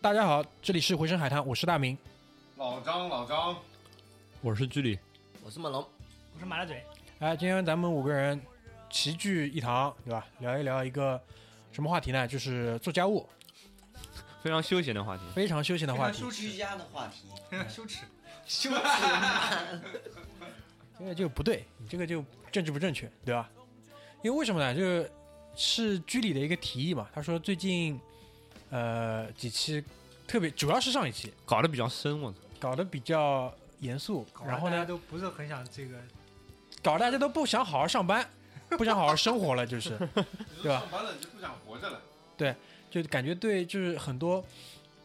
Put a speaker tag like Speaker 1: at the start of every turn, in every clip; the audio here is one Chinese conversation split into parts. Speaker 1: 大家好，这里是回声海滩，我是大明。
Speaker 2: 老张，老张，
Speaker 3: 我是居里，
Speaker 4: 我是猛龙，
Speaker 5: 我是麻辣嘴，
Speaker 1: 哎，今天咱们五个人齐聚一堂，对吧？聊一聊一个什么话题呢？就是做家务，
Speaker 3: 非常休闲的话题。
Speaker 1: 非常休闲的话题。
Speaker 4: 居家的话题，
Speaker 5: 羞耻，
Speaker 4: 羞耻。
Speaker 1: 这个就不对，你这个就政治不正确，对吧？因为为什么呢？就是是居里的一个提议嘛，他说最近呃几期特别，主要是上一期
Speaker 3: 搞得比较深，我操！
Speaker 1: 搞得比较严肃，然后
Speaker 5: 大家
Speaker 1: 呢，
Speaker 5: 都不是很想这个，
Speaker 1: 搞得大家都不想好好上班，不想好好生活了，就是。
Speaker 2: 你
Speaker 1: 对
Speaker 2: 都
Speaker 1: 吧
Speaker 2: 上班了，你就不想活着了。
Speaker 1: 就感觉对，就是很多，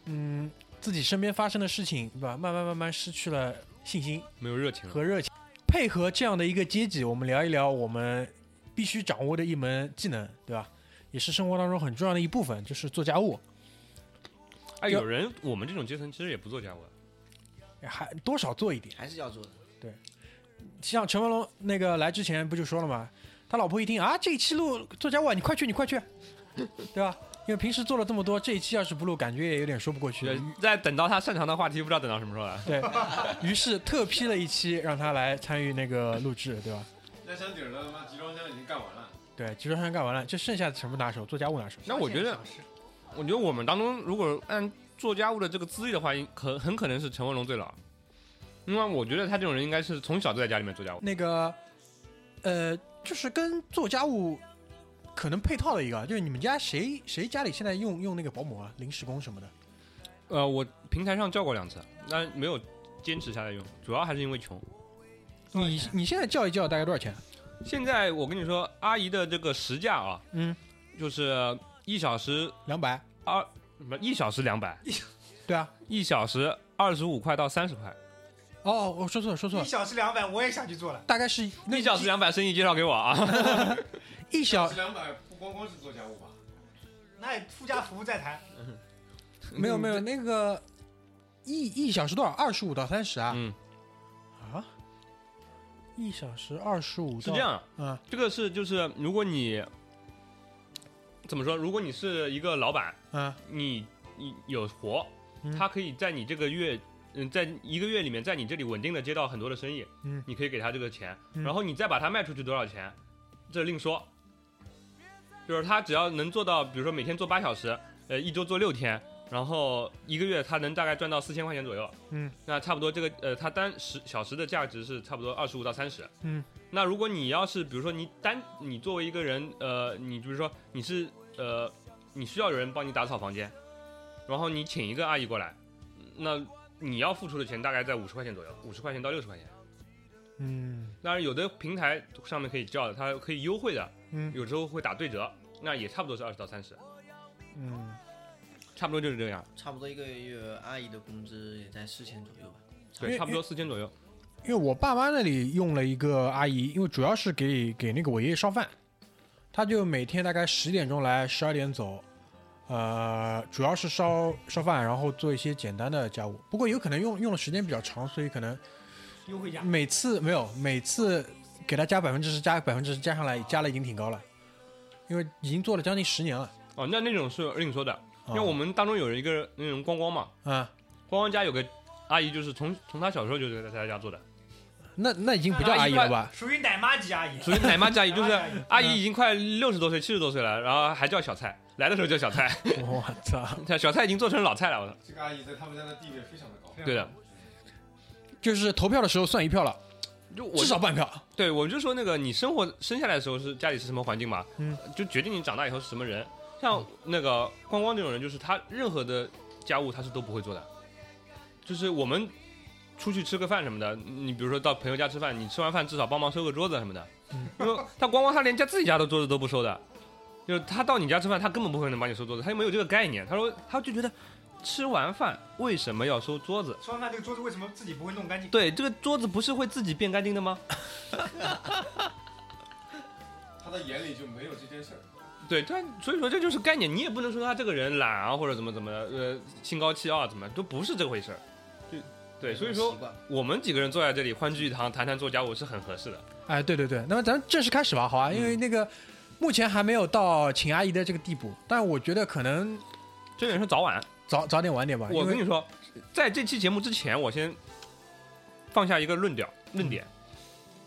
Speaker 1: 嗯，自己身边发生的事情，对吧？慢慢慢慢失去了信心
Speaker 3: 没有热情了。
Speaker 1: 和热情。配合这样的一个阶级，我们聊一聊我们必须掌握的一门技能，对吧？也是生活当中很重要的一部分，就是做家务。
Speaker 3: 哎，有人我们这种阶层其实也不做家务的，
Speaker 1: 还多少做一点。
Speaker 4: 还是要做的。
Speaker 1: 像陈文龙那个来之前不就说了吗？他老婆一听啊，这一期录做家务，啊，你快去，你快去， 对吧？因为平时做了这么多，这一期要是不录，感觉也有点说不过去。
Speaker 3: 对，在等到他擅长的话题，不知道等到什么时候了。
Speaker 1: 对于是特批了一期，让他来参与那个录制，对吧？
Speaker 2: 压箱底儿了，他妈集装箱已经干完了。
Speaker 1: 对，集装箱干完了，就剩下什么拿手？做家务拿手。
Speaker 3: 那我觉得，我觉得我们当中如果按做家务的这个资历的话，应可很可能是陈文龙最老，因为我觉得他这种人应该是从小就在家里面做家务。
Speaker 1: 那个，呃，就是跟做家务可能配套的一个，啊就是你们家谁谁家里现在用用那个保姆啊、临时工什么的？
Speaker 3: 呃，我平台上叫过两次，但没有坚持下来用，主要还是因为穷。
Speaker 1: 你
Speaker 3: 啊
Speaker 1: 你现在叫一叫，大概多少钱？啊
Speaker 3: 现在我跟你说，阿姨的这个时价啊，
Speaker 1: 嗯，
Speaker 3: 就是一小时
Speaker 1: 两百。
Speaker 3: 二，不一小时两百，
Speaker 1: 对啊，
Speaker 3: 一小时二十五块到三十块，
Speaker 1: 哦，我说错了，说错
Speaker 5: 一
Speaker 1: 了，
Speaker 5: 小时两百，我也想去做了。
Speaker 1: 大概是那
Speaker 3: 一小时两嗯百，生意介绍给我啊。
Speaker 1: 一小
Speaker 2: 这两百不光光是做家务吧？
Speaker 5: 那附加服务再谈，
Speaker 1: 没有没
Speaker 3: 嗯
Speaker 1: 有那个一一小时多少？二十五到三十啊？
Speaker 3: 嗯，
Speaker 1: 啊，一小时二十五
Speaker 3: 是这样，啊
Speaker 1: 嗯，
Speaker 3: 这个是就是如果你怎么说，如果你是一个老板，
Speaker 1: 嗯
Speaker 3: 你你有活
Speaker 1: 嗯，
Speaker 3: 他可以在你这个月。嗯，在一个月里面，在你这里稳定的接到很多的生意，
Speaker 1: 嗯
Speaker 3: 你可以给他这个钱，
Speaker 1: 嗯
Speaker 3: 然后你再把它卖出去多少钱，这另说。就是他只要能做到，比如说每天做八小时，呃，一周做六天，然后一个月他能大概赚到四千块钱左右，
Speaker 1: 嗯，
Speaker 3: 那差不多这个呃，它单十小时的价值是差不多二十五到三十。
Speaker 1: 嗯，
Speaker 3: 那如果你要是比如说你单你作为一个人，呃，你比如说你是呃，你需要有人帮你打扫房间，然后你请一个阿姨过来，那你要付出的钱大概在五十块钱左右，五十块钱到六十块钱。
Speaker 1: 嗯
Speaker 3: 当然，有的平台上面可以叫的，它可以优惠的，
Speaker 1: 嗯
Speaker 3: 有时候会打对折，那也差不多是二十到三十，
Speaker 1: 嗯，
Speaker 3: 差不多就是这样，
Speaker 4: 差不多一个月阿姨的工资也在四千左右吧。
Speaker 3: 对，差不多四千左右。
Speaker 1: 因为我爸妈那里用了一个阿姨，因为主要是给给那个我爷爷烧饭，他就每天大概十点钟来，十二点走，呃，主要是烧烧饭，然后做一些简单的家务。不过有可能用用的时间比较长，所以可能
Speaker 5: 优惠价
Speaker 1: 每次没有每次给他加百分之十，加百分之十加上来，加了已经挺高了，因为已经做了将近十年了。
Speaker 3: 哦，那那种是另说的，因为我们当中有一个那种光光嘛，
Speaker 1: 啊、
Speaker 3: 光光家有个阿姨，就是从从她小时候就在她家做的，
Speaker 1: 嗯，那那已经不叫阿姨了
Speaker 3: 啊
Speaker 1: 吧？
Speaker 5: 属于奶妈级阿姨，
Speaker 3: 属于奶妈家姨，就是
Speaker 5: 奶妈级
Speaker 3: 阿姨已经快六十多岁、七十多岁了，然后还叫小菜，来的时候叫小菜，
Speaker 1: 我操！
Speaker 3: 小菜已经做成老菜了，我操！
Speaker 2: 这个阿姨在他们家的地位非常的
Speaker 1: 啊
Speaker 2: 高。
Speaker 3: 对的，
Speaker 1: 就是投票的时候算一票了，
Speaker 3: 就我
Speaker 1: 至少半票。
Speaker 3: 对，我就说那个你生活生下来的时候是家里是什么环境嘛，
Speaker 1: 嗯，
Speaker 3: 就决定你长大以后是什么人。像那个光光这种人，就是他任何的家务他是都不会做的，就是我们出去吃个饭什么的，你比如说到朋友家吃饭，你吃完饭至少帮忙收个桌子什么的，
Speaker 1: 嗯
Speaker 3: 因为他光光他连家自己家的桌子都不收的，就是他到你家吃饭，他根本不会能帮你收桌子，他又没有这个概念，他说他就觉得吃完饭为什么要收桌子？
Speaker 5: 吃完饭这个桌子为什么自己不会弄干净？
Speaker 3: 对，这个桌子不是会自己变干净的吗？
Speaker 2: 他的眼里就没有这件事儿。
Speaker 3: 对，但所以说这就是概念，你也不能说他这个人懒啊，或者怎么怎么的，呃，心高气傲啊，怎么都不是这回事儿。就对，所以说
Speaker 4: 习惯
Speaker 3: 我们几个人坐在这里欢聚一堂，谈谈做家务是很合适的。
Speaker 1: 哎，对对对，那么咱们正式开始吧，好啊吧？因为那个目前还没有到请阿姨的这个地步，但我觉得可能
Speaker 3: 这也是早晚，
Speaker 1: 早早点晚点吧。
Speaker 3: 我
Speaker 1: 因为
Speaker 3: 跟你说，在这期节目之前，我先放下一个论调论点，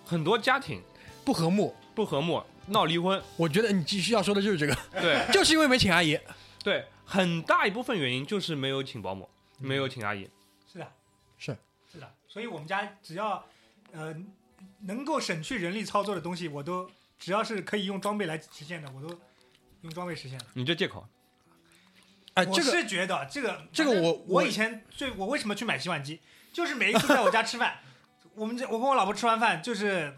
Speaker 3: 很多家庭
Speaker 1: 不和睦，
Speaker 3: 不和睦闹离婚，
Speaker 1: 我觉得你继续要说的就是这个，
Speaker 3: 对
Speaker 1: 就是因为没请阿姨。
Speaker 3: 对，很大一部分原因就是没有请保姆，没有请阿姨。
Speaker 5: 是的，
Speaker 1: 是
Speaker 5: 是的，所以我们家只要呃能够省去人力操作的东西，我都只要是可以用装备来实现的，我都用装备实现了。
Speaker 3: 你这借口，
Speaker 1: 哎，
Speaker 5: 我
Speaker 1: 这个
Speaker 5: 是觉得这个
Speaker 1: 这个
Speaker 5: 反正
Speaker 1: 我
Speaker 5: 我
Speaker 1: 我
Speaker 5: 以前最我为什么去买洗碗机，就是每一次在我家吃饭，我们这我跟我老婆吃完饭，就是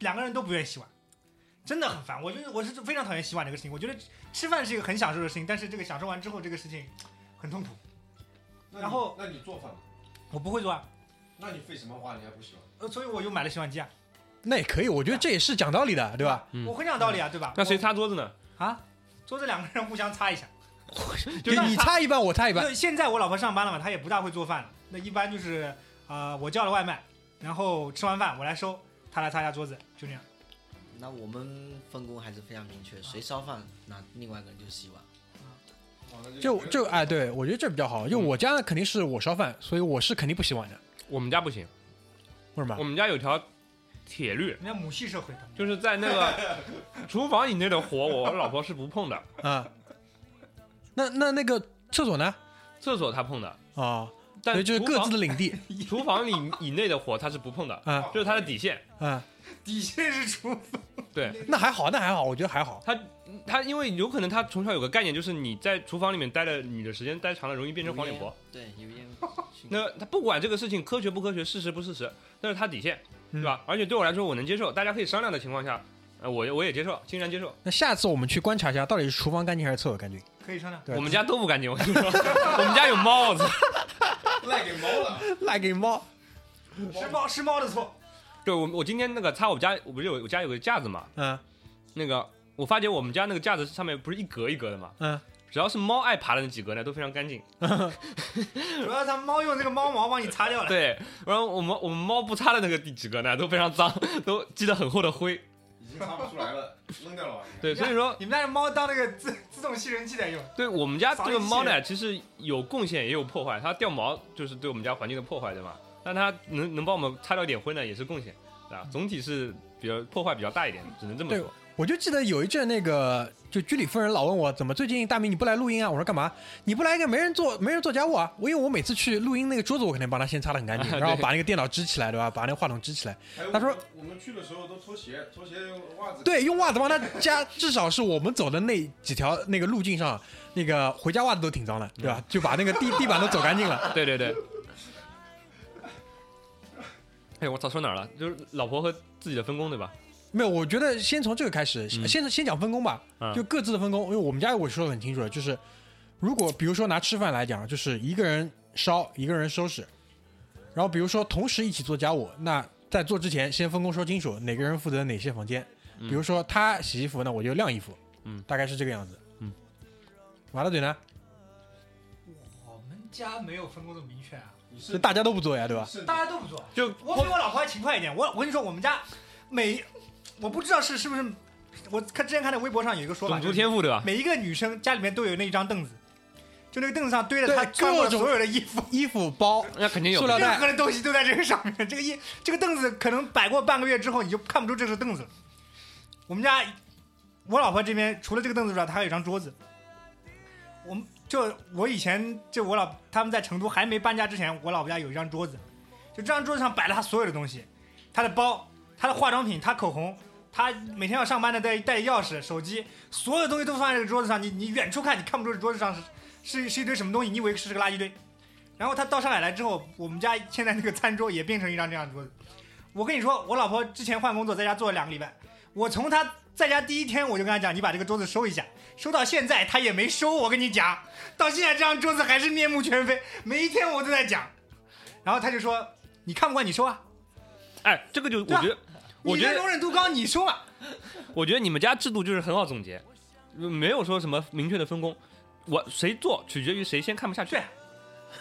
Speaker 5: 两个人都不愿意洗碗，真的很烦。我就是我是非常讨厌洗碗这个事情，我觉得吃饭是一个很享受的事情，但是这个享受完之后这个事情很痛苦。
Speaker 2: 那你
Speaker 5: 然后
Speaker 2: 那你做饭吗，
Speaker 5: 我不会做啊，
Speaker 2: 那你费什么话？你还不喜欢？
Speaker 5: 呃，所以我又买了洗碗机啊，
Speaker 1: 那也可以，我觉得这也是讲道理的，对吧？
Speaker 3: 嗯
Speaker 5: 我很讲道理啊，对吧？
Speaker 3: 那谁
Speaker 5: 我
Speaker 3: 擦桌子呢？
Speaker 5: 啊？桌子两个人互相擦一下。
Speaker 1: 就
Speaker 5: 那
Speaker 1: 你擦一半，我擦一
Speaker 5: 因
Speaker 1: 半。
Speaker 5: 为现在我老婆上班了嘛，她也不大会做饭了。那一般就是，呃，我叫了外卖，然后吃完饭我来收，她来擦一下桌子，就这样。
Speaker 4: 那我们分工还是非常明确，谁烧饭，那另外一个人就洗碗。
Speaker 2: 哦那
Speaker 1: 就
Speaker 2: 就
Speaker 1: 就哎，对我觉得这比较好。就
Speaker 3: 嗯
Speaker 1: 我家肯定是我烧饭，所以我是肯定不洗碗的。
Speaker 3: 我们家不行，
Speaker 1: 为什么
Speaker 3: 我？们家有条铁律，
Speaker 5: 人家母系社会的，
Speaker 3: 就是在那个厨房以内的活，我老婆是不碰的，
Speaker 1: 啊，那那那个厕所呢？
Speaker 3: 厕所她碰的，
Speaker 1: 啊，所
Speaker 3: 但
Speaker 1: 以就是
Speaker 3: 厨
Speaker 1: 各自
Speaker 3: 房
Speaker 1: 的领地。
Speaker 3: 厨房里以内的活她是不碰的，
Speaker 1: 啊
Speaker 3: 这是她的底线。
Speaker 1: 啊，
Speaker 5: 底线是厨，
Speaker 1: 那还好，那还好，我觉得还好。
Speaker 3: 她因为有可能她从小有个概念，就是你在厨房里面待的，你的时间待长了容易变成黄脸婆。
Speaker 4: 对，油烟。
Speaker 3: 那他不管这个事情科学不科学，事实不事实，那是他底线，
Speaker 1: 嗯
Speaker 3: 对吧？而且对我来说，我能接受，大家可以商量的情况下，呃，我也我也接受，欣然接受。
Speaker 1: 那下次我们去观察一下，到底是厨房干净还是厕所干净？
Speaker 5: 可以商量。
Speaker 1: 对
Speaker 3: 我们家都不干净，我跟你说， 我们家有猫，我操！
Speaker 2: 赖给猫了。
Speaker 1: 赖给猫。
Speaker 5: 是猫是猫的错，
Speaker 3: 对我我今天那个擦我家，我不是有我家有个架子嘛，
Speaker 1: 嗯
Speaker 3: 那个我发觉我们家那个架子上面不是一格一格的嘛，
Speaker 1: 嗯，
Speaker 3: 只要是猫爱爬的那几格呢，都非常干净。
Speaker 5: 主要他猫用这个猫毛帮你擦掉了。
Speaker 3: 对，然后我们我们猫不擦的那个第几格呢，都非常脏， 都积得很厚的灰。
Speaker 2: 已经擦不出来了，扔掉了吧？应该
Speaker 3: 对，所以说
Speaker 5: 你们家的猫当那个自自动吸尘器在用，
Speaker 3: 对我们家这个猫呢，其实有贡献也有破坏，它掉毛就是对我们家环境的破坏，对吧？但它能能帮我们擦掉点灰呢，也是贡献，对吧？总体是比较破坏比较大一点，只能这么
Speaker 1: 对
Speaker 3: 说。
Speaker 1: 我就记得有一阵那个，就居里夫人老问我怎么最近大明你不来录音啊？我说干嘛？你不来一个没人做没人做家务啊？我因为我每次去录音那个桌子，我肯定帮他先擦的很干净，
Speaker 3: 啊对
Speaker 1: 然后把那个电脑支起来，对吧？把那个话筒支起来。
Speaker 2: 还有
Speaker 1: 他说
Speaker 2: 我们我们去的时候都脱鞋，脱鞋用袜子。
Speaker 1: 对，用袜子帮他加，至少是我们走的那几条那个路径上，那个回家袜子都挺脏的，对吧？就把那个地地板都走干净了。
Speaker 3: 对对对。 哎，我操，说哪儿了？就是老婆和自己的分工，对吧？
Speaker 1: 没有，我觉得先从这个开始，
Speaker 3: 嗯
Speaker 1: 先先讲分工吧，
Speaker 3: 嗯
Speaker 1: 就各自的分工。因为我们家我说的很清楚了，就是如果比如说拿吃饭来讲，就是一个人烧，一个人收拾，然后比如说同时一起做家务，那在做之前先分工说清楚哪个人负责哪些房间。
Speaker 3: 嗯
Speaker 1: 比如说他洗衣服，那我就晾衣服，
Speaker 3: 嗯
Speaker 1: 大概是这个样子。
Speaker 3: 嗯，
Speaker 1: 马大嘴呢？
Speaker 5: 我们家没有分工这么明确啊，
Speaker 2: 你
Speaker 1: 就是啊大家都不做呀，对吧？
Speaker 2: 是
Speaker 5: 大家都不做。
Speaker 3: 就
Speaker 5: 我比我老婆还勤快一点。我我跟你说，我们家每我不知道是是不是，我看之前看到微博上有一个说法，
Speaker 3: 种
Speaker 5: 就
Speaker 3: 族
Speaker 5: 是
Speaker 3: 天赋，对啊吧？
Speaker 5: 每一个女生家里面都有那一张凳子，就那个凳子上堆着她
Speaker 1: 对
Speaker 5: 穿过
Speaker 1: 各
Speaker 5: 的
Speaker 1: 种
Speaker 5: 所有的衣服，
Speaker 1: 衣服包
Speaker 3: 那肯定有
Speaker 1: 塑。料
Speaker 5: 任
Speaker 1: 袋
Speaker 5: 何的东西都在这个上面。这个衣这个凳子可能摆过半个月之后，你就看不出这是凳子了。我们家我老婆这边除了这个凳子之外，她还有一张桌子。我们就我以前就我老他们在成都还没搬家之前，我老婆家有一张桌子，就这张桌子上摆了她所有的东西，她的包、她的化妆品、她口红。她每天要上班的带带钥匙、手机，所有东西都放在这个桌子上。你你远处看，你看不出这桌子上是是是一堆什么东西，你以为是个垃圾堆。然后他到上海来之后，我们家现在那个餐桌也变成一张这样的桌子。我跟你说，我老婆之前换工作，在家做了两个礼拜。我从她在家第一天，我就跟她讲，你把这个桌子收一下。收到现在，她也没收。我跟你讲，到现在这张桌子还是面目全非。每一天我都在讲，然后她就说，你看不惯你收啊，
Speaker 3: 哎，这个就我
Speaker 5: 对啊
Speaker 3: 觉得，我
Speaker 5: 你
Speaker 3: 觉
Speaker 5: 的
Speaker 3: 得，
Speaker 5: 容忍度高，你收啊嘛。
Speaker 3: 我觉得你们家制度就是很好总结，呃没有说什么明确的分工，我谁做取决于谁先看不下去
Speaker 5: 对。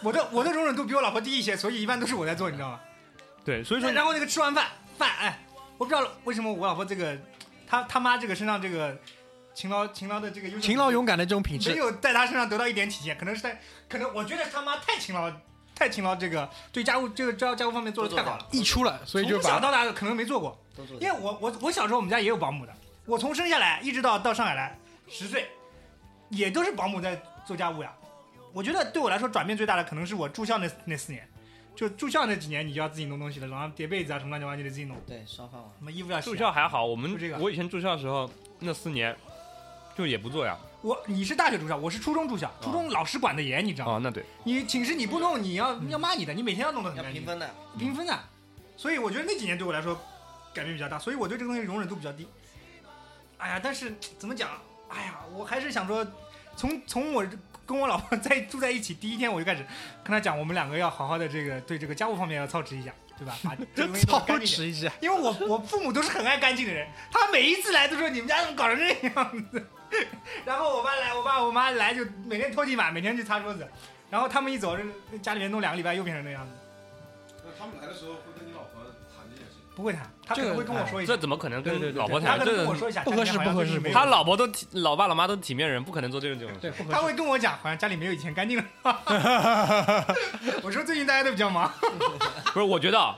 Speaker 5: 我的我的容忍度比我老婆低一些，所以一般都是我在做，你知道吗？
Speaker 3: 对，所以说
Speaker 5: 然后那个吃完饭饭，哎，我不知道为什么我老婆这个，她她妈这个身上这个勤劳勤劳的这个优秀，
Speaker 1: 勤劳勇敢的这种品
Speaker 5: 没
Speaker 1: 质，
Speaker 5: 有在他身上得到一点体现，可能是在可能我觉得他妈太勤劳，太勤劳，这个对家务这个家家务方面做的太好了，
Speaker 1: 溢出了，所以就
Speaker 5: 从小
Speaker 1: 把
Speaker 5: 到大可能没做过，
Speaker 4: 都
Speaker 3: 嗯
Speaker 4: 做
Speaker 5: 因为我我我小时候我们家也有保姆的，我从生下来一直到到上海来十岁，也都是保姆在做家务呀。我觉得对我来说转变最大的可能是我住校那那四年，就住校那几年你就要自己弄东西了，然后叠被子啊什么乱七八糟你得自己弄，
Speaker 4: 对双饭碗，
Speaker 5: 什么衣服啊。
Speaker 3: 住
Speaker 5: 鞋啊
Speaker 3: 校还好，我们
Speaker 5: 就这个
Speaker 3: 我以前住校的时候那四年就也不做呀。
Speaker 5: 我你是大学住校，我是初中住校，初
Speaker 3: 哦
Speaker 5: 中老师管的严，你知道吗？
Speaker 3: 啊，那对，
Speaker 5: 你寝室你不弄，你
Speaker 3: 嗯
Speaker 5: 要要骂你的，你每天要弄得很
Speaker 4: 要
Speaker 5: 干净
Speaker 4: 平，分的。
Speaker 5: 平分的。所以我觉得那几年对我来说改变比较大，所以我对这个东西容忍度比较低。哎呀，但是怎么讲？哎呀，我还是想说，从从我跟我老婆在住在一起第一天，我就开始跟她讲，我们两个要好好的这个对这个家务方面要操持一下，对吧？ 把这个东西弄得
Speaker 1: 操
Speaker 5: 干净一点。
Speaker 1: 持一下。
Speaker 5: 因为我我父母都是很爱干净的人，他每一次来都说你们家怎么搞成这样子， 然后我爸来，我爸我妈来就每天拖地板，每天去擦桌子，然后他们一走，这家里面弄两个礼拜又变成那样子，
Speaker 2: 那他们来的时候会跟你老婆谈这件事，
Speaker 5: 不会谈，他可
Speaker 1: 这
Speaker 5: 能
Speaker 1: 个
Speaker 5: 会跟我说一下
Speaker 3: 这，怎么可能
Speaker 1: 对对
Speaker 3: 跟
Speaker 1: 对
Speaker 3: 老婆
Speaker 5: 他
Speaker 3: 谈？
Speaker 5: 可能跟
Speaker 3: 这
Speaker 5: 我说一下，
Speaker 1: 不合适
Speaker 5: 家里面好像
Speaker 1: 不合适
Speaker 5: 没有
Speaker 3: 他老婆都体老爸老妈都体面人，不可能做这种事。
Speaker 1: 对，不合
Speaker 5: 他
Speaker 1: 适。
Speaker 5: 会跟我讲，好像家里没有以前干净了。 我说最近大家都比较忙，
Speaker 3: 不是，我觉得啊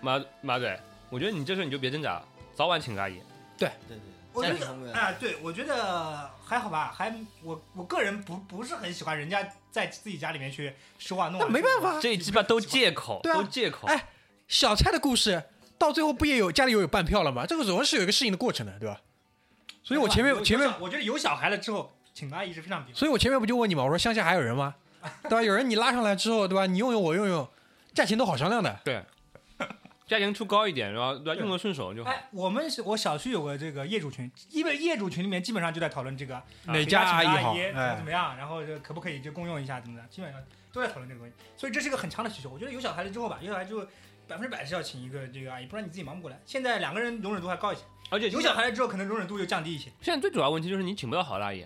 Speaker 3: 马马马嘴，我觉得你这事你就别挣扎，早晚请个阿姨。
Speaker 4: 对对
Speaker 5: 我
Speaker 4: 对，
Speaker 5: 觉
Speaker 4: 家
Speaker 5: 得
Speaker 4: 庭方面
Speaker 5: 啊，对，我觉得还好吧，还我我个人不不是很喜欢人家在自己家里面去说话弄
Speaker 1: 那
Speaker 5: 啊。
Speaker 1: 没办法，
Speaker 3: 这鸡巴都借口，
Speaker 1: 对啊
Speaker 3: 都借口。
Speaker 1: 哎小蔡的故事到最后不也有家里有有半票了吗？这个总是有一个适应的过程的，对吧？所以我前面
Speaker 5: 有
Speaker 1: 前面
Speaker 5: 有小，哎我觉得有小孩了之后，请阿姨是非常必要。
Speaker 1: 所以我前面不就问你吗？我说乡下还有人吗？对吧？有人你拉上来之后，对吧？你用用我用用，价钱都好商量的。
Speaker 3: 对，价钱出高一点，然后对吧？用的顺手就好。
Speaker 5: 哎，我们是我小区有个这个业主群，因为业主群里面基本上就在讨论这个
Speaker 1: 哪
Speaker 5: 谁家
Speaker 1: 家阿
Speaker 5: 啊请
Speaker 1: 姨
Speaker 5: 阿
Speaker 1: 好？
Speaker 5: 姨怎么
Speaker 1: 哎
Speaker 5: 怎，么样，然后就可不可以就共用一下怎么的，基本上都在讨论这个东西。所以这是一个很强的需求。我觉得有小孩了之后吧，有小孩就百分之百是要请一个这个阿姨，不然你自己忙不过来。现在两个人容忍度还高一些，
Speaker 3: 而且
Speaker 5: 有小孩了之后可能容忍度又降低一些，
Speaker 3: 现在最主要问题就是你请不到好的阿姨，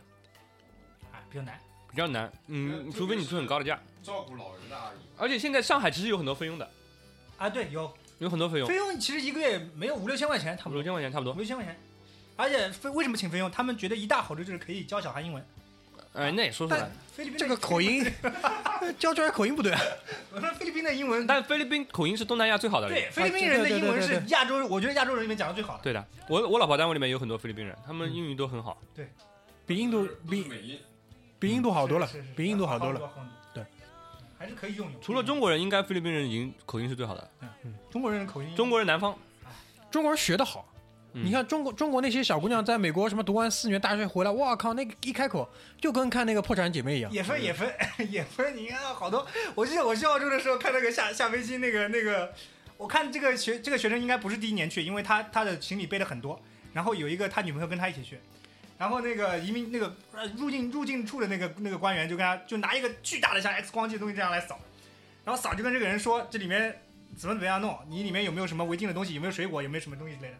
Speaker 5: 啊，比较难。
Speaker 3: 比较难。嗯，除非你出很高的价。
Speaker 2: 照顾老人的阿姨。
Speaker 3: 而且现在上海其实有很多费用的，
Speaker 5: 啊，对，有
Speaker 3: 有很多费用，
Speaker 5: 费用，其实一个月没有五六千块钱，差
Speaker 3: 五
Speaker 5: 不
Speaker 3: 六
Speaker 5: 多
Speaker 3: 千块钱差不多
Speaker 5: 五。六千块钱。而且费为什么请费用？他们觉得一大好处就是可以教小孩英文。
Speaker 3: 哎，那也说出来。
Speaker 5: 菲律宾的
Speaker 1: 这个口音， 教出来口音不对。
Speaker 5: 我 说菲律宾的英文，
Speaker 3: 但菲律宾口音是东南亚最好的人。
Speaker 5: 对菲律宾人的英文
Speaker 1: 对对
Speaker 5: 是
Speaker 1: 对
Speaker 5: 亚洲，我觉得亚洲人里面讲的最好的。
Speaker 3: 对的，我我老婆单位里面有很多菲律宾人，他们英语都很好。
Speaker 5: 嗯
Speaker 1: 比印度
Speaker 2: 比
Speaker 1: 比
Speaker 2: 美音，
Speaker 1: 比印度好多了
Speaker 5: 是是是，
Speaker 1: 比印度好多了。
Speaker 5: 好多好多
Speaker 1: 对，
Speaker 5: 还是可以用用。
Speaker 3: 除了中国人，应该菲律宾人已经口音是最好的。
Speaker 5: 中国人的口音，
Speaker 3: 中国人南方，
Speaker 5: 嗯
Speaker 1: 中国人学得好，
Speaker 3: 嗯
Speaker 1: 你看中国中国那些小姑娘在美国什么读完四年大学回来，哇靠，那个一开口就跟看那个破产姐妹一样。
Speaker 5: 也分也分 也分，你看好多。我记得我去澳洲的时候看那个下下飞机那个那个，我看这个学这个学生应该不是第一年去，因为他他的行李背的很多，然后有一个他女朋友跟他一起去。然后那个移民那个呃入境入境处的那个那个官员就跟他就拿一个巨大的像 X 光机的东西这样来扫，然后扫就跟这个人说这里面怎么怎么样弄，你里面有没有什么违禁的东西，有没有水果，有没有什么东西之类的，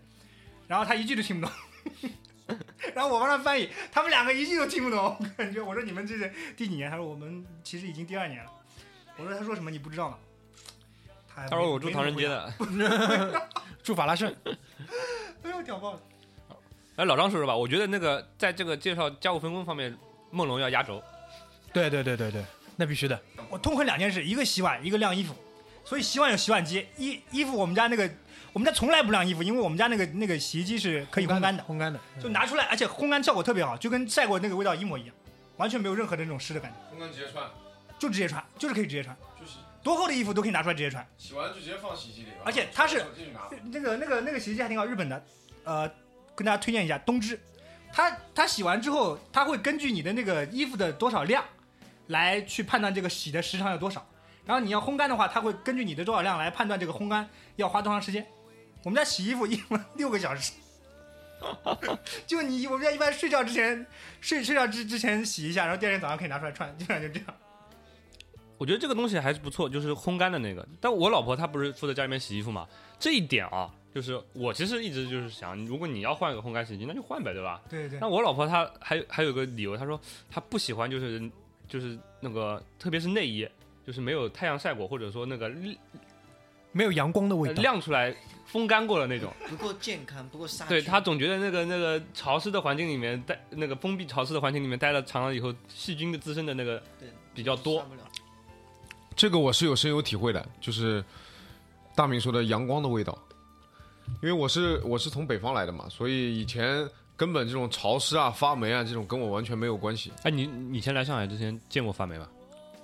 Speaker 5: 然后他一句都听不懂， 然后我帮他翻译，他们两个一句都听不懂，我感觉我说你们这是第几年？他说我们其实已经第二年了，我说他说什么你不知道吗？他
Speaker 3: 他说我住唐人街，的。
Speaker 1: 住法拉盛，
Speaker 5: 哎呦屌爆了，
Speaker 3: 哎，老张说说吧，我觉得那个在这个介绍家务分工方面，梦龙要压轴。
Speaker 1: 对对对对对，那必须的。
Speaker 5: 我痛恨两件事，一个洗碗，一个晾衣服，所以洗碗有洗碗机，衣衣服我们家那个我们家从来不晾衣服，因为我们家那个那个洗衣机是可以烘干的，
Speaker 1: 烘干的，
Speaker 5: 就拿出来，而且烘干效果特别好，就跟晒过那个味道一模一样，完全没有任何的那种湿的感觉，
Speaker 2: 空干直接穿，
Speaker 5: 就直接穿，就是可以直接穿，
Speaker 2: 就是
Speaker 5: 多厚的衣服都可以拿出来直接穿。
Speaker 2: 洗完就直接放洗衣机里了。
Speaker 5: 而且它是
Speaker 2: 手进去拿，
Speaker 5: 呃那个那个那个洗衣机还挺好，日本的，呃，跟大家推荐一下东芝，它它洗完之后，它会根据你的那个衣服的多少量，来去判断这个洗的时长有多少。然后你要烘干的话，它会根据你的多少量来判断这个烘干要花多长时间。我们家洗衣服一般六个小时， 就你我们家一般睡觉之前睡睡觉之之前洗一下，然后第二天早上可以拿出来穿，基本上就这样。
Speaker 3: 我觉得这个东西还是不错，就是烘干的那个。但我老婆她不是负责家里面洗衣服嘛，这一点啊，就是我其实一直就是想，如果你要换个烘干洗衣机，那就换呗，对吧？
Speaker 5: 对对
Speaker 3: 那我老婆她还有还有个理由，她说她不喜欢就是就是那个特别是内衣，就是没有太阳晒过，或者说那个
Speaker 1: 没有阳光的味
Speaker 3: 呃
Speaker 1: 道。
Speaker 3: 晾出来风干过了那种。
Speaker 4: 不够健康，不够杀菌。
Speaker 3: 对他总觉得那个那个潮湿的环境里面待，那个封闭潮湿的环境里面待了长了以后，细菌的滋生的那个
Speaker 4: 对
Speaker 3: 比较多
Speaker 4: 杀。不了
Speaker 6: 这个我是有深有体会的，就是大明说的阳光的味道，因为我是我是从北方来的嘛，所以以前根本这种潮湿啊、发霉啊这种跟我完全没有关系，
Speaker 3: 哎，你你以前来上海之前见过发霉吧？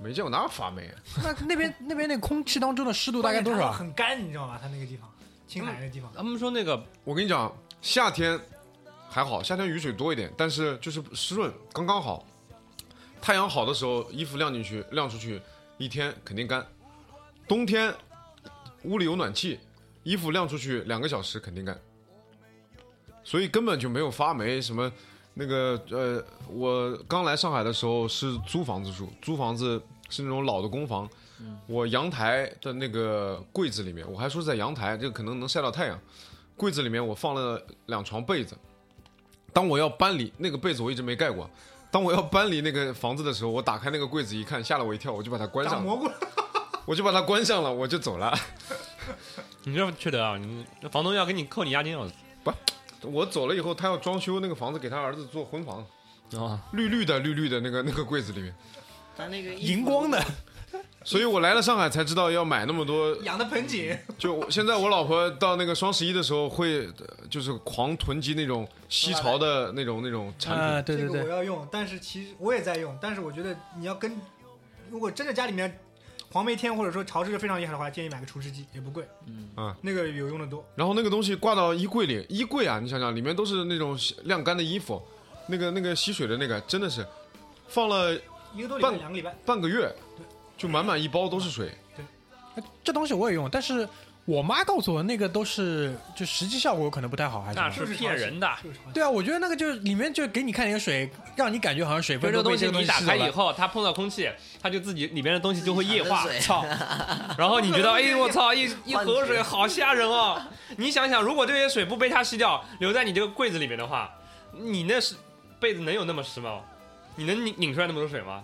Speaker 6: 没见过哪有发霉、啊。
Speaker 1: 那那边那边那空气当中的湿度大概多
Speaker 5: 关键它
Speaker 1: 少？
Speaker 5: 很干，你知道吗？它那个地方，青海那个地方，
Speaker 3: 他们说那个
Speaker 6: 我跟你讲，夏天还好，夏天雨水多一点，但是就是湿润刚刚好。太阳好的时候，衣服晾进去、晾出去，一天肯定干。冬天屋里有暖气，衣服晾出去两个小时肯定干。所以根本就没有发霉什么。那个呃，我刚来上海的时候是租房子住，租房子是那种老的公房。我阳台的那个柜子里面，我还说是在阳台，这个可能能晒到太阳。柜子里面我放了两床被子。当我要搬离那个被子，我一直没盖过。当我要搬离那个房子的时候，我打开那个柜子一看，吓了我一跳，我就把它关
Speaker 5: 长
Speaker 6: 上了，
Speaker 5: 蘑菇了。
Speaker 6: 我就把它关上了，我就走了。
Speaker 3: 你这缺德啊！你那房东要给你扣你押金要死
Speaker 6: 我走了以后，他要装修那个房子，给他儿子做婚房，
Speaker 3: 啊！
Speaker 6: 绿绿的绿绿的那个那个柜子里面。
Speaker 4: 他那个衣服
Speaker 1: 荧光的，
Speaker 6: 所以我来了上海才知道要买那么多。
Speaker 5: 养的盆景，
Speaker 6: 就我现在我老婆到那个双十一的时候会，呃就是狂囤积那种西潮的那种那种产品。
Speaker 1: 啊，对对
Speaker 5: 这个
Speaker 1: 对
Speaker 5: 我，要用，但是其实我也在用，但是我觉得你要跟，如果真的家里面黄梅天或者说潮湿的非常厉害的话，建议买个除湿机，也不贵，
Speaker 4: 嗯
Speaker 6: 啊，
Speaker 5: 那个有用的多。
Speaker 6: 然后那个东西挂到衣柜里，衣柜啊，你想想里面都是那种洗晾干的衣服，那个那个吸水的那个真的是放了
Speaker 5: 一个多礼拜，
Speaker 6: 半
Speaker 5: 两个礼拜，
Speaker 6: 半个月，就满满一包都是水。
Speaker 1: 哎这东西我也用，但是我妈告诉我那个都是就实际效果可能不太好，还是什
Speaker 3: 那
Speaker 1: 么
Speaker 3: 是骗人的。
Speaker 5: 就是潮湿
Speaker 1: 对啊，我觉得那个就是里面就给你看点水，让你感觉好像水
Speaker 3: 就
Speaker 1: 分
Speaker 3: 这个
Speaker 1: 都
Speaker 3: 东
Speaker 1: 被
Speaker 3: 西
Speaker 1: 这个东
Speaker 3: 你
Speaker 1: 西
Speaker 3: 打
Speaker 1: 吸走
Speaker 3: 开以
Speaker 1: 了。
Speaker 3: 后，它碰到空气，它就自己里面的东西就会液化
Speaker 4: 产生，水
Speaker 3: 操！然后你觉得，哎，我操，一一
Speaker 4: 幻觉
Speaker 3: 河水好吓人哦！你想想，如果这些水不被它吸掉，留在你这个柜子里面的话，你那是被子能有那么湿吗？你能拧拧出来那么多水吗？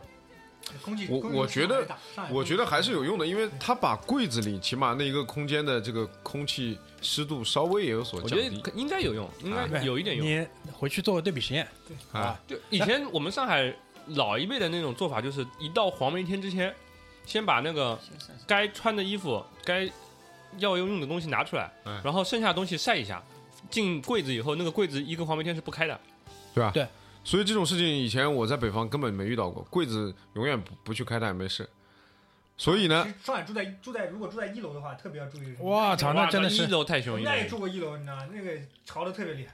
Speaker 5: 空气，
Speaker 6: 我
Speaker 5: 空气
Speaker 6: 我觉得
Speaker 5: 上海大，
Speaker 6: 我觉得还是
Speaker 5: 有。
Speaker 6: 有用的，因为它把柜子里起码那一个空间的这个空气湿度稍微也有所
Speaker 3: 我
Speaker 6: 降
Speaker 3: 觉
Speaker 6: 低
Speaker 3: 得。应该有用，应该
Speaker 1: 对
Speaker 3: 有一点用。
Speaker 1: 你回去做个对比实验，
Speaker 6: 啊，
Speaker 3: 就以前我们上海老一辈的那种做法，就是一到黄梅天之前，先把那个
Speaker 4: 先晒晒
Speaker 3: 该穿的衣服、该要用的东西拿出来，
Speaker 6: 嗯
Speaker 3: 然后剩下的东西晒一下。进柜子以后，那个柜子一个黄梅天是不开的，
Speaker 6: 对吧？
Speaker 1: 对，
Speaker 6: 所以这种事情以前我在北方根本没遇到过，柜子永远不不去开它也没事。所以呢
Speaker 5: 其，实上海住在住在如果住在一楼的话，特别要注意。
Speaker 3: 哎
Speaker 1: 哇操那真的是
Speaker 3: 一楼太
Speaker 5: 我
Speaker 3: 凶，
Speaker 5: 们
Speaker 3: 一
Speaker 5: 家也
Speaker 3: 楼
Speaker 5: 住过一楼，你知道吗？那个潮的特别厉害，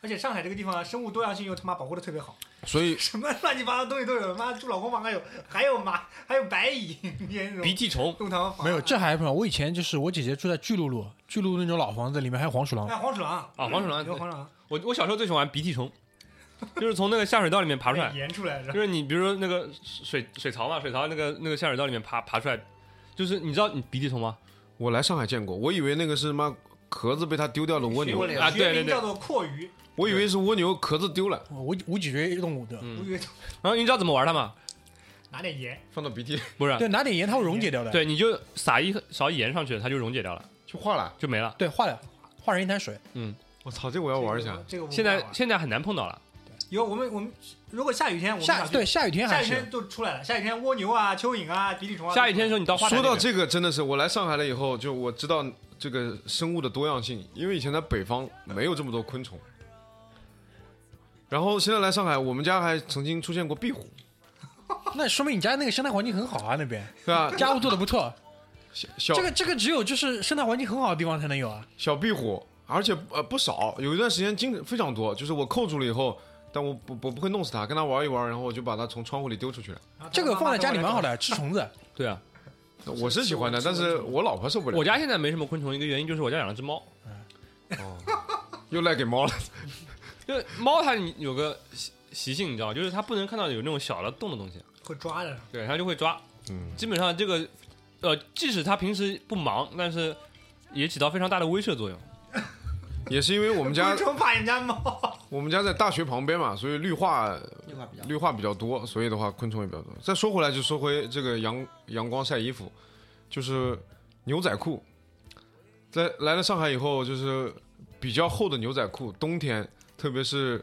Speaker 5: 而且上海这个地方啊生物多样性又他妈保护的特别好，
Speaker 6: 所以
Speaker 5: 什么乱七八糟的东西都有。妈住老公房还有还有马还有白蚁，你也那
Speaker 3: 鼻
Speaker 5: 种
Speaker 3: 涕虫。
Speaker 5: 弄堂啊房
Speaker 1: 没有，这还不是我以前就是我姐姐住在巨鹿路，巨鹿路那种老房子里面还有黄鼠狼，
Speaker 5: 哎黄鼠狼
Speaker 3: 啊黄鼠狼
Speaker 5: 有黄鼠狼
Speaker 3: 我我小时候最喜欢玩鼻涕虫，就是从那个下水道里面爬出来
Speaker 5: 被，盐出来是
Speaker 3: 就
Speaker 5: 吧？
Speaker 3: 是你比如说那个水水槽嘛，水槽那个那个下水道里面爬爬出来，就是你知道你鼻涕虫吗？
Speaker 6: 我来上海见过，我以为那个是妈壳子被它丢掉了蜗牛
Speaker 4: 蜗，牛
Speaker 3: 啊对
Speaker 5: 学
Speaker 3: 对
Speaker 5: 名
Speaker 3: 对
Speaker 5: 叫做阔鱼，
Speaker 6: 我以为是蜗牛壳子丢了，
Speaker 1: 无无脊椎动物的，
Speaker 5: 我
Speaker 3: 嗯，
Speaker 5: 以为
Speaker 3: 然后你知道怎么玩它吗？
Speaker 5: 拿点盐，
Speaker 6: 放到鼻涕
Speaker 3: 不是，
Speaker 1: 对，拿点盐它会溶解掉的，
Speaker 3: 对，你就撒一勺盐上去，它就溶解掉了，
Speaker 6: 就化了。
Speaker 3: 就没了。
Speaker 1: 对，化了化成一滩水，
Speaker 6: 我操，这我要玩一下。
Speaker 5: 这个我
Speaker 3: 现在现在很难碰到了。
Speaker 5: 啊有我们我们如果下雨天我们
Speaker 1: 下
Speaker 5: 想去
Speaker 1: 对下雨天
Speaker 5: 下
Speaker 1: 还
Speaker 5: 雨
Speaker 1: 是
Speaker 5: 天就出来了，下雨天蜗牛啊、蚯蚓啊、鼻涕虫啊，
Speaker 3: 下雨天的时候，你到花
Speaker 6: 说
Speaker 3: 坛那边
Speaker 6: 到这个，真的是我来上海了以后，就我知道这个生物的多样性，因为以前在北方没有这么多昆虫。然后现在来上海，我们家还曾经出现过壁虎，
Speaker 1: 那说明你家那个生态环境很好啊，那边
Speaker 6: 是 吧？
Speaker 1: 家务做的不错，
Speaker 6: 小小
Speaker 1: 这个这个只有就是生态环境很好的地方才能有啊，
Speaker 6: 小壁虎，而且呃不少，有一段时间经非常多，就是我扣住了以后，但我不我不会弄死它，跟它玩一玩，然后我就把它从窗户里丢出去了。
Speaker 5: 然后它
Speaker 1: 这个
Speaker 5: 慢慢
Speaker 1: 放在家里
Speaker 5: 慢慢
Speaker 1: 蛮好的，吃虫子，
Speaker 3: 对啊，
Speaker 6: 我是喜欢的，
Speaker 4: 是
Speaker 6: 但
Speaker 4: 是
Speaker 6: 是我老婆受不了，
Speaker 3: 我家现在没什么昆虫，一个原因就是我家养了只猫，
Speaker 6: 又赖给猫了。
Speaker 3: 就是猫它有个习习性，你知道吗，就是它不能看到有那种小的洞的东西，
Speaker 5: 会抓的。
Speaker 3: 对，它就会抓。
Speaker 6: 嗯，
Speaker 3: 基本上这个，呃，即使它平时不忙，但是也起到非常大的威慑作用。
Speaker 6: 也是因为我们家
Speaker 5: 昆虫怕人家猫，
Speaker 6: 我们家在大学旁边嘛，所以绿化
Speaker 4: 绿化比较好
Speaker 6: 绿化比较多，所以的话昆虫也比较多。再说回来，就说回这个阳阳光晒衣服，就是牛仔裤，在来了上海以后，就是比较厚的牛仔裤，冬天，特别是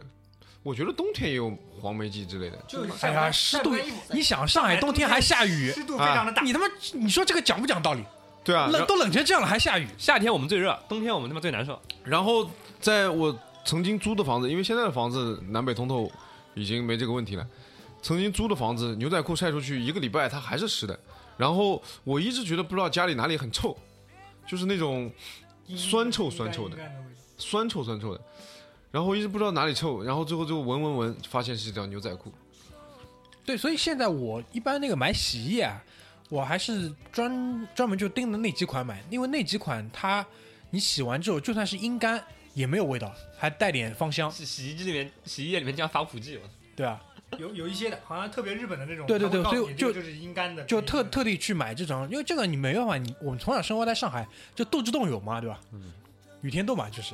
Speaker 6: 我觉得冬天也有黄梅季之类的，
Speaker 5: 就是
Speaker 1: 哎呀，湿度，啊你想上海冬天还下雨，
Speaker 5: 湿度非常的大。
Speaker 1: 你他妈，你说这个讲不讲道理？
Speaker 6: 对啊，然
Speaker 1: 冷都冷成这样了还下雨，
Speaker 3: 夏天我们最热，冬天我们他妈最难受。
Speaker 6: 然后在我曾经租的房子，因为现在的房子南北通透，已经没这个问题了。曾经租的房子，牛仔裤晒出去一个礼拜，它还是湿的。然后我一直觉得不知道家里哪里很臭，就是那种酸臭酸臭的
Speaker 5: 应该应该的
Speaker 6: 酸臭酸臭的。然后一直不知道哪里臭，然后最后就闻闻闻，发现是一条牛仔裤。
Speaker 1: 对，所以现在我一般那个买洗衣液啊，我还是专专门就盯着那几款买，因为那几款它你洗完之后，就算是阴干也没有味道，还带点芳香，
Speaker 3: 洗洗衣机里面，洗衣液里面加防腐剂，我操
Speaker 1: 对吧？
Speaker 5: 有有一些的，好像特别日本的那种。
Speaker 1: 对对对
Speaker 5: 他会告诉
Speaker 1: 所以
Speaker 5: 你
Speaker 1: 就
Speaker 5: 这个就是阴干的，
Speaker 1: 就特特地去买这张，因为这个你没办法，你我们从小生活在上海，就斗智斗勇嘛，对吧？嗯，雨天斗嘛，就是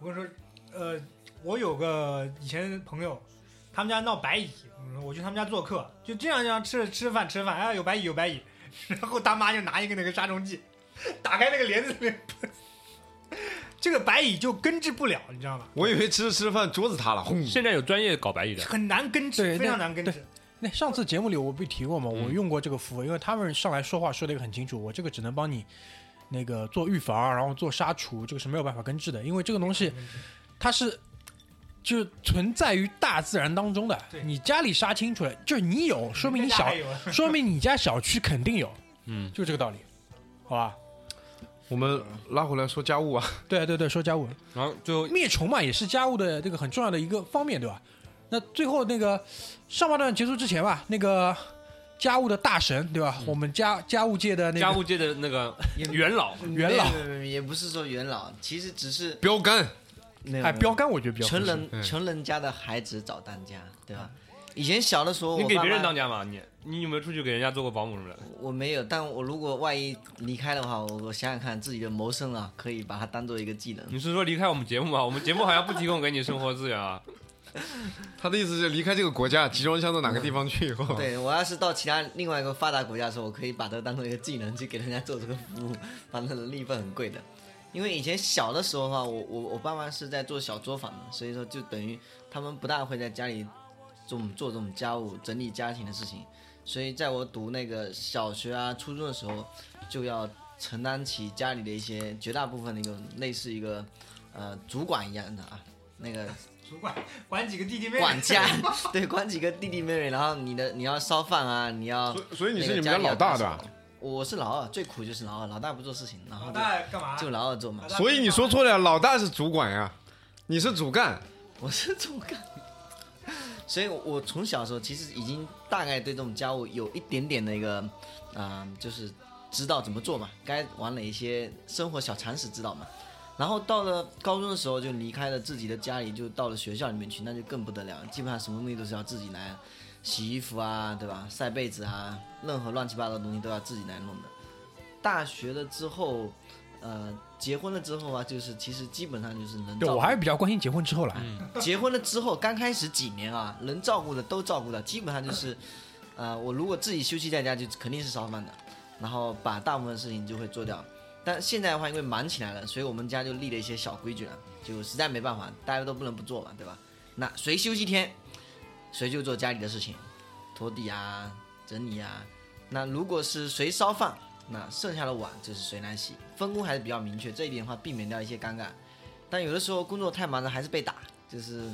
Speaker 5: 我跟你说，呃，我有个以前朋友，他们家闹白蚁，我说我去他们家做客，就这样这样吃吃饭吃饭，哎，有白蚁有白蚁， 然后大妈就拿一个那个杀虫剂，打开那个帘子里面喷，这个白蚁就根治不了，你知道吗？
Speaker 6: 我以为吃着吃着饭桌子塌了，轰！
Speaker 3: 现在有专业搞白蚁的，
Speaker 5: 很难根
Speaker 1: 对
Speaker 5: 治，非常
Speaker 1: 那
Speaker 5: 难根
Speaker 1: 对
Speaker 5: 治。
Speaker 1: 那上次节目里我不提过嘛，嗯我用过这个服务，因为他们上来说话说的也很清楚，我这个只能帮你那个做预防，然后做杀除，这个是没有办法根治的，因为这个东西它是就存在于大自然当中的
Speaker 5: 对，
Speaker 1: 你家里杀青出来，就是你有，说 明你
Speaker 5: 家
Speaker 1: 小
Speaker 5: 还，有啊
Speaker 1: 说明你家小区肯 定有，
Speaker 3: 嗯，
Speaker 1: 就这个道理，好吧？
Speaker 6: 我们拉回来说家务啊，
Speaker 1: 对对对，说家务，
Speaker 3: 然后最 后
Speaker 1: 灭虫嘛，也是家务的这个很重要的一个方面，对吧？那最后那个上半段结束之前吧，那个家务的大神，对
Speaker 4: 嗯
Speaker 1: 吧？我们家家务界的那个
Speaker 3: 家务界的那个元老，
Speaker 1: 元老
Speaker 4: 没有没有没有也不是说元老，其实只是
Speaker 6: 标杆
Speaker 4: 没有
Speaker 1: 哎，
Speaker 4: 没有
Speaker 1: 标杆我觉得比较合
Speaker 4: 穷
Speaker 1: 适
Speaker 4: 人
Speaker 6: 嗯
Speaker 4: 穷人家的孩子找当家，对吧？以前小的时候，
Speaker 3: 你
Speaker 4: 我
Speaker 3: 给
Speaker 4: 爸
Speaker 3: 别人
Speaker 4: 妈
Speaker 3: 当家嘛？你你有没有出去给人家做过保姆什么的？
Speaker 4: 我没有，但我如果万一离开的话，我我想想看自己的谋生啊，可以把它当做一个技能。
Speaker 3: 你是说离开我们节目吗？我们节目好像不提供给你生活资源啊。
Speaker 6: 他的意思是离开这个国家，集装箱到哪个地方去以后，
Speaker 4: 对我要是到其他另外一个发达国家的时候，我可以把它当做一个技能去给人家做这个服务，反正利润很贵的。因为以前小的时候的话，我我我爸妈是在做小作坊的，所以说就等于他们不大会在家里做做这种家务、整理家庭的事情，所以在我读那个小学啊、初中的时候，就要承担起家里的一些绝大部分的一个类似一个呃主管一样的啊， 那个
Speaker 5: 主 管管几个弟弟妹妹，
Speaker 4: 管 家，对，管几个弟弟妹妹，然后你的你要烧饭啊，你要
Speaker 6: 所以所以你是
Speaker 4: 那
Speaker 6: 你
Speaker 4: 个
Speaker 6: 们家
Speaker 4: 里要
Speaker 6: 老大啊
Speaker 4: 打
Speaker 6: 对
Speaker 4: 扫
Speaker 6: 吧？？
Speaker 4: 我是老二，最苦就是老二，老大不做事情，然后
Speaker 5: 老
Speaker 4: 就
Speaker 5: 大干嘛？
Speaker 4: 就老二做嘛
Speaker 5: 老。大
Speaker 6: 所以你说错了，老大是主管呀，你是主干。
Speaker 4: 我是主干，所以我从小的时候其实已经大概对这种家务有一点点的一个，嗯、就是知道怎么做嘛，该玩哪一些生活小常识知道嘛。然后到了高中的时候，就离开了自己的家里，就到了学校里面去，那就更不得了，基本上什么东西都是要自己来，洗衣服啊，对吧？晒被子啊，任何乱七八糟的东西都要自己来弄的。大学了之后，呃，结婚了之后啊，就是其实基本上就是能
Speaker 1: 对
Speaker 4: 照
Speaker 1: 我
Speaker 4: 顾
Speaker 1: 还是比较关心结婚之后
Speaker 4: 嗯
Speaker 1: 了，
Speaker 4: 结婚了之后，刚开始几年啊，能照顾的都照顾了，基本上就是，呃，我如果自己休息在家，就肯定是烧饭的，然后把大部分事情就会做掉。但现在的话，因为忙起来了，所以我们家就立了一些小规矩了，就实在没办法，大家都不能不做嘛，对吧？那谁休息天，谁就做家里的事情，拖地啊，整理啊。那如果是谁烧饭，那剩下的碗就是谁来洗，分工还是比较明确，这一点的话避免掉一些尴尬。但有的时候工作太忙了，还是被打，就是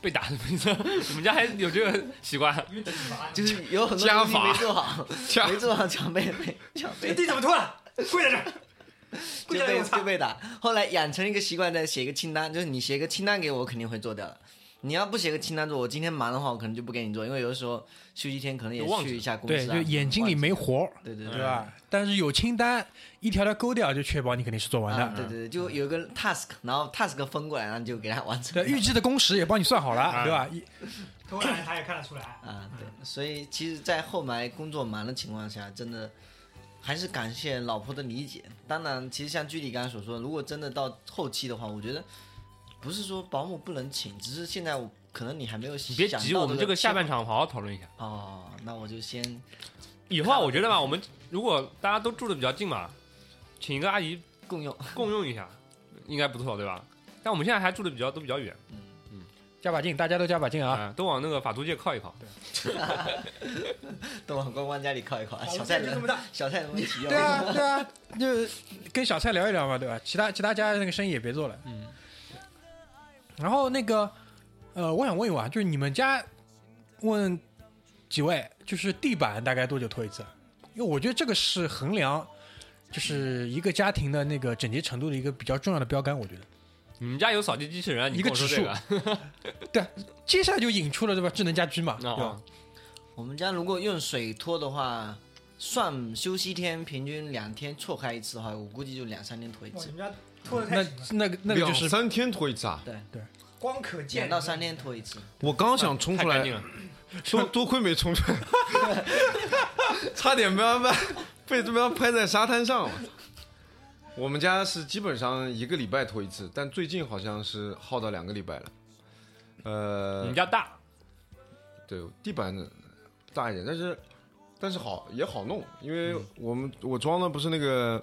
Speaker 3: 被打什么意思？我们家还有这个习惯，
Speaker 5: 因为等你吧
Speaker 4: 就是 有很多
Speaker 6: 家
Speaker 4: 东西
Speaker 6: 法
Speaker 4: 没做好，
Speaker 6: 家
Speaker 4: 没做好常被被常
Speaker 5: 这
Speaker 4: 被
Speaker 5: 哎地怎么脱了？跪在这儿，
Speaker 4: 就
Speaker 5: 跪在这儿
Speaker 4: 被
Speaker 5: 我操
Speaker 4: 就！被打。后来养成一个习惯，再写一个清单，就是你写一个清单给我，我肯定会做掉的。你要不写个清单做，我今天忙的话，我可能就不给你做，因为有的时候休息一天可能也
Speaker 3: 就忘记
Speaker 4: 去一下公
Speaker 1: 对，
Speaker 4: 司啊，嗯
Speaker 1: 就眼睛里没
Speaker 4: 忘记
Speaker 1: 活儿，
Speaker 4: 了，对对
Speaker 1: 对吧？但是有清单，一条条勾掉，就确保你肯定是做完
Speaker 4: 啊，对
Speaker 1: 的。
Speaker 4: 对对，就有一个 task，然后 task 分过来，然后就给它完成
Speaker 1: 对，。预计的工时也帮你算好
Speaker 4: 嗯
Speaker 1: 了，对吧？一
Speaker 5: 偷懒他也看得出来。
Speaker 4: 啊，
Speaker 3: 嗯
Speaker 4: 对，所以其实，在后来工作忙的情况下，真的还是感谢老婆的理解。当然，其实像居里刚才所说，如果真的到后期的话，我觉得不是说保姆不能请，只是现在我可能你还没有
Speaker 3: 你
Speaker 4: 想
Speaker 3: 别
Speaker 4: 到
Speaker 3: 急，我们这个下
Speaker 4: 情
Speaker 3: 半场好好讨论一下。
Speaker 4: 哦，那我就先
Speaker 3: 以后啊，我觉得吧，我们如果大家都住的比较近嘛，请一个阿姨
Speaker 4: 共用。
Speaker 3: 共用一下， 应该不错，对吧？但我们现在还住的比较都比较远
Speaker 1: 加把劲，大家都加把劲
Speaker 4: 嗯
Speaker 3: 啊、
Speaker 1: 啊！
Speaker 3: 都往那个法租界靠一靠。
Speaker 4: 都往关关家里靠一靠，小
Speaker 5: 房间
Speaker 4: 蔡
Speaker 5: 就这
Speaker 4: 能
Speaker 5: 么大，
Speaker 4: 小蔡能不能提要？
Speaker 1: 对啊，对啊，就跟小蔡聊一聊嘛，对吧？其他其他家那个生意也别做了。
Speaker 3: 嗯，
Speaker 1: 啊然后那个，呃，我想问一问啊，就是你们家问几位，就是地板大概多久拖一次？因为我觉得这个是衡量就是一个家庭的那个整洁程度的一个比较重要的标杆。我觉得，
Speaker 3: 你们家有扫地机器人啊？你
Speaker 1: 一个
Speaker 3: 跟我说这个
Speaker 1: 接下来就引出了对吧？智能家居嘛，对吧
Speaker 3: 啊？
Speaker 4: 我们家如果用水拖的话，算休息天平均两天错开一次的话，我估计就两三天拖一
Speaker 5: 哇，你
Speaker 4: 次，
Speaker 5: 们家拖的太
Speaker 1: 那
Speaker 5: 勤了，
Speaker 1: 那个那个就
Speaker 6: 两
Speaker 1: 是
Speaker 6: 三天拖一次啊！
Speaker 5: 光可见
Speaker 4: 两到三天拖一次。
Speaker 6: 我刚想冲
Speaker 3: 太
Speaker 6: 出
Speaker 3: 干
Speaker 6: 来
Speaker 3: 净，了。
Speaker 6: 多多亏没冲出来，差点被他们被他们拍在沙滩上。我们家是基本上一个礼拜拖一次，但最近好像是耗到两个礼拜了。
Speaker 3: 你
Speaker 6: 呃
Speaker 3: 们，家大，
Speaker 6: 对，地板大一点，但是但是好也好弄，因为我们我装的不是那个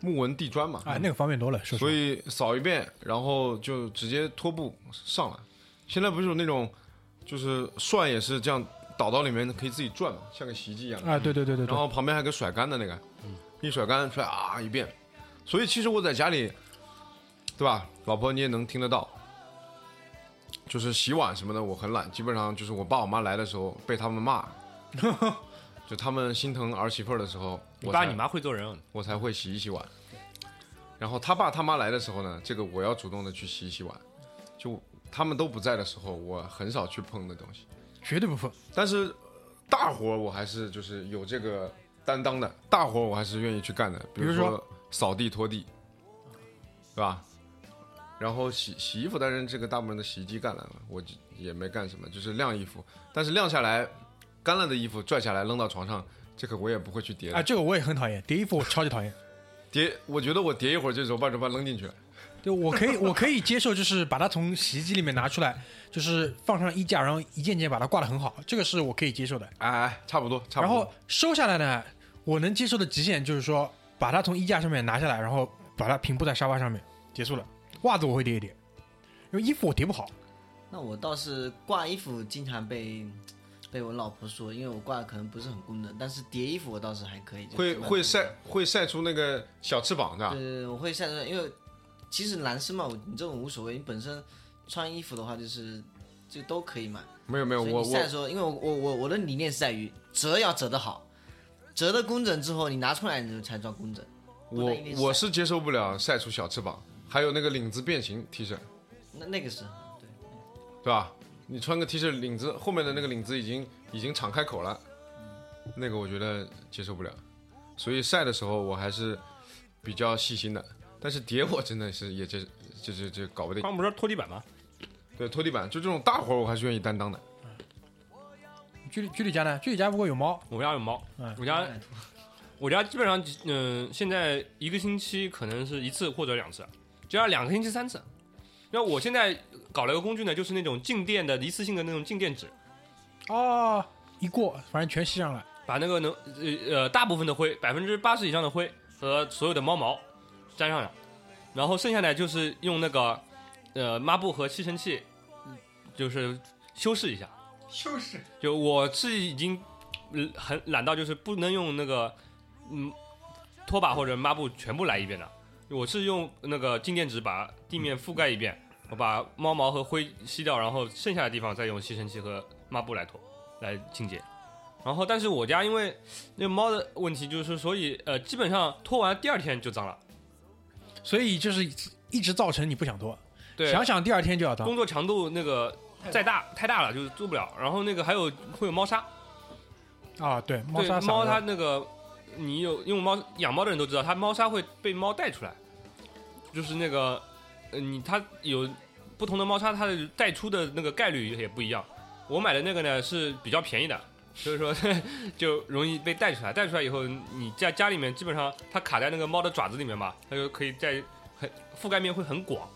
Speaker 6: 木纹地砖嘛，
Speaker 1: 啊，那个方便多了，说实
Speaker 6: 所
Speaker 1: 话。
Speaker 6: 以扫一遍，然后就直接拖布上来。现在不是有那种，就是涮也是这样倒到里面可以自己转嘛，像个洗衣机一样的。
Speaker 1: 啊，对对对对
Speaker 6: 然
Speaker 1: 对，
Speaker 6: 后旁边还有个甩干的那个，
Speaker 3: 嗯
Speaker 6: 一甩干出来啊一遍。所以其实我在家里，对吧？老婆你也能听得到，就是洗碗什么的我很懒，基本上就是我爸我妈来的时候被他们 骂，就他们心疼儿媳妇儿的时候，
Speaker 3: 你
Speaker 6: 我
Speaker 3: 爸
Speaker 6: 才
Speaker 3: 你妈会做人哦，
Speaker 6: 我才会洗一洗碗。然后他爸他妈来的时候呢，这个我要主动的去洗一洗碗，就他们都不在的时候，我很少去碰的东西。
Speaker 1: 绝对不分。
Speaker 6: 但是呃大活儿我还是就是有这个担当的，大活儿我还是愿意去干的，比
Speaker 1: 比如
Speaker 6: 说扫地、拖地，对吧？然后洗洗衣服，但是这个大部分的洗衣机干了，我就也没干什么，就是晾衣服。但是晾下来干了的衣服拽下来扔到床上，这个我也不会去叠的
Speaker 1: 啊，这个我也很讨厌，叠衣服我超级讨厌。
Speaker 6: 叠，我觉得我叠一会儿就揉吧揉吧扔进去了。
Speaker 1: 就我可以，我可以接受，就是把它从洗衣机里面拿出来，就是放上衣架，然后一件件把它挂得很好，这个是我可以接受的。
Speaker 6: 哎哎，差不多，差不
Speaker 1: 然
Speaker 6: 多。
Speaker 1: 后收下来呢，我能接受的极限就是说，把它从衣架上面拿下来，然后把它平铺在沙发上面，结束了。袜子我会叠一叠，因为衣服我叠不好。
Speaker 4: 那我倒是挂衣服经常被被我老婆说，因为我挂的可能不是很工整，但是叠衣服我倒是还可以。就基
Speaker 6: 会
Speaker 4: 本上
Speaker 6: 会晒啊会晒出那个小翅膀的
Speaker 4: 对，对对，我会晒出来，因为其实男生嘛，我你这种无所谓，你本身穿衣服的话就是就都可以嘛。
Speaker 6: 没有没有，
Speaker 4: 所以
Speaker 6: 我
Speaker 4: 你晒
Speaker 6: 我
Speaker 4: 的时候，因为我我我我的理念是在于折要折得好，折得工整之后你拿出来你才算工整。不
Speaker 6: 我
Speaker 4: 能一定晒
Speaker 6: 我是接受不了晒出小翅膀，还有那个领子变形 T 恤，
Speaker 4: 那那个是对，
Speaker 6: 对吧？你穿个 T 恤，领子后面的那个领子已经已经敞开口了，
Speaker 4: 嗯
Speaker 6: 那个我觉得接受不了，所以晒的时候我还是比较细心的，但是叠我真的是也接就就就搞不定。
Speaker 3: 刚不是说拖地板吗？
Speaker 6: 对，拖地板就这种大活儿我还是愿意担当的。
Speaker 1: 居里居里家呢？居里家不过有猫，
Speaker 3: 我们家有猫
Speaker 1: 嗯，
Speaker 3: 我家我家基本上嗯、现在一个星期可能是一次或者两次，就要两个星期三次。那我现在搞了个工具呢，就是那种静电的一次性的那种静电纸，
Speaker 1: 哦，一过反正全吸上来。
Speaker 3: 把那个能呃呃大部分的灰，百分之八十以上的灰和所有的猫毛粘上了，然后剩下的就是用那个呃抹布和吸尘器，就是修饰一下。
Speaker 5: 就是
Speaker 3: 就我是已经呃很懒到就是不能用那个嗯拖把或者抹布全部来一遍的，我是用那个静电纸把地面覆盖一遍，我把猫毛和灰吸掉，然后剩下的地方再用吸尘器和抹布来拖来清洁。然后，但是我家因为那猫的问题，就是所以呃，基本上拖完第二天就脏了。
Speaker 1: 所以就是一直造成你不想脱，
Speaker 3: 对，
Speaker 1: 想想第二天就要当。
Speaker 3: 工作强度那个再大太大了，就是做不了。然后那个还有会有猫砂，
Speaker 1: 啊，对，猫
Speaker 3: 对
Speaker 1: 砂
Speaker 3: 猫它
Speaker 1: 它
Speaker 3: 那个，你有用猫养猫的人都知道，它猫砂会被猫带出来，就是那个，呃，你它有不同的猫砂，它的带出的那个概率也不一样。我买的那个呢是比较便宜的，所以说 就容易被带出来。带出来以后，你在家里面基本上它卡在那个猫的爪子里面嘛，它就可以在很覆盖面会很广，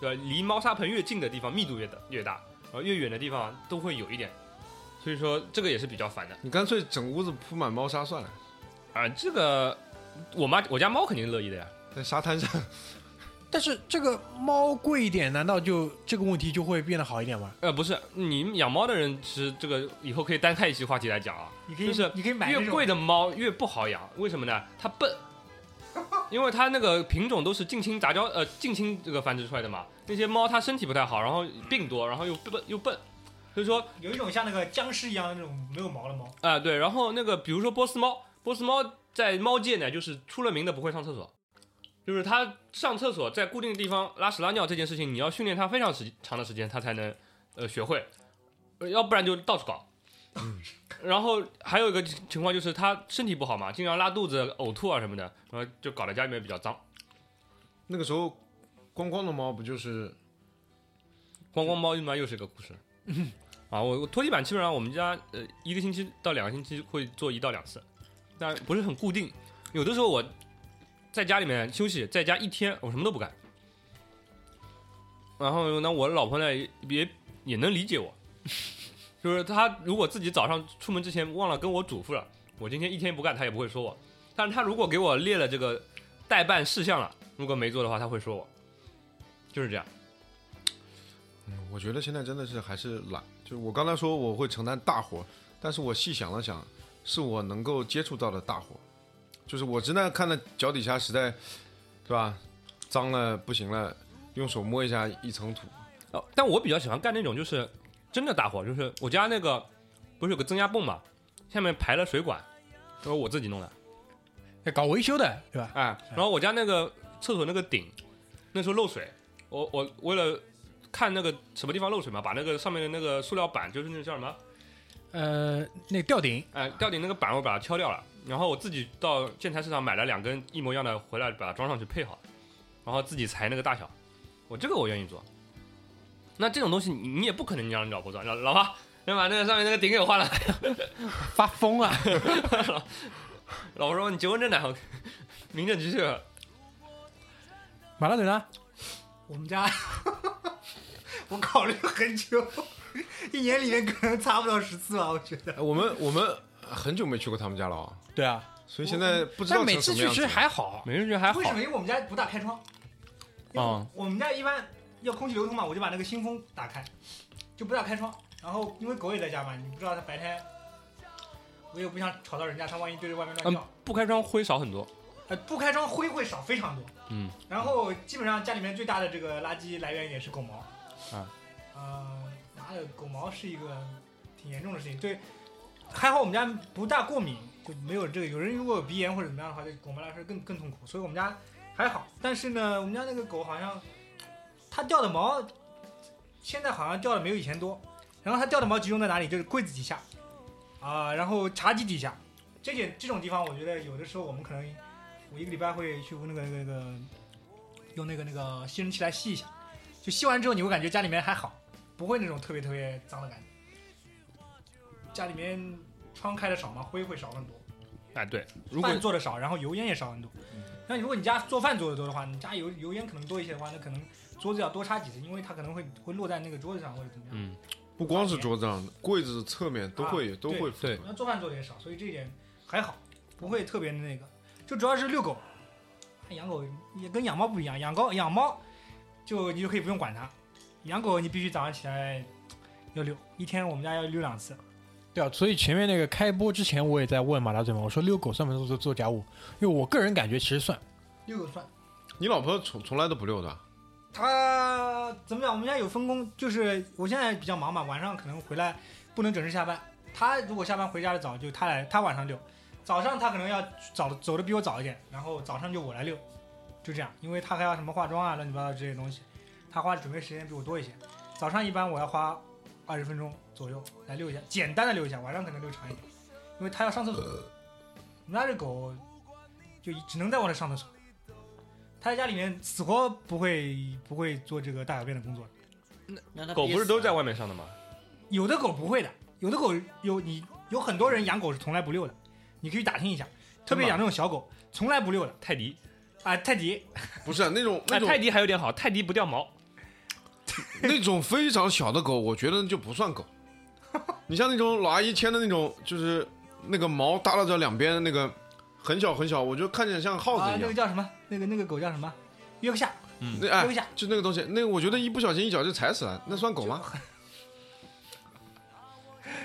Speaker 3: 对吧？离猫砂盆越近的地方密度越大越大，然后越远的地方都会有一点，所以说这个也是比较烦的。
Speaker 6: 你干脆整屋子铺满猫砂算了。
Speaker 3: 呃啊，这个我妈我家猫肯定乐意的呀。
Speaker 6: 在沙滩上，
Speaker 1: 但是这个猫贵一点，难道就这个问题就会变得好一点吗？
Speaker 3: 呃，不是，你们养猫的人其实这个以后可以单开一期话题来讲啊。
Speaker 5: 你可以
Speaker 3: 就是
Speaker 5: 你可以买那
Speaker 3: 越
Speaker 5: 种
Speaker 3: 贵的猫越不好养，为什么呢？它 笨，因为它那个品种都是近亲杂交，呃，近亲这个繁殖出来的嘛。那些猫它身体不太好，然后病多，然后又笨又笨，所以说
Speaker 5: 有一种像那个僵尸一样的那种没有毛的猫，
Speaker 3: 啊、对，然后那个比如说波斯猫，波斯猫在猫界呢，就是出了名的不会上厕所，就是它上厕所在固定的地方拉屎拉尿这件事情，你要训练它非常时长的时间，它才能呃学会，呃要不然就到处搞。 然后还有一个情情况就是它身体不好嘛，经常拉肚子、呕吐啊什么的，然后就搞得家里面比较脏。
Speaker 6: 那个时候光光的猫不就是
Speaker 3: 光光猫运动又是一个故事。啊，我我拖地板基本上我们家呃一个星期到两个星期会做一到两次，但不是很固定。有的时候我在家里面休息，在家一天我什么都不干。然后呢，我老婆呢也也能理解我，就是她如果自己早上出门之前忘了跟我嘱咐了，我今天一天不干，她也不会说我。但是她如果给我列了这个代办事项了，如果没做的话，她会说我，就是这样。
Speaker 6: 我觉得现在真的是还是懒，就是我刚才说我会承担大活，但是我细想了想，是我能够接触到的大活，就是我真的看到脚底下实在，是吧？脏了不行了，用手摸一下一层土，
Speaker 3: 哦，但我比较喜欢干那种就是真的大活，就是我家那个不是有个增压泵嘛，下面排了水管，都是我自己弄的，
Speaker 1: 要搞维修的，对吧？
Speaker 3: 哎，然后我家那个厕所那个顶，那时候漏水，我我为了看那个什么地方漏水嘛，把那个上面的那个塑料板，就是那个叫什么，
Speaker 1: 呃，那个吊顶，
Speaker 3: 哎，吊顶那个板我把它敲掉了，然后我自己到建材市场买了两根一模一样的回来，把它装上去配好，然后自己裁那个大小，我这个我愿意做。那这种东西你你也不可能让你老婆做，老老婆，先把那个上面那个顶给我换了。
Speaker 1: 发疯啊！
Speaker 3: 老婆说你结婚证呢？我民政局去了。
Speaker 1: 马大嘴呢？
Speaker 5: 我们家 我考虑了很久，一年里面可能擦不到十次吧，我觉得。
Speaker 6: 哎我们我们很久没去过他们家了、啊，
Speaker 1: 对啊，
Speaker 6: 所以现在不知道
Speaker 1: 但每
Speaker 6: 成
Speaker 1: 次
Speaker 6: 什么
Speaker 1: 去
Speaker 6: 样
Speaker 1: 其实
Speaker 6: 子
Speaker 1: 还好，
Speaker 3: 民政局还好
Speaker 5: 为什么？因为我们家不大开窗。
Speaker 3: 嗯
Speaker 5: 我们家一般要空气流通嘛，我就把那个新风打开，就不大开窗。然后因为狗也在家嘛，你不知道它白天，我也不想吵到人家，它万一对着外面乱
Speaker 3: 嗯
Speaker 5: 叫。，
Speaker 3: 不开窗灰少很多。
Speaker 5: 呃，不开窗灰会少非常多。
Speaker 3: 嗯，
Speaker 5: 然后基本上家里面最大的这个垃圾来源也是狗毛。
Speaker 3: 啊，
Speaker 5: 呃，妈的，狗毛是一个挺严重的事情。对，还好我们家不大过敏，就没有这个。有人如果有鼻炎或者怎么样的话，对狗毛来说更更痛苦。所以我们家还好，但是呢，我们家那个狗好像它掉的毛，现在好像掉的没有以前多。然后它掉的毛集中在哪里？就是柜子底下，啊、然后茶几底下，这点这种地方，我觉得有的时候我们可能我一个礼拜会去那个那个那个用那个那个吸尘器来吸一下，就吸完之后你会感觉家里面还好，不会那种特别特别脏的感觉。家里面窗开的少嘛，灰会少很多，
Speaker 3: 哎，对，如果嗯
Speaker 5: 饭做的少，然后油烟也少很多。那如果你家做饭做的多的话，你家油油烟可能多一些的话，那可能桌子要多擦几次，因为它可能会会落在那个桌子上或者怎么样。
Speaker 3: 嗯，
Speaker 6: 不光是桌子上，柜子侧面都会有、
Speaker 5: 啊
Speaker 6: 都会
Speaker 5: 对
Speaker 6: 附的
Speaker 3: 对
Speaker 5: 那做饭做的也少，所以这一点还好，不会特别的那个。就主要是遛狗，养狗也跟养猫不一样，养狗养猫就你就可以不用管它，养狗你必须早上起来要遛，一天我们家要遛两次。
Speaker 1: 对啊，所以前面那个开播之前，我也在问马大嘴嘛，我说遛狗算不算做做家务？因为我个人感觉其实算。
Speaker 5: 遛狗算，
Speaker 6: 你老婆从从来都不遛的啊，
Speaker 5: 它怎么讲？我们家有分工，就是我现在比较忙嘛，晚上可能回来不能准时下班。他如果下班回家的早，就他来，他晚上遛；早上他可能要早走的比我早一点，然后早上就我来遛，就这样。因为他还要什么化妆啊、乱七八糟这些东西，他花的准备时间比我多一些。早上一般我要花二十分钟左右来遛一下，简单的遛一下，晚上可能遛长一点，因为他要上厕所。我们家这狗就只能在外头上厕所。他在家里面死活不会不会做这个大小便的工作的。
Speaker 4: 让它
Speaker 3: 狗
Speaker 4: 憋
Speaker 3: 不是
Speaker 4: 死
Speaker 3: 都
Speaker 4: 啊
Speaker 3: 在外面上的吗？
Speaker 5: 有的狗不会的，有的狗有你有很多人养狗是从来不遛的，你可以打听一下，特别养那种小狗从来不遛的
Speaker 3: 泰迪，
Speaker 5: 啊、泰迪
Speaker 6: 不是、啊那
Speaker 1: 啊
Speaker 6: 种那
Speaker 3: 哎，
Speaker 6: 种、
Speaker 3: 泰迪还有点好，泰迪不掉毛。
Speaker 6: 那种非常小的狗，我觉得就不 算狗。你像那种老阿姨牵的那种，就是那个毛耷拉着两边的那个很小很小，我就看见像耗
Speaker 5: 啊，
Speaker 6: 子一
Speaker 5: 那
Speaker 6: 样
Speaker 5: 个。叫什么？那个那个狗叫什么？约克夏，
Speaker 6: 那哎
Speaker 5: 扔一下，
Speaker 6: 就那个东西，那个我觉得一不小心一脚就踩死了，那算狗吗？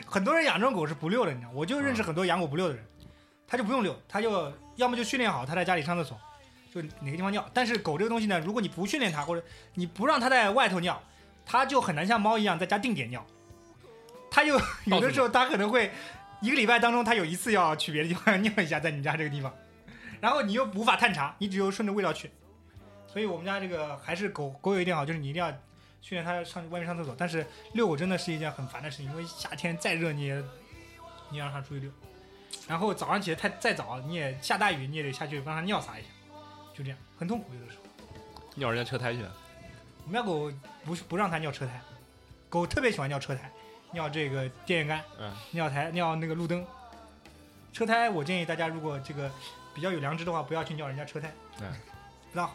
Speaker 5: 很多人养这种狗是不遛的，你知道，我就认识很多养狗不遛的人，他就不用遛，他就要么就训练好，他在家里上厕所，就哪个地方尿。但是狗这个东西呢，如果你不训练它，或者你不让它在外头尿，它就很难像猫一样在家定点尿。它就 有的时候它可能会一个礼拜当中，它有一次要去别的地方尿一下，在你家这个地方，然后你又无法探查，你只有顺着味道去。所以我们家这个还是狗狗有一点好，就是你一定要训练它上外面上厕所，但是遛狗真的是一件很烦的事情，因为夏天再热你也你也让它出去遛，然后早上起来太再早你也下大雨你也得下去帮它尿撒一下，就这样很痛苦有的时候。
Speaker 3: 尿人家车胎去了。
Speaker 5: 我们家狗不是不让它尿车胎，狗特别喜欢尿车胎，尿这个电线杆，
Speaker 3: 嗯
Speaker 5: 尿台尿那个路灯。车胎我建议大家如果这个比较有良知的话，不要去尿人家车胎。
Speaker 3: 嗯，
Speaker 5: 不知道。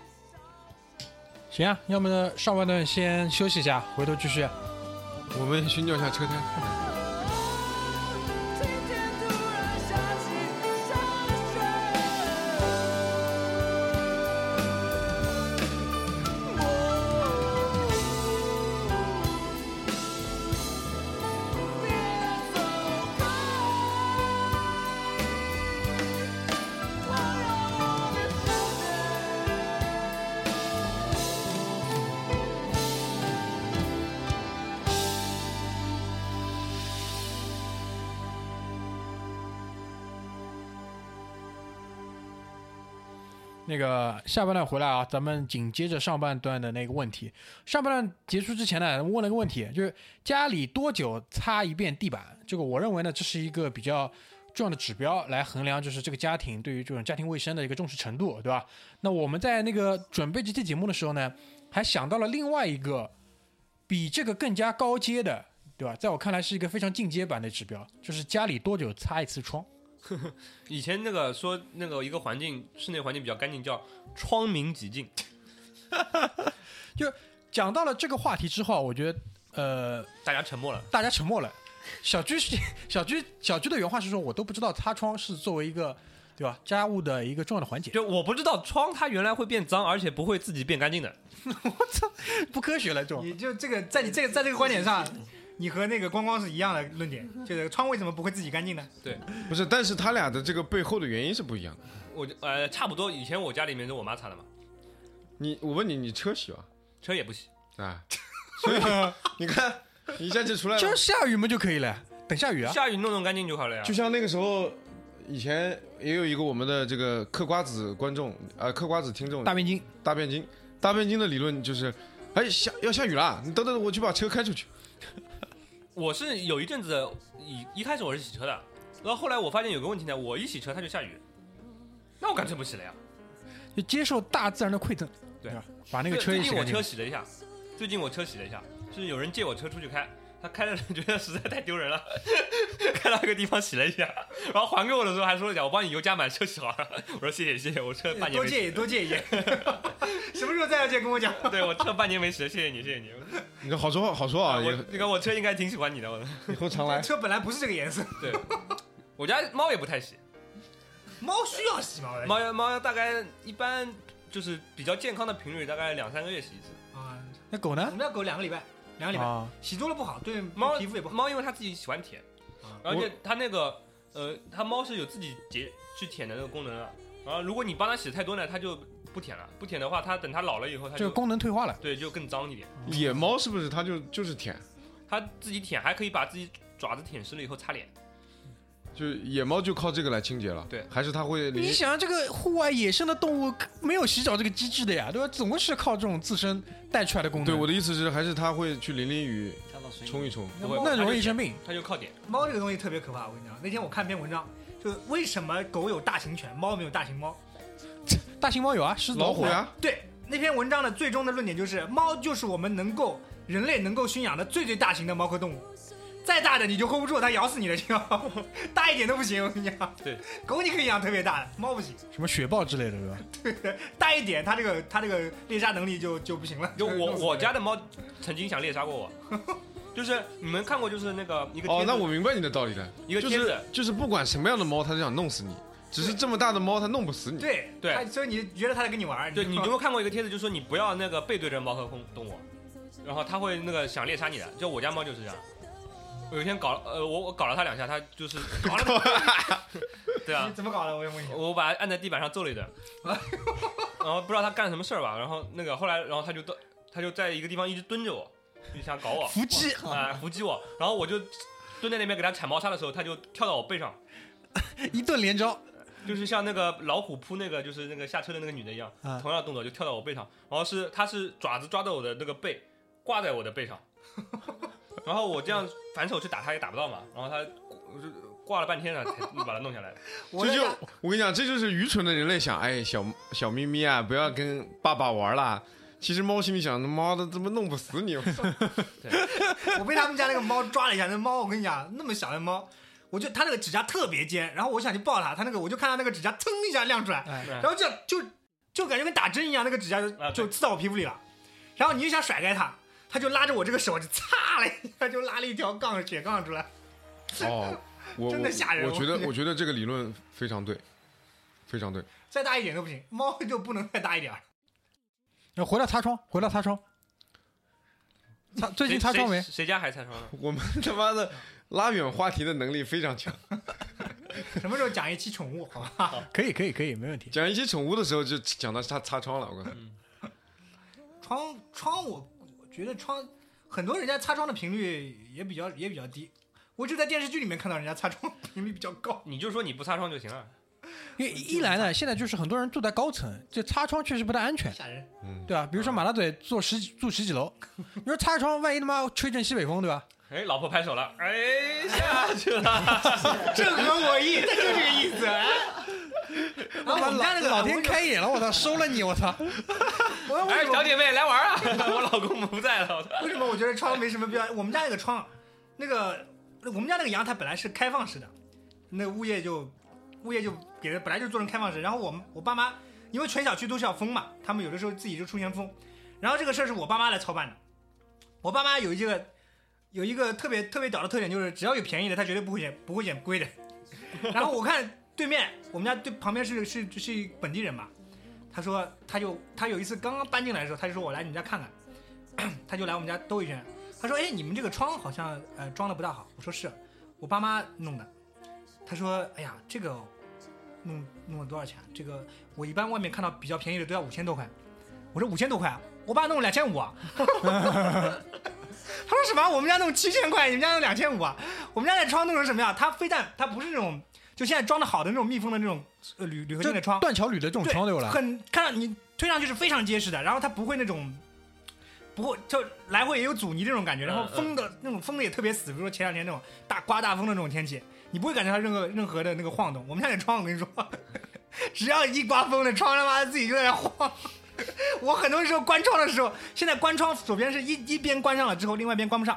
Speaker 1: 行啊，要么呢上半段先休息一下，回头继续。啊
Speaker 6: 我们寻找一下车胎。
Speaker 7: 今天突然下起小雪，别走开，我要我的世界。
Speaker 1: 那个下半段回来啊，咱们紧接着上半段的那个问题。上半段结束之前呢，问了个问题，就是家里多久擦一遍地板？这个我认为呢，这是一个比较重要的指标来衡量，就是这个家庭对于这种家庭卫生的一个重视程度，对吧？那我们在那个准备这期节目的时候呢，还想到了另外一个比这个更加高阶的，对吧？在我看来是一个非常进阶版的指标，就是家里多久擦一次窗。
Speaker 3: 以前那个说那个一个环境室内环境比较干净，叫窗明几净。
Speaker 1: 讲到了这个话题之后，我觉得呃。
Speaker 3: 大家沉默了，
Speaker 1: 大家沉默了。小居是 小居小居的原话是说，我都不知道擦窗是作为一个对吧家务的一个重要的环节，
Speaker 3: 就我不知道窗它原来会变脏，而且不会自己变干净的。
Speaker 1: 不科学了这种。
Speaker 5: 你就这个，在你这个在这个观点上，你和那个光光是一样的论点，就是窗为什么不会自己干净呢？
Speaker 6: 不是，但是他俩的这个背后的原因是不一样的。
Speaker 3: 我就呃差不多，以前我家里面都我妈擦的嘛，
Speaker 6: 你，我问你，你车洗吧？
Speaker 3: 车也不洗。
Speaker 6: 啊，所以你看，你一下就出来
Speaker 1: 就是
Speaker 6: 了。
Speaker 1: 下雨嘛就可以了，等下雨啊。
Speaker 3: 下雨弄弄干净就好了呀
Speaker 6: 就。像那个时候，以前也有一个我们的这个嗑瓜子观众，呃，嗑瓜子听众，
Speaker 1: 大面筋，
Speaker 6: 大变金，大变金的理论就是，哎，下要下雨了，你等等，我去把车开出去。
Speaker 3: 我是有一阵子一一开始我是洗车的，然后后来我发现有个问题呢，我一洗车它就下雨，那我干脆不洗了呀。
Speaker 1: 就接受大自然的馈赠，
Speaker 3: 对
Speaker 1: 吧？把那个车
Speaker 3: 最
Speaker 1: 也
Speaker 3: 近
Speaker 1: 洗
Speaker 3: 我
Speaker 1: 干净
Speaker 3: 车。洗了一下，最近我车洗了一下，是有人借我车出去开，他开了 觉得实在太丢人了， 开到一个地方洗了一下，然后还给我的时候还说了一下，我帮你油加满，车洗好了。 我说谢谢谢谢，我车半年
Speaker 5: 多
Speaker 3: 没
Speaker 5: 借
Speaker 3: 洗
Speaker 5: 也多借一借， 什么时候再要借跟我讲？
Speaker 3: 了，对我车半年没洗了，谢谢你谢谢你。
Speaker 6: 你说好说好说啊，
Speaker 3: 我
Speaker 6: 以
Speaker 3: 那个我车应该挺喜欢你的，我
Speaker 6: 以后常
Speaker 3: 哎
Speaker 6: 来。
Speaker 5: 车本来不是这个颜色，
Speaker 3: 对，我家猫也不太洗，
Speaker 5: 猫需要洗吗？我来
Speaker 3: 猫要猫要大概一般就是比较健康的频率大概两三个月洗一次。
Speaker 5: 啊，
Speaker 1: 那狗
Speaker 5: 我
Speaker 1: 呢？
Speaker 5: 们家狗两个礼拜，两个礼拜
Speaker 1: 啊，
Speaker 5: 洗多了不好，对
Speaker 3: 猫
Speaker 5: 猫皮肤也不好。啊
Speaker 3: 猫因为它自己喜欢舔，而且它那个呃，它猫是有自己节去舔的那个功能的。然后如果你帮它洗的太多呢，它就不舔了。不舔的话，它等它老了以后，它
Speaker 1: 这
Speaker 3: 就
Speaker 1: 个功能退化了。
Speaker 3: 对就更脏一点。
Speaker 6: 野猫是不是它就就是舔？
Speaker 3: 它自己舔还可以把自己爪子舔湿了以后擦脸。
Speaker 6: 就野猫就靠这个来清洁了，
Speaker 3: 对
Speaker 6: 还是它会
Speaker 1: 你
Speaker 6: 离
Speaker 1: 想，这个户外野生的动物没有洗澡这个机制的呀，对吧？总归是靠这种自身带出来的功能。
Speaker 6: 对我的意思是，还是它会去淋淋雨，
Speaker 4: 看到水
Speaker 6: 冲一冲。
Speaker 3: 不会
Speaker 1: 那容易
Speaker 3: 它就
Speaker 1: 生病。
Speaker 3: 它就靠点。
Speaker 5: 猫这个东西特别可怕，我跟你讲，那天我看篇文章，就是为什么狗有大型犬，猫没有大型猫？
Speaker 1: 大型猫有啊，
Speaker 3: 哎
Speaker 1: 狮子、
Speaker 6: 老虎
Speaker 1: 啊。
Speaker 6: 呀，
Speaker 5: 对，那篇文章的最终的论点就是，猫就是我们能够人类能够驯养的最最大型的猫科动物。再大的你就 hold 不住，它咬死你的，就 大一点都不行。我跟你讲，
Speaker 3: 对，
Speaker 5: 狗你可以养特别大的，猫不行，
Speaker 1: 什么雪豹之类的，对 吧？
Speaker 5: 大一点它这个它这个猎杀能力就就不行了。
Speaker 3: 就
Speaker 5: 就
Speaker 3: 我我家的猫曾经想猎杀过我， 就是你们看过就是那个一个
Speaker 6: 哦
Speaker 3: 帖，子
Speaker 6: 那我明白你的道理了，
Speaker 3: 一个
Speaker 6: 就
Speaker 3: 贴
Speaker 6: 是
Speaker 3: 子
Speaker 6: 就是不管什么样的猫，它都想弄死你。只是这么大的猫它弄不死你。
Speaker 5: 对
Speaker 3: 对
Speaker 5: 它所以你觉得它在跟你玩儿，
Speaker 3: 对
Speaker 5: 就
Speaker 3: 你有没有看过一个帖子，就说你不要那个背对着猫和空动物，然后它会那个想猎杀你的。就我家猫就是这样，我有一天搞了呃我我搞了它两下，它就是搞了它，对 啊
Speaker 5: 你，怎么搞的？我也问一下。
Speaker 3: 我把它按在地板上揍了一顿， 然后不知道它干什么事儿吧，然后那个后来然后它就蹲，它就在一个地方一直蹲着我，就想搞 我
Speaker 4: 伏击
Speaker 3: 啊、伏击我，然后我就蹲在那边给它铲猫砂的时候，它就跳到我背上，
Speaker 1: 一顿连招，
Speaker 3: 就是像那个老虎扑那个，就是那个下车的那个女的一样，
Speaker 1: 啊
Speaker 3: 同样的动作就跳到我背上，然后是她是爪子抓到我的那个背，挂在我的背上， 然后我这样反手去打她也打不到嘛，然后她我就挂了半天了才把它弄下来。
Speaker 5: 我
Speaker 6: 这
Speaker 5: 在
Speaker 6: 就
Speaker 5: 家
Speaker 6: 我跟你讲，这就是愚蠢的人类想，哎，小小咪咪啊，不要跟爸爸玩啦。其实猫心里想，猫的怎么弄不死你？ 哦
Speaker 5: 我被他们家那个猫抓了一下，那猫我跟你讲，那么小的猫，我就它那个指甲特别尖，然后我想去抱它，它那个我就看它那个指甲腾一下亮出来，
Speaker 1: 哎
Speaker 5: 然后就就就感觉跟打针一样，那个指甲就
Speaker 3: 啊对
Speaker 5: 就刺到我皮肤里了，然后你就想甩开它，它就拉着我这个手就擦了一下，就拉了一条杠铁杠出来，
Speaker 6: 哦，我
Speaker 5: 真的吓人
Speaker 6: 我我觉
Speaker 5: 我
Speaker 6: 得
Speaker 5: 跟你
Speaker 6: 我觉得这个理论非常对，非常对。
Speaker 5: 再大一点都不行，猫就不能再大一点儿。
Speaker 1: 然后回来擦窗，回来擦窗。擦最近
Speaker 3: 谁
Speaker 1: 擦窗
Speaker 3: 谁
Speaker 1: 没？
Speaker 3: 谁家还擦窗呢？
Speaker 6: 我们 他妈的拉远话题的能力非常强。
Speaker 5: 什么时候讲一期宠物？好吧，
Speaker 1: 可以可以可以，没问题。
Speaker 6: 讲一些宠物的时候，就讲到擦擦窗了。我告诉你，
Speaker 3: 嗯
Speaker 5: 窗窗我我觉得窗很多人家擦窗的频率也比较也比较低，我只在电视剧里面看到人家擦窗频率比较高。
Speaker 3: 你就说你不擦窗就行了。
Speaker 1: 因为一来呢，现在就是很多人住在高层，这擦窗确实不太安全，
Speaker 5: 吓人！
Speaker 1: 对吧？比如说马大嘴住十几住十几楼，你说擦窗，万一他妈吹阵西北风，对吧？
Speaker 3: 哎，老婆拍手了，哎，下去了。
Speaker 5: 正合我 意，就这个意思。哎然后啊我们家那个
Speaker 1: 老天，开眼了，我操，收了你，我操！
Speaker 5: 我我
Speaker 3: 哎，
Speaker 5: 为什
Speaker 3: 小
Speaker 5: 么
Speaker 3: 姐妹来玩啊！ 我老公不在了，我操
Speaker 5: 为什么我觉得窗没什么必要？我们家那个窗，那个我们家那个阳台本来是开放式的，那物业就物业就给的本来就做成开放式，然后我们我爸妈因为全小区都是要封嘛，他们有的时候自己就出现封，然后这个事儿是我爸妈来操办的。我爸妈有一个有一个特别特别屌的特点，就是只要有便宜的，他绝对不会捡不会捡贵的。然后我看对面，我们家对旁边是是是本地人嘛，他说他就他有一次刚刚搬进来的时候，他就说我来你们家看看，他就来我们家兜一圈，他说哎你们这个窗好像呃装的不大好，我说是我爸妈弄的，他说哎呀这个弄弄了多少钱？啊这个我一般外面看到比较便宜的都要五千多块，我说五千多块啊，我爸弄了两千五啊。 他说什么？我们家弄七千块，你们家弄两千五啊？我们家那窗弄成什么样？它非但它不是那种就现在装的好的那种密封的那种呃铝铝合金
Speaker 1: 就
Speaker 5: 的窗，
Speaker 1: 断桥铝的这种窗对我来，
Speaker 5: 很看到你推上去是非常结实的，然后它不会那种，不会就来回也有阻尼这种感觉，然后风的、那种风的也特别死，比如说前两天那种大刮大风的那种天气，你不会感觉到任何任何的那个晃动。我们家那窗，我跟你说， 只要一刮风，那窗他妈自己就在那晃。我很多时候关窗的时候，现在关窗左边是一一边关上了之后，另外一边关不上，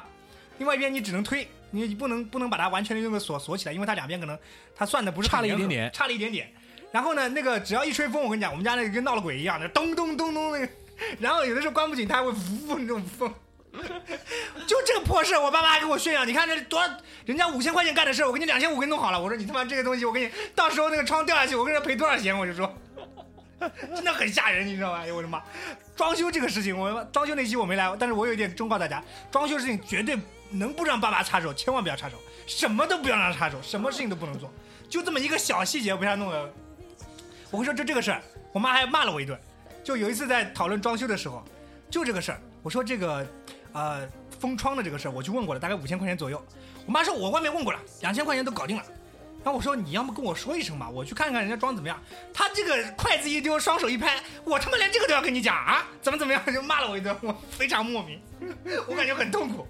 Speaker 5: 另外一边你只能推，你不能不能把它完全的用个锁锁起来，因为它两边可能它算的不是很
Speaker 1: 差了一
Speaker 5: 严格
Speaker 1: 点点
Speaker 5: 差了一点点。然后呢，那个只要一吹风，我跟你讲，我们家那个跟闹了鬼一样，那咚咚咚咚那个，然后有的时候关不紧，它还会呜那种风。 就这个破事儿，我爸妈还跟我炫耀，你看这多少人家五千块钱干的事儿，我给你两千五给你弄好了。我说你他妈这个东西，我给你到时候那个窗掉下去，我跟人家赔多少钱？我就说， 真的很吓人，你知道吗？哎呦我的妈！装修这个事情，我装修那期我没来，但是我有一点忠告大家，装修事情绝对能不让爸爸插手，千万不要插手，什么都不要让他插手，什么事情都不能做，就这么一个小细节被他弄了。我会说就这个事儿，我妈还骂了我一顿。就有一次在讨论装修的时候，就这个事儿，我说这个呃封窗的这个事儿，我去问过了，大概五千块钱左右。我妈说我外面问过了，两千块钱都搞定了。然后我说你要么跟我说一声吧，我去看看人家装怎么样。他这个筷子一丢，双手一拍，我他妈连这个都要跟你讲啊？怎么怎么样就骂了我一顿，我非常莫名，我感觉很痛苦。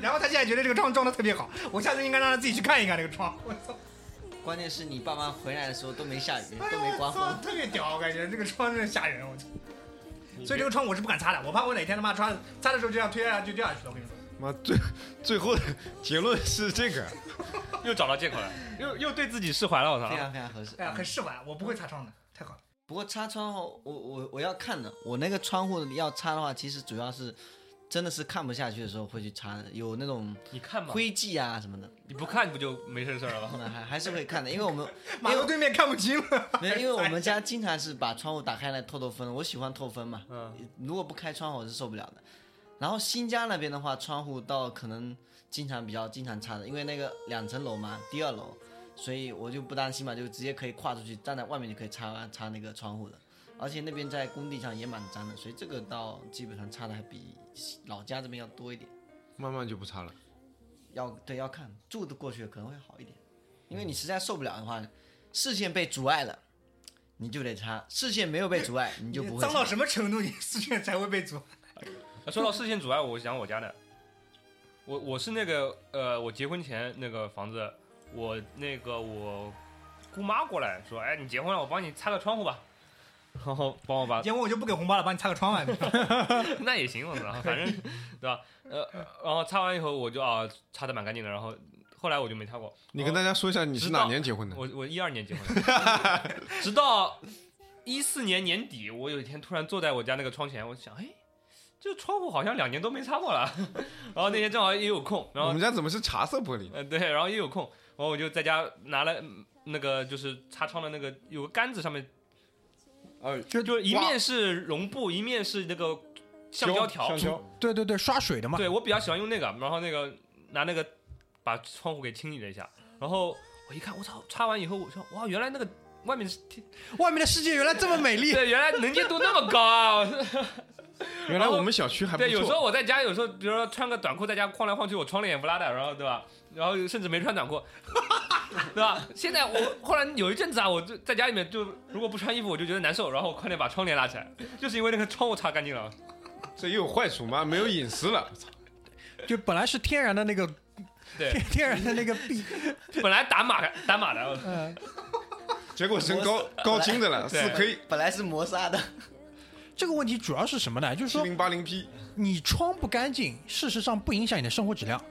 Speaker 5: 然后他现在觉得这个窗装的特别好，我下次应该让他自己去看一看这个窗。我操！
Speaker 4: 关键是你爸妈回来的时候都没下雨，
Speaker 5: 哎
Speaker 4: 都没
Speaker 5: 呦
Speaker 4: 刮
Speaker 5: 我操
Speaker 4: 风，
Speaker 5: 特别屌，我感觉这个窗真的吓人，我操！所以这个窗我是不敢擦的，我怕我哪天他妈擦擦的时候就这样推下去就掉下去了。我跟你说，
Speaker 6: 妈最最后的结论是这个，
Speaker 3: 又找到借口了，又又对自己释怀了，我操
Speaker 4: 非。常非常合适。
Speaker 5: 哎呀，很
Speaker 4: 嗯
Speaker 5: 释怀，我不会擦窗的，太好了。
Speaker 4: 不过擦窗户，我我我要看的，我那个窗户要擦的话，其实主要是真的是看不下去的时候会去擦的，有那种
Speaker 3: 你看嘛，
Speaker 4: 灰迹啊什么的，
Speaker 3: 你不看不就没事事儿了吗？
Speaker 4: 那还还是会看的，因为我们
Speaker 5: 马路对面看不清了。
Speaker 4: 没有，因为我们家经常是把窗户打开来透透风，我喜欢透风嘛。
Speaker 3: 嗯，
Speaker 4: 如果不开窗户我是受不了的。然后新家那边的话，窗户倒可能经常比较经常擦的，因为那个两层楼嘛，第二楼，所以我就不担心嘛，就直接可以跨出去，站在外面就可以擦擦那个窗户的。而且那边在工地上也蛮脏的，所以这个倒基本上擦的还比老家这边要多一点。
Speaker 6: 慢慢就不擦了。
Speaker 4: 要对要看住的过去可能会好一点，因为你实在受不了的话，视线被阻碍了，你就得擦；视线没有被阻碍，你就不会
Speaker 5: 脏到
Speaker 4: 擦
Speaker 5: 什么程度，你视线才会被阻？
Speaker 3: 说到视线阻碍，我想我家的，我我是那个呃，我结婚前那个房子，我那个我姑妈过来说，哎，你结婚了，我帮你擦个窗户吧，然后帮我把
Speaker 5: 结果我就不给红包了，帮你擦个窗外。
Speaker 3: 那也行，我操，反正对吧？呃，然后擦完以后我就啊擦的蛮干净的，然后后来我就没擦过。
Speaker 6: 你跟大家说一下你是
Speaker 3: 知道
Speaker 6: 哪年结婚的？
Speaker 3: 我我一二年结婚的，直到一四年年底，我有一天突然坐在我家那个窗前，我想，哎，这窗户好像两年都没擦过了。 然后那天正好也有空，然
Speaker 6: 我
Speaker 3: 后
Speaker 6: 们家怎么是茶色玻璃？
Speaker 3: 呃对，然后也有空，然后我就在家拿了嗯那个就是擦窗的那个有个杆子，上面
Speaker 5: 哦
Speaker 6: 呃，
Speaker 3: 就一
Speaker 6: 哇
Speaker 3: 面是绒布，一面是那个橡胶条，
Speaker 6: 橡胶
Speaker 1: 对对对，刷水的嘛。
Speaker 3: 对我比较喜欢用那个，然后那个拿那个把窗户给清理了一下，然后我一看，我操，擦完以后，我说哇，原来那个外面是天，
Speaker 1: 外面的世界原来这么美丽。
Speaker 3: 对，原来能见度那么高啊！我
Speaker 6: 原来我们小区还不
Speaker 3: 对，有时
Speaker 6: 错。
Speaker 3: 候我在家，有时候比如说穿个短裤在家晃来晃去，我窗帘也不拉的，然后对吧？然后甚至没穿短裤， 对吧？现在我后来有一阵子啊，我就在家里面就如果不穿衣服，我就觉得难受，然后我快点把窗帘拉起来，就是因为那个窗户擦干净了。
Speaker 6: 这也有坏处吗？没有隐私了。
Speaker 1: 就本来是天然的那个，
Speaker 3: 对，
Speaker 1: 天天然的那个壁，
Speaker 3: 本来打码打码的，我
Speaker 1: 嗯，
Speaker 6: 结果升高 高清的了，四
Speaker 3: 对
Speaker 6: K
Speaker 4: 本来是磨砂的，
Speaker 1: 这个问题主要是什么呢？就是
Speaker 6: 七
Speaker 1: 说
Speaker 6: 零八零 P，
Speaker 1: 你窗不干净，事实上不影响你的生活质量，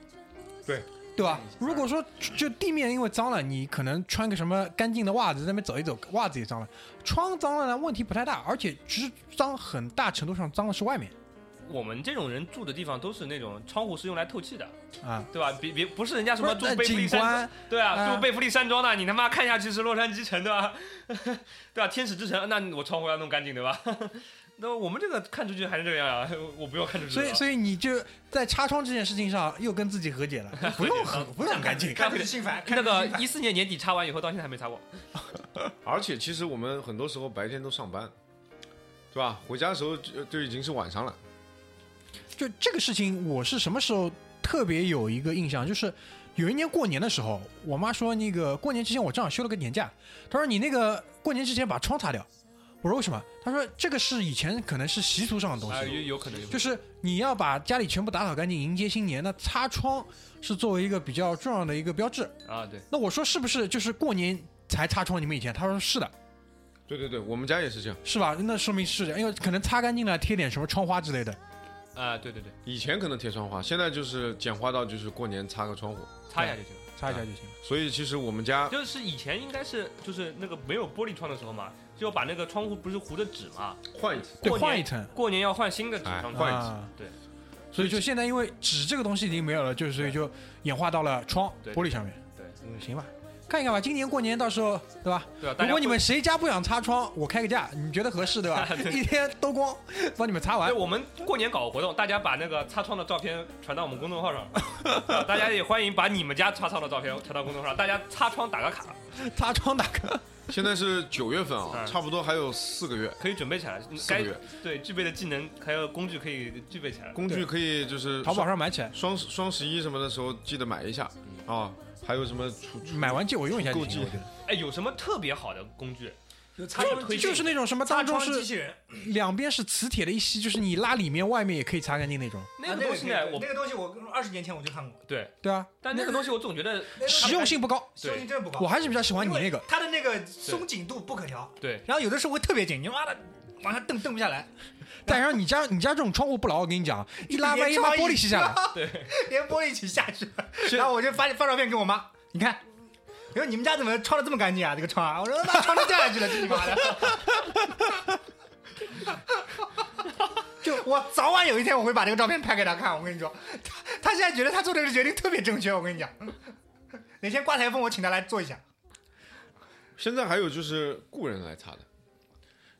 Speaker 6: 对
Speaker 1: 对吧？如果说就就地面因为脏了，你可能穿个什么干净的袜子在那边走一走，袜子也脏了，窗脏了呢问题不太大，而且其实脏很大程度上脏的是外面
Speaker 3: 我们这种人住的地方都是那种窗户是用来透气的，
Speaker 1: 啊。
Speaker 3: 对吧？别别不是人家什么
Speaker 1: 不
Speaker 3: 住
Speaker 1: 是那
Speaker 3: 贝弗利
Speaker 1: 景
Speaker 3: 山
Speaker 1: 观，
Speaker 3: 对啊，
Speaker 1: 啊
Speaker 3: 住贝弗利山庄的，你他妈看下去是洛杉矶城，对吧？ 对吧？啊天使之城，那我窗户要弄干净，对吧？ 那我们这个看出去还是这个样啊，我不要看出去
Speaker 1: 所
Speaker 3: 了。
Speaker 1: 以，所以你就在擦窗这件事情上又跟自己 和解了，不用很不用很干净，
Speaker 5: 看不起心烦，看
Speaker 3: 那
Speaker 5: 不起
Speaker 3: 个
Speaker 5: 心烦
Speaker 3: 一四年年底擦完以后，到现在还没擦过。
Speaker 6: 而且其实我们很多时候白天都上班，对吧？回家的时候就就已经是晚上了。
Speaker 1: 就这个事情，我是什么时候特别有一个印象，就是有一年过年的时候，我妈说那个过年之前我正好休了个年假，她说你那个过年之前把窗擦掉。我说为什么？她说这个是以前可能哦是习俗上的东
Speaker 3: 啊，有
Speaker 1: 西，
Speaker 3: 有可能有可能
Speaker 1: 就是你要把家里全部打扫干净，迎接新年。那擦窗是作为一个比较重要的一个标志。
Speaker 3: 啊，对，
Speaker 1: 那我说是不是就是过年才擦窗？你们以前？她说是的。
Speaker 6: 对对对，我们家也是这样。
Speaker 1: 是吧？那说明是这样，因为可能擦干净了，贴点什么窗花之类的。
Speaker 3: 啊，对对对，
Speaker 6: 以前可能贴窗啊花，现在就是简化到就是过年擦个窗户。
Speaker 3: 擦一下就行了。
Speaker 1: 擦一下就行了。
Speaker 6: 所以其实我们家
Speaker 3: 就是以前应该是就是那个没有玻璃窗的时候嘛，就把那个窗户不是糊的纸嘛，
Speaker 6: 换一次，
Speaker 1: 对，
Speaker 3: 过年
Speaker 1: 换一层，
Speaker 3: 过年要换新的纸
Speaker 6: 哎
Speaker 3: 窗户
Speaker 6: 换一层
Speaker 1: 啊、
Speaker 3: 对。
Speaker 1: 所以就现在，因为纸这个东西已经没有了，就是所以就演化到了窗
Speaker 3: 对
Speaker 1: 玻璃上面。
Speaker 3: 对
Speaker 1: 嗯，行吧，看一看吧。今年过年到时候，对吧？
Speaker 3: 对吧？啊大
Speaker 1: 如
Speaker 3: 家
Speaker 1: 果你
Speaker 3: 会
Speaker 1: 们谁家不想擦窗，我开个价，你觉得合适对吧？一天都光帮你们擦完
Speaker 3: 哎对，。我们过年搞个活动，大家把那个擦窗的照片传到我们公众号 上，啊大家也欢迎把你们家擦窗的照片传到公众号上，大家擦窗打个卡，
Speaker 1: 擦窗大哥，
Speaker 6: 现在是九月份啊，
Speaker 3: 哎
Speaker 6: 差不多还有四个月，
Speaker 3: 可以准备起来，嗯
Speaker 6: 四个
Speaker 3: 该
Speaker 6: 月
Speaker 3: 对具备的技能还有工具可以具备起来。
Speaker 6: 工具
Speaker 1: 对
Speaker 6: 可以就是
Speaker 1: 淘宝上买起来，
Speaker 6: 双双十一什么的时候记得买一下啊。还有什么除除
Speaker 1: 买完借我用一下就
Speaker 6: 购机
Speaker 1: 行。我觉得
Speaker 3: 哎，有什么特别好的工具？
Speaker 5: 有擦窗
Speaker 1: 就
Speaker 5: 推
Speaker 1: 就是那种什么
Speaker 5: 擦
Speaker 1: 当中
Speaker 5: 窗机器
Speaker 1: 是
Speaker 5: 人，
Speaker 1: 两边是磁铁的一吸，就是你拉里面外面也可以擦干净那种。
Speaker 3: 那个东西呢？
Speaker 5: 我
Speaker 3: 我
Speaker 5: 啊那个东西我二十年前我就看过，
Speaker 3: 对，
Speaker 1: 对啊，
Speaker 3: 但那个东西我总觉得
Speaker 1: 实用性不高，
Speaker 5: 效率真的不高。
Speaker 1: 我还是比较喜欢你那个。
Speaker 5: 它的那个松紧度不可调，
Speaker 3: 对，
Speaker 5: 然后有的时候会特别紧，你妈的往上蹬蹬不下来，
Speaker 1: 但然后你家你家这种窗户不牢，我跟你讲，一拉
Speaker 5: 连
Speaker 1: 万一把
Speaker 5: 窗
Speaker 1: 玻
Speaker 5: 一
Speaker 1: 璃吸 下来，
Speaker 5: 连玻璃一起下去了。然后我就发发照片给我妈，你看，我说你们家怎么窗的这么干净啊？这个窗啊，我说妈窗 都掉下去了，这你妈的！
Speaker 1: 就
Speaker 5: 啊我早晚有一天我会把这个照片拍给他看。我跟你说，他他现在觉得他做这个决定特别正确。我跟你讲，哪天刮台风我请他来做一下。
Speaker 6: 现在还有就是雇人来擦的，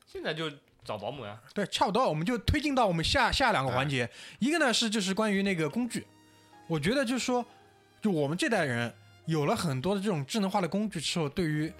Speaker 3: 现在就找保姆呀、
Speaker 1: 对，差不多，我们就推进到我们下下两个环
Speaker 6: 哎
Speaker 1: 节。一个呢是就是关于那个工具，我觉得就是说，就我们这代人有了很多的这种智能化的工具之后，对于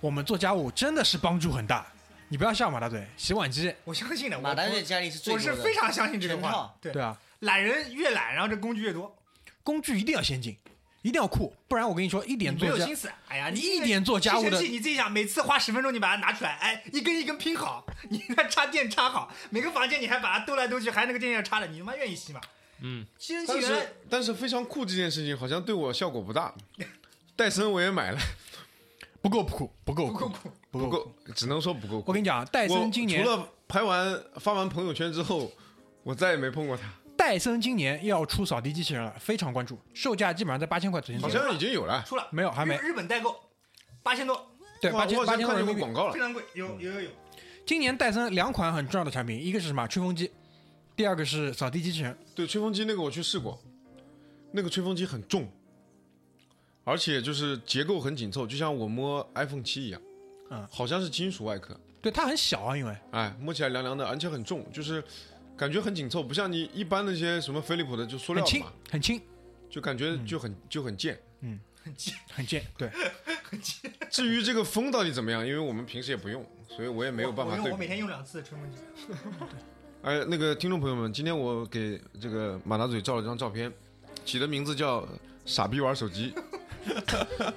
Speaker 1: 我们做家务真的是帮助很大。你不要笑马大嘴，洗碗机，
Speaker 5: 我相信的，
Speaker 4: 马
Speaker 5: 我
Speaker 4: 达在家里是最
Speaker 5: 我
Speaker 4: 多
Speaker 5: 是
Speaker 4: 的
Speaker 5: 非常相信这个
Speaker 4: 全
Speaker 5: 话
Speaker 4: 套。
Speaker 5: 对
Speaker 1: 对，啊，
Speaker 5: 懒人越懒，然后这工具越多，
Speaker 1: 工具一定要先进，一定要酷，不然我跟你说，一点
Speaker 5: 你没
Speaker 1: 做
Speaker 5: 有
Speaker 1: 家
Speaker 5: 心思。哎呀，你
Speaker 1: 你一点做家务的
Speaker 5: 吸尘器你自己想，每次花十分钟，你把它拿出来，哎，一根一根拼好，你再插电插好，每个房间你还把它兜来兜去，还那个电线插着，你他妈愿意吸吗？
Speaker 3: 嗯，
Speaker 5: 吸尘器
Speaker 6: 但
Speaker 5: 原来
Speaker 6: 是但是非常酷这件事情好像对我效果 不大。戴森我也买了，
Speaker 1: 不够酷，不够
Speaker 5: 不
Speaker 1: 酷，
Speaker 5: 够酷，
Speaker 1: 不
Speaker 6: 不
Speaker 1: 够酷。
Speaker 6: 够，只能说不够酷。
Speaker 1: 我跟你讲，戴
Speaker 6: 我
Speaker 1: 森今年
Speaker 6: 除了拍完发完朋友圈之后，我再也没碰过它，
Speaker 1: 戴森今年要出扫地机器人了，非常关注，售价基本上在八千块左右。
Speaker 6: 好像已经有了。
Speaker 5: 出了
Speaker 1: 没有还没
Speaker 5: 日日本代购，八千多，
Speaker 1: 对
Speaker 6: 我
Speaker 1: 八千
Speaker 6: 我
Speaker 1: 八
Speaker 6: 好像
Speaker 1: 千块
Speaker 6: 看
Speaker 1: 人
Speaker 6: 见
Speaker 1: 民
Speaker 6: 过
Speaker 1: 币
Speaker 6: 广。告了
Speaker 5: 非。常贵，
Speaker 1: 嗯
Speaker 5: 有有有有，
Speaker 1: 今年戴森两款很重要的产品，一个是什么？吹风机，第二个是扫地机器人。
Speaker 6: 对，吹风机那个我去试过，那个吹风机很重，而且就是结构很紧凑，就像我摸 iPhone 七一样，
Speaker 1: 嗯
Speaker 6: 好像是金属外壳，
Speaker 1: 对，它很小啊，因为
Speaker 6: 哎，摸起来凉凉的，而且很重，就是感觉很紧凑，不像你一般那些什么飞利浦的就塑
Speaker 1: 很
Speaker 6: 料的
Speaker 1: 轻
Speaker 6: 嘛，，
Speaker 1: 很轻，
Speaker 6: 就感觉就很、就很贱。
Speaker 1: 很贱。 对，
Speaker 6: 至于这个风到底怎么样，因为我们平时也不用，所以我也没有办法
Speaker 5: 我我
Speaker 6: 对
Speaker 5: 用我每
Speaker 6: 比。
Speaker 5: 天用两次吹风机，
Speaker 6: 哎，那个听众朋友们，今天我给这个马大嘴照了张照片，起的名字叫“傻逼玩手机”，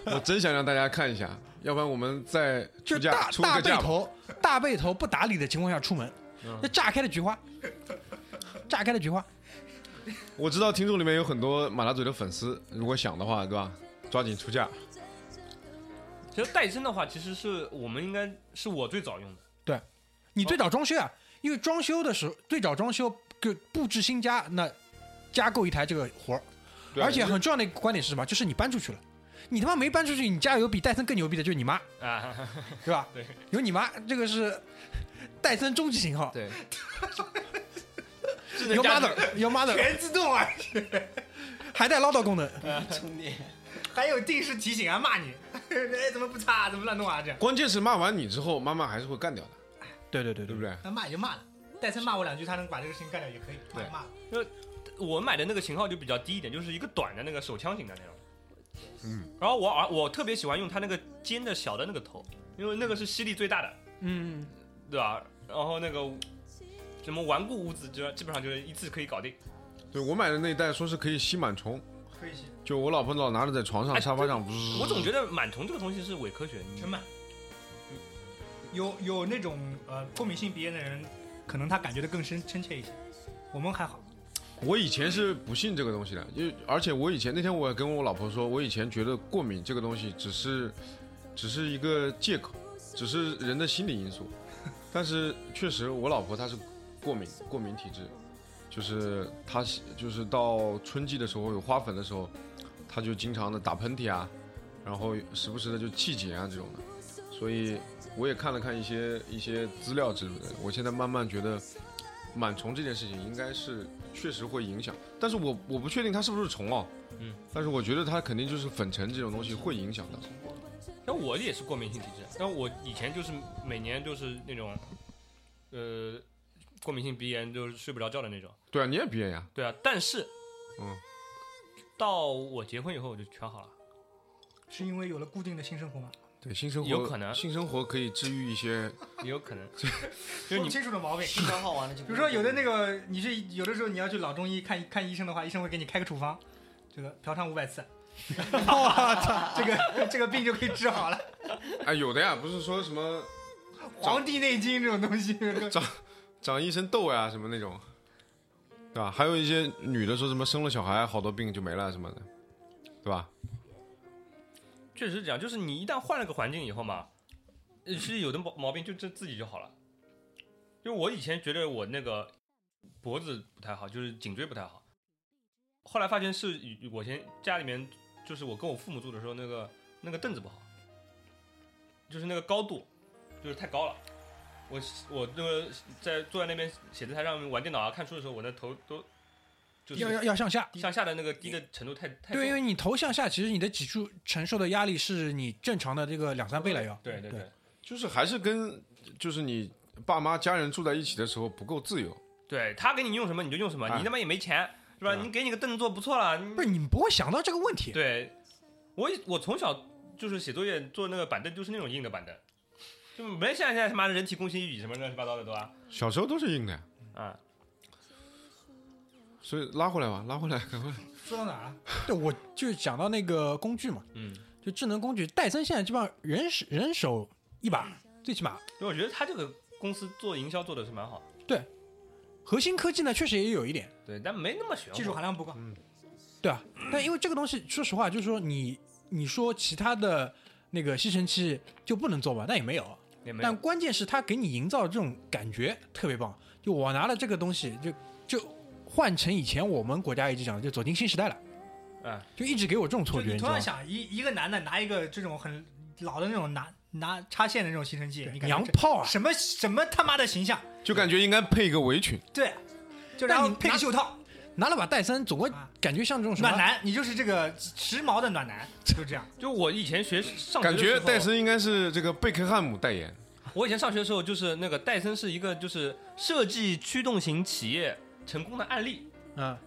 Speaker 6: 我真想让大家看一下，要不然我们再
Speaker 1: 就
Speaker 6: 出
Speaker 1: 是
Speaker 6: 价
Speaker 1: 大
Speaker 6: 出
Speaker 1: 大
Speaker 6: 个
Speaker 1: 背
Speaker 6: 价吧。
Speaker 1: 头，大背头不打理的情况下出门，
Speaker 6: 嗯
Speaker 1: 那 炸开的菊花，炸开的菊花。
Speaker 6: 我知道听众里面有很多马大嘴的粉丝，如果想的话，对吧？抓紧出价。
Speaker 3: 其实戴森的话，其实是我们应该是我最早用的，
Speaker 1: 你最早装修啊，因为装修的时候最早装修就布置新家，那加购一台这个活儿，
Speaker 6: 对啊
Speaker 1: 而且很重要的一个观点是什么？就是你搬出去了，你他妈没搬出去，你家有比戴森更牛逼的，就是你妈，
Speaker 3: 啊，
Speaker 1: 对 吧？
Speaker 3: 对，
Speaker 1: 有你妈，这个是戴森终极型号。
Speaker 4: 对，
Speaker 1: Your mother，Your mother
Speaker 5: 全自动啊，
Speaker 1: 还带唠叨功能。
Speaker 4: 充 电。
Speaker 5: 还有定时提醒啊，骂你， 哎，怎么不擦啊，怎么乱弄啊，这样，
Speaker 6: 关键是骂完你之后，妈妈还是会干掉的，
Speaker 1: 对对对
Speaker 6: 对不
Speaker 1: 对？
Speaker 6: 对？
Speaker 5: 那骂也就骂了，戴森骂我两句，他能把这个事情干掉也可以，骂
Speaker 6: 对
Speaker 5: 也骂了。
Speaker 3: 我买的那个型号就比较低一点，就是一个短的那个手枪型的那种。嗯，然后我儿我特别喜欢用它那个尖的小的那个头，因为那个是吸力最大的，
Speaker 1: 嗯，
Speaker 3: 对吧？然后那个什么顽固污渍，就基本上就是一次可以搞定。
Speaker 6: 对我买的那一袋说是可以吸螨虫，
Speaker 5: 可以吸，
Speaker 6: 就我老婆老拿着在床上、
Speaker 3: 哎
Speaker 6: 沙发上，
Speaker 3: 我总觉得螨虫这个东西是伪科学，你
Speaker 5: 全满。有有那种呃过敏性鼻炎的人，可能他感觉的更深深切一些。我们还好，
Speaker 6: 我以前是不信这个东西的，因为而且我以前那天我也跟我老婆说，我以前觉得过敏这个东西只是只是一个借口，只是人的心理因素。 但是确实，我老婆她是过敏，过敏体质，就是她是就是到春季的时候有花粉的时候，她就经常的打喷嚏啊，然后时不时的就气结啊这种的。所以我也看了看一些一些资料之类的，我现在慢慢觉得螨虫这件事情应该是确实会影响，但是我我不确定它是不是虫哦，
Speaker 3: 嗯，
Speaker 6: 但是我觉得它肯定就是粉尘这种东西会影响的。
Speaker 3: 但我也是过敏性体质，但我以前就是每年就是那种，呃，过敏性鼻炎就是睡不着觉的那种。
Speaker 6: 对啊，你也鼻炎呀，
Speaker 3: 对啊，但是，
Speaker 6: 嗯，
Speaker 3: 到我结婚以后我就全好了。
Speaker 5: 是因为有了固定的性生活吗？
Speaker 6: 对，性生活
Speaker 3: 有可能
Speaker 6: 性生活可以治愈一些，
Speaker 3: 也有可能，就是
Speaker 5: 说不
Speaker 3: 你
Speaker 5: 清楚的毛病。
Speaker 4: 新消耗完了就
Speaker 5: 比如说有的那个，你是有的时候你要去老中医看看医生的话，医生会给你开个处方，这个嫖娼五百 次，我操，这个这个病就可以治好 了。
Speaker 6: 哎，有的呀，不是说什么
Speaker 5: 《黄帝内经》这种东 西，
Speaker 6: 长一身痘呀什么那种，对吧？还有一些女的说什么生了小孩好多病就没了什么的，对吧？
Speaker 3: 确实是这样，就是你一旦换了个环境以后嘛，呃是有的毛毛病就这自己就好了。就我以前觉得我那个脖子不太好，就是颈椎不太好，后来发现是与我以前家里面就是我跟我父母住的时候那个那个凳子不好，就是那个高度就是太高了，我我那个在坐在那边写字台上面玩电脑啊、看书的时候，我那头都就
Speaker 1: 要要
Speaker 3: 是
Speaker 1: 要向下。
Speaker 3: 向下的那个低的程度太太重
Speaker 1: 对，因为你头向下，其实你的脊柱承受的压力是你正常的这个两三倍了要。
Speaker 3: 对对
Speaker 1: 对
Speaker 3: 对
Speaker 6: 就是还是跟就是你爸妈家人住在一起的时候不够自由，
Speaker 3: 对，他给你用什么你就用什么，
Speaker 6: 哎
Speaker 3: 你他妈也没钱是吧？
Speaker 6: 嗯
Speaker 3: 你给你个凳子坐不错了，你
Speaker 1: 不是你们不会想到这个问题，
Speaker 3: 对，我我从小就是写作业坐那个板凳，就是那种硬的板凳，就没像现在他妈的人体工学椅什么乱七八糟的，对吧？
Speaker 6: 小时候都是硬的，
Speaker 3: 啊，
Speaker 6: 所以拉回来吧，拉回来，赶快。
Speaker 5: 说到哪儿啊了？
Speaker 1: 对，我就讲到那个工具嘛，
Speaker 3: 嗯，
Speaker 1: 就智能工具，戴森现在基本上人手人手一把，最起码
Speaker 3: 因为我觉得他这个公司做营销做的是蛮好，
Speaker 1: 核心科技呢确实也有一点，
Speaker 3: 对，但没那么玄乎
Speaker 5: 技术含量不高，
Speaker 3: 嗯
Speaker 1: 对啊，但因为这个东西，说实话，就是说你你说其他的那个吸尘器就不能做嘛，那也没有，
Speaker 3: 也没有
Speaker 1: 但关键是它给你营造的这种感觉特别棒。就我拿了这个东西，就就换成以前我们国家一直讲的，就走进新时代了，
Speaker 3: 啊，
Speaker 1: 就一直给我这种
Speaker 5: 就
Speaker 1: 错觉，
Speaker 5: 你
Speaker 1: 你知
Speaker 5: 同
Speaker 1: 道吗
Speaker 5: 样？想一一个男的拿一个这种很老的那种拿拿插线的那种吸尘器，你感觉
Speaker 1: 娘
Speaker 5: 这
Speaker 1: 炮啊！
Speaker 5: 什么什么他妈的形象？
Speaker 6: 就感觉应该配一个围裙，
Speaker 5: 对，就
Speaker 1: 但
Speaker 5: 然后
Speaker 1: 你
Speaker 5: 配
Speaker 1: 拿
Speaker 5: 个袖套，
Speaker 1: 拿了把戴森，总归
Speaker 5: 啊
Speaker 1: 感觉像这种什么
Speaker 5: 暖男，你就是这个时髦的暖男，就这样。
Speaker 3: 就我以前学 上学
Speaker 6: 感
Speaker 3: 的时
Speaker 6: 觉
Speaker 3: 候
Speaker 6: 戴，森应该是这个贝克汉姆代言。
Speaker 3: 我以前上学的时候就是那个戴森是一个就是设计驱动型企业成功的案例，
Speaker 1: 嗯，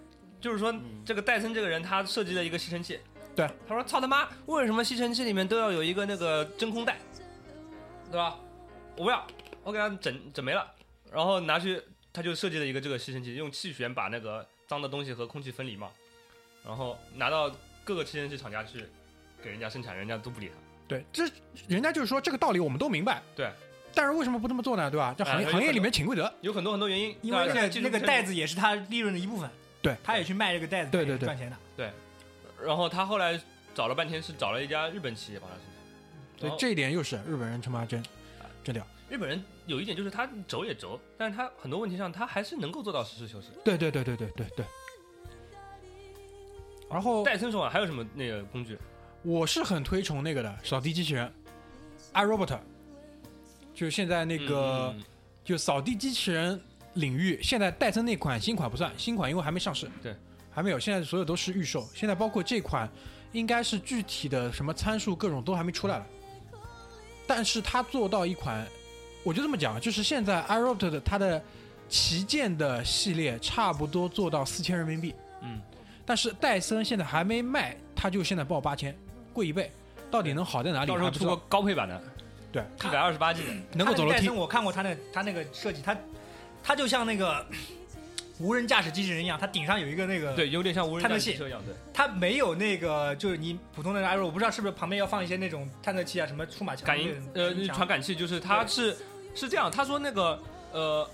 Speaker 3: 就是说，这个戴森这个人他设计了一个吸尘器，
Speaker 1: 对，
Speaker 3: 他说操他妈，为什么吸尘器里面都要有一个那个真空袋，对吧？我不要，我给他整整没了，然后拿去他就设计了一个这个吸尘器，用气旋把那个脏的东西和空气分离嘛，然后拿到各个吸尘器厂家去给人家生产，人家都不理他。
Speaker 1: 对，这人家就是说这个道理我们都明白，
Speaker 3: 对，
Speaker 1: 但是为什么不这么做呢？对
Speaker 5: 啊
Speaker 1: 吧？这行业、
Speaker 3: 哎
Speaker 1: 行业里面潜规
Speaker 5: 哦
Speaker 1: 则，
Speaker 3: 有很多很多原因，
Speaker 5: 因为那
Speaker 3: 那
Speaker 5: 个那个袋，子也是他利润的一部分，
Speaker 1: 对
Speaker 5: 他也去卖这个袋子，
Speaker 1: 对对对
Speaker 5: 赚钱的。
Speaker 3: 然后他后来找了半天是找了一家日本企业帮他生产，
Speaker 1: 所
Speaker 3: 然
Speaker 1: 以
Speaker 3: 后
Speaker 1: 这一点又是日本人他妈真真屌。
Speaker 3: 日本人有一点就是他轴也轴，但是他很多问题上他还是能够做到实事求是。
Speaker 1: 对对对对对对对。然后
Speaker 3: 戴森手腕还有什么那个工具？
Speaker 1: 我是很推崇那个的扫地机器人，iRobot，就是现在那个、
Speaker 3: 嗯
Speaker 1: 就扫地机器人领域，现在戴森那款新款不算，新款因为还没上市，
Speaker 3: 对，
Speaker 1: 还没有，现在所有都是预售，现在包括这款应该是具体的什么参数各种都还没出来了，但是它做到一款，我就这么讲，就是现在 iRobot 的它的旗舰的系列差不多做到四千人民币，
Speaker 3: 嗯，
Speaker 1: 但是戴森现在还没卖，它就现在报八千，贵一倍，到底能好在哪里？
Speaker 3: 到时候
Speaker 1: 还不
Speaker 3: 出
Speaker 1: 知道
Speaker 3: 个高配版的，
Speaker 1: 对嗯
Speaker 3: 一百二十八 G 的，
Speaker 1: 能够走楼
Speaker 5: 他那个戴
Speaker 1: 梯
Speaker 5: 森，我看过他那他那个设计，他他就像那个无人驾驶机器人一样，它顶上有一个那个，
Speaker 3: 对，有点像无人
Speaker 5: 探测
Speaker 3: 驾
Speaker 5: 器
Speaker 3: 驶车一样，对，
Speaker 5: 它没有那个就是你普通的 i r o 我不知道是不是旁边要放一些那种探测器啊，什么数码强
Speaker 3: 感应呃
Speaker 5: 那种
Speaker 3: 传感器就是它是是这样，他说那个呃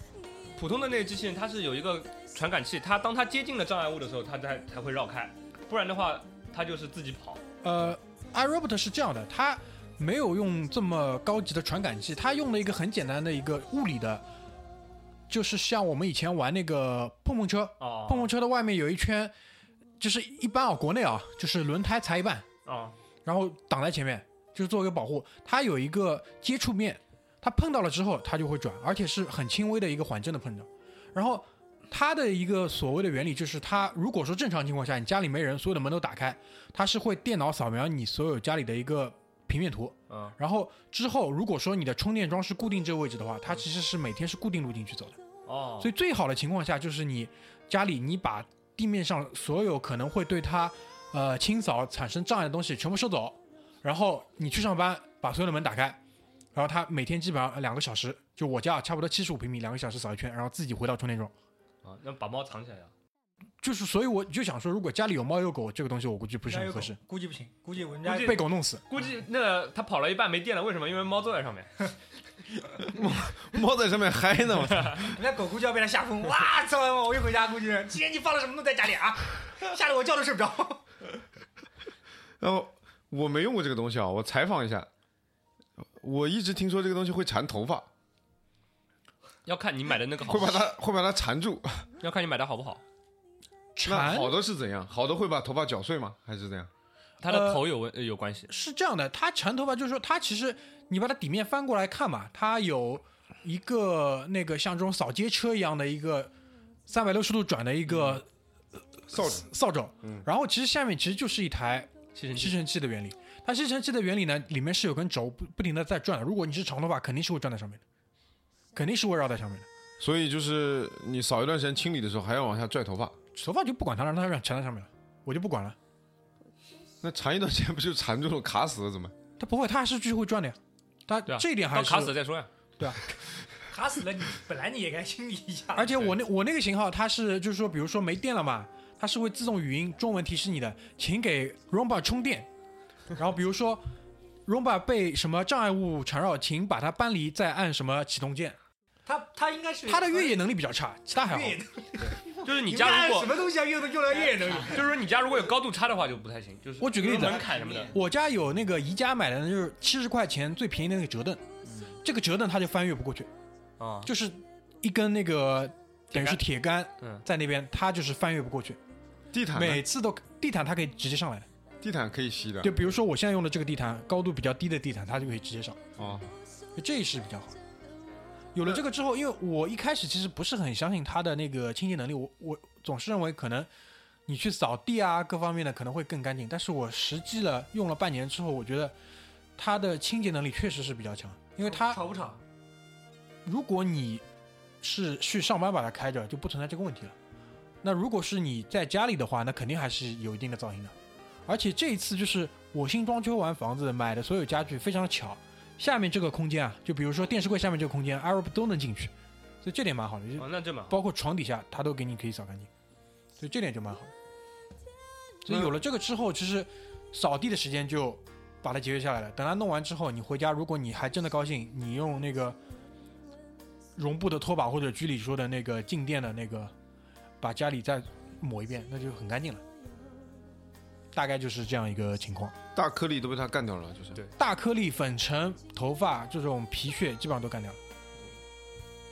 Speaker 3: 普通的那个机器人它是有一个传感器，它当它接近了障碍物的时候，它才才会绕开，不然的话它就是自己跑。
Speaker 1: 呃，iRobot 是这样的，它没有用这么高级的传感器，它用了一个很简单的一个物理的，就是像我们以前玩那个碰碰车，
Speaker 3: 哦
Speaker 1: 碰碰车的外面有一圈，就是一般啊，国内啊，就是轮胎裁一半，
Speaker 3: 啊，
Speaker 1: 然后挡在前面，就是做一个保护。它有一个接触面，它碰到了之后它就会转，而且是很轻微的一个缓震的碰撞。然后它的一个所谓的原理就是，它如果说正常情况下你家里没人，所有的门都打开，它是会电脑扫描你所有家里的一个平面图。
Speaker 3: 嗯，
Speaker 1: 然后之后如果说你的充电桩是固定这个位置的话，它其实是每天是固定路径去走的。
Speaker 3: 哦，
Speaker 1: 所以最好的情况下就是你家里你把地面上所有可能会对它呃清扫产生障碍的东西全部收走，然后你去上班把所有的门打开，然后它每天基本上两个小时，就我家差不多七十五平米，两个小时扫一圈，然后自己回到充电桩。
Speaker 3: 啊，那把猫藏起来呀，
Speaker 1: 就是所以我就想说，如果家里有猫有狗，这个东西我估计不
Speaker 5: 不
Speaker 1: 是很合适，，
Speaker 5: 估计不行，估计我们家
Speaker 3: 估计
Speaker 1: 被狗弄死。
Speaker 3: 估计那个它跑了一半没电了，为什么？因为猫坐在上面。
Speaker 6: 猫在上面嗨呢， 我操
Speaker 5: 我们家狗估计要被它吓疯。哇， 操！我一回家估计是今天你放了什么东西在家里啊？吓得我觉都睡不着。
Speaker 6: 然后我没用过这个东西啊，我采访一下。我一直听说这个东西会缠头发，
Speaker 3: 要看你买的那个好
Speaker 6: 会， 把它会把它缠住。
Speaker 3: 要看你买的好不好。
Speaker 6: 那
Speaker 1: 蝉
Speaker 6: 好的是怎样？好的会把头发绞碎吗？还是怎样？
Speaker 3: 它的
Speaker 1: 呃
Speaker 3: 头有问呃有关系，
Speaker 1: 是这样的，它缠头发就是说它其实你把它底面翻过来看嘛，它有一个那个像这种扫街车一样的一个三百六十度转的一
Speaker 3: 嗯
Speaker 1: 个
Speaker 6: 扫帚
Speaker 1: 扫帚
Speaker 6: 嗯，
Speaker 1: 然后其实下面其实就是一台
Speaker 3: 吸尘
Speaker 1: 吸
Speaker 3: 器
Speaker 1: 尘器的原理。它吸尘器的原理呢，里面是有根轴不不停的在转的。如果你是长头发，肯定是会转在上面的，肯定是会绕在上面的。
Speaker 6: 所以就是你扫一段时间清理的时候，还要往下拽头发。
Speaker 1: 头发就不管它了，让它让缠在上面了，我就不管了。
Speaker 6: 那缠一段时间不就缠住了卡死了怎么？
Speaker 1: 它不会，它还是继续会转的呀。它
Speaker 3: 对啊，
Speaker 1: 这一点还
Speaker 3: 到
Speaker 1: 是
Speaker 3: 卡死了再说呀。
Speaker 5: 卡死了你，本来你也该清理一下。
Speaker 1: 而且我那我那个型号，它是就是说，比如说没电了嘛，它是会自动语音中文提示你的，请给 Roomba 充电。然后比如说 Roomba 被什么障碍物缠绕，请把它搬离，再按什么启动键。
Speaker 5: 他他应该是
Speaker 1: 它的越野能力比较差，其他还好
Speaker 5: 越。野能力，
Speaker 3: 就是你
Speaker 5: 你
Speaker 3: 家
Speaker 5: 家
Speaker 3: 如
Speaker 5: 什
Speaker 3: 果
Speaker 5: 么东西要用用到越 野能力？
Speaker 3: 就是说你家如果有高度差的话就不太行，就是
Speaker 1: 我举个例子啊
Speaker 3: 门槛什么的。
Speaker 1: 我家有那个宜家买的，就是七十块钱最便宜的那个折凳，这个折凳它就翻越不过去，
Speaker 3: 啊，
Speaker 1: 就是一根那个等于是铁杆
Speaker 3: 嗯，
Speaker 1: 在那边，它就是翻越不过去。
Speaker 6: 地毯呢
Speaker 1: 每次都地毯它可以直接上来的，
Speaker 6: 地毯可以吸的
Speaker 1: 就比如说我现在用的这个地毯，高度比较低的地毯，它就可以直接上，
Speaker 6: 哦，
Speaker 1: 这是比较好。有了这个之后，因为我一开始其实不是很相信它的那个清洁能力，我我总是认为可能你去扫地啊各方面的可能会更干净，但是我实际了用了半年之后，我觉得它的清洁能力确实是比较强，因为它
Speaker 5: 吵不吵？
Speaker 1: 如果你是去上班把它开着，就不存在这个问题了。那如果是你在家里的话，那肯定还是有一定的噪音的。而且这一次就是我新装修完房子买的所有家具非常巧，下面这个空间啊，就比如说电视柜下面这个空间，Arab 都能进去，所以这点蛮好的，就是
Speaker 3: 哦，那这蛮好。
Speaker 1: 包括床底下它都给你可以扫干净，所以这点就蛮好的。所以有了这个之后，其实扫地的时间就把它节约下来了。等它弄完之后，你回家，如果你还真的高兴，你用那个绒布的拖把或者居里说的那个静电的那个，把家里再抹一遍，那就很干净了。大概就是这样一个情况。
Speaker 6: 大颗粒都被它干掉了，就是
Speaker 3: 对
Speaker 1: 大颗粒、粉尘、头发这种皮屑基本上都干掉了，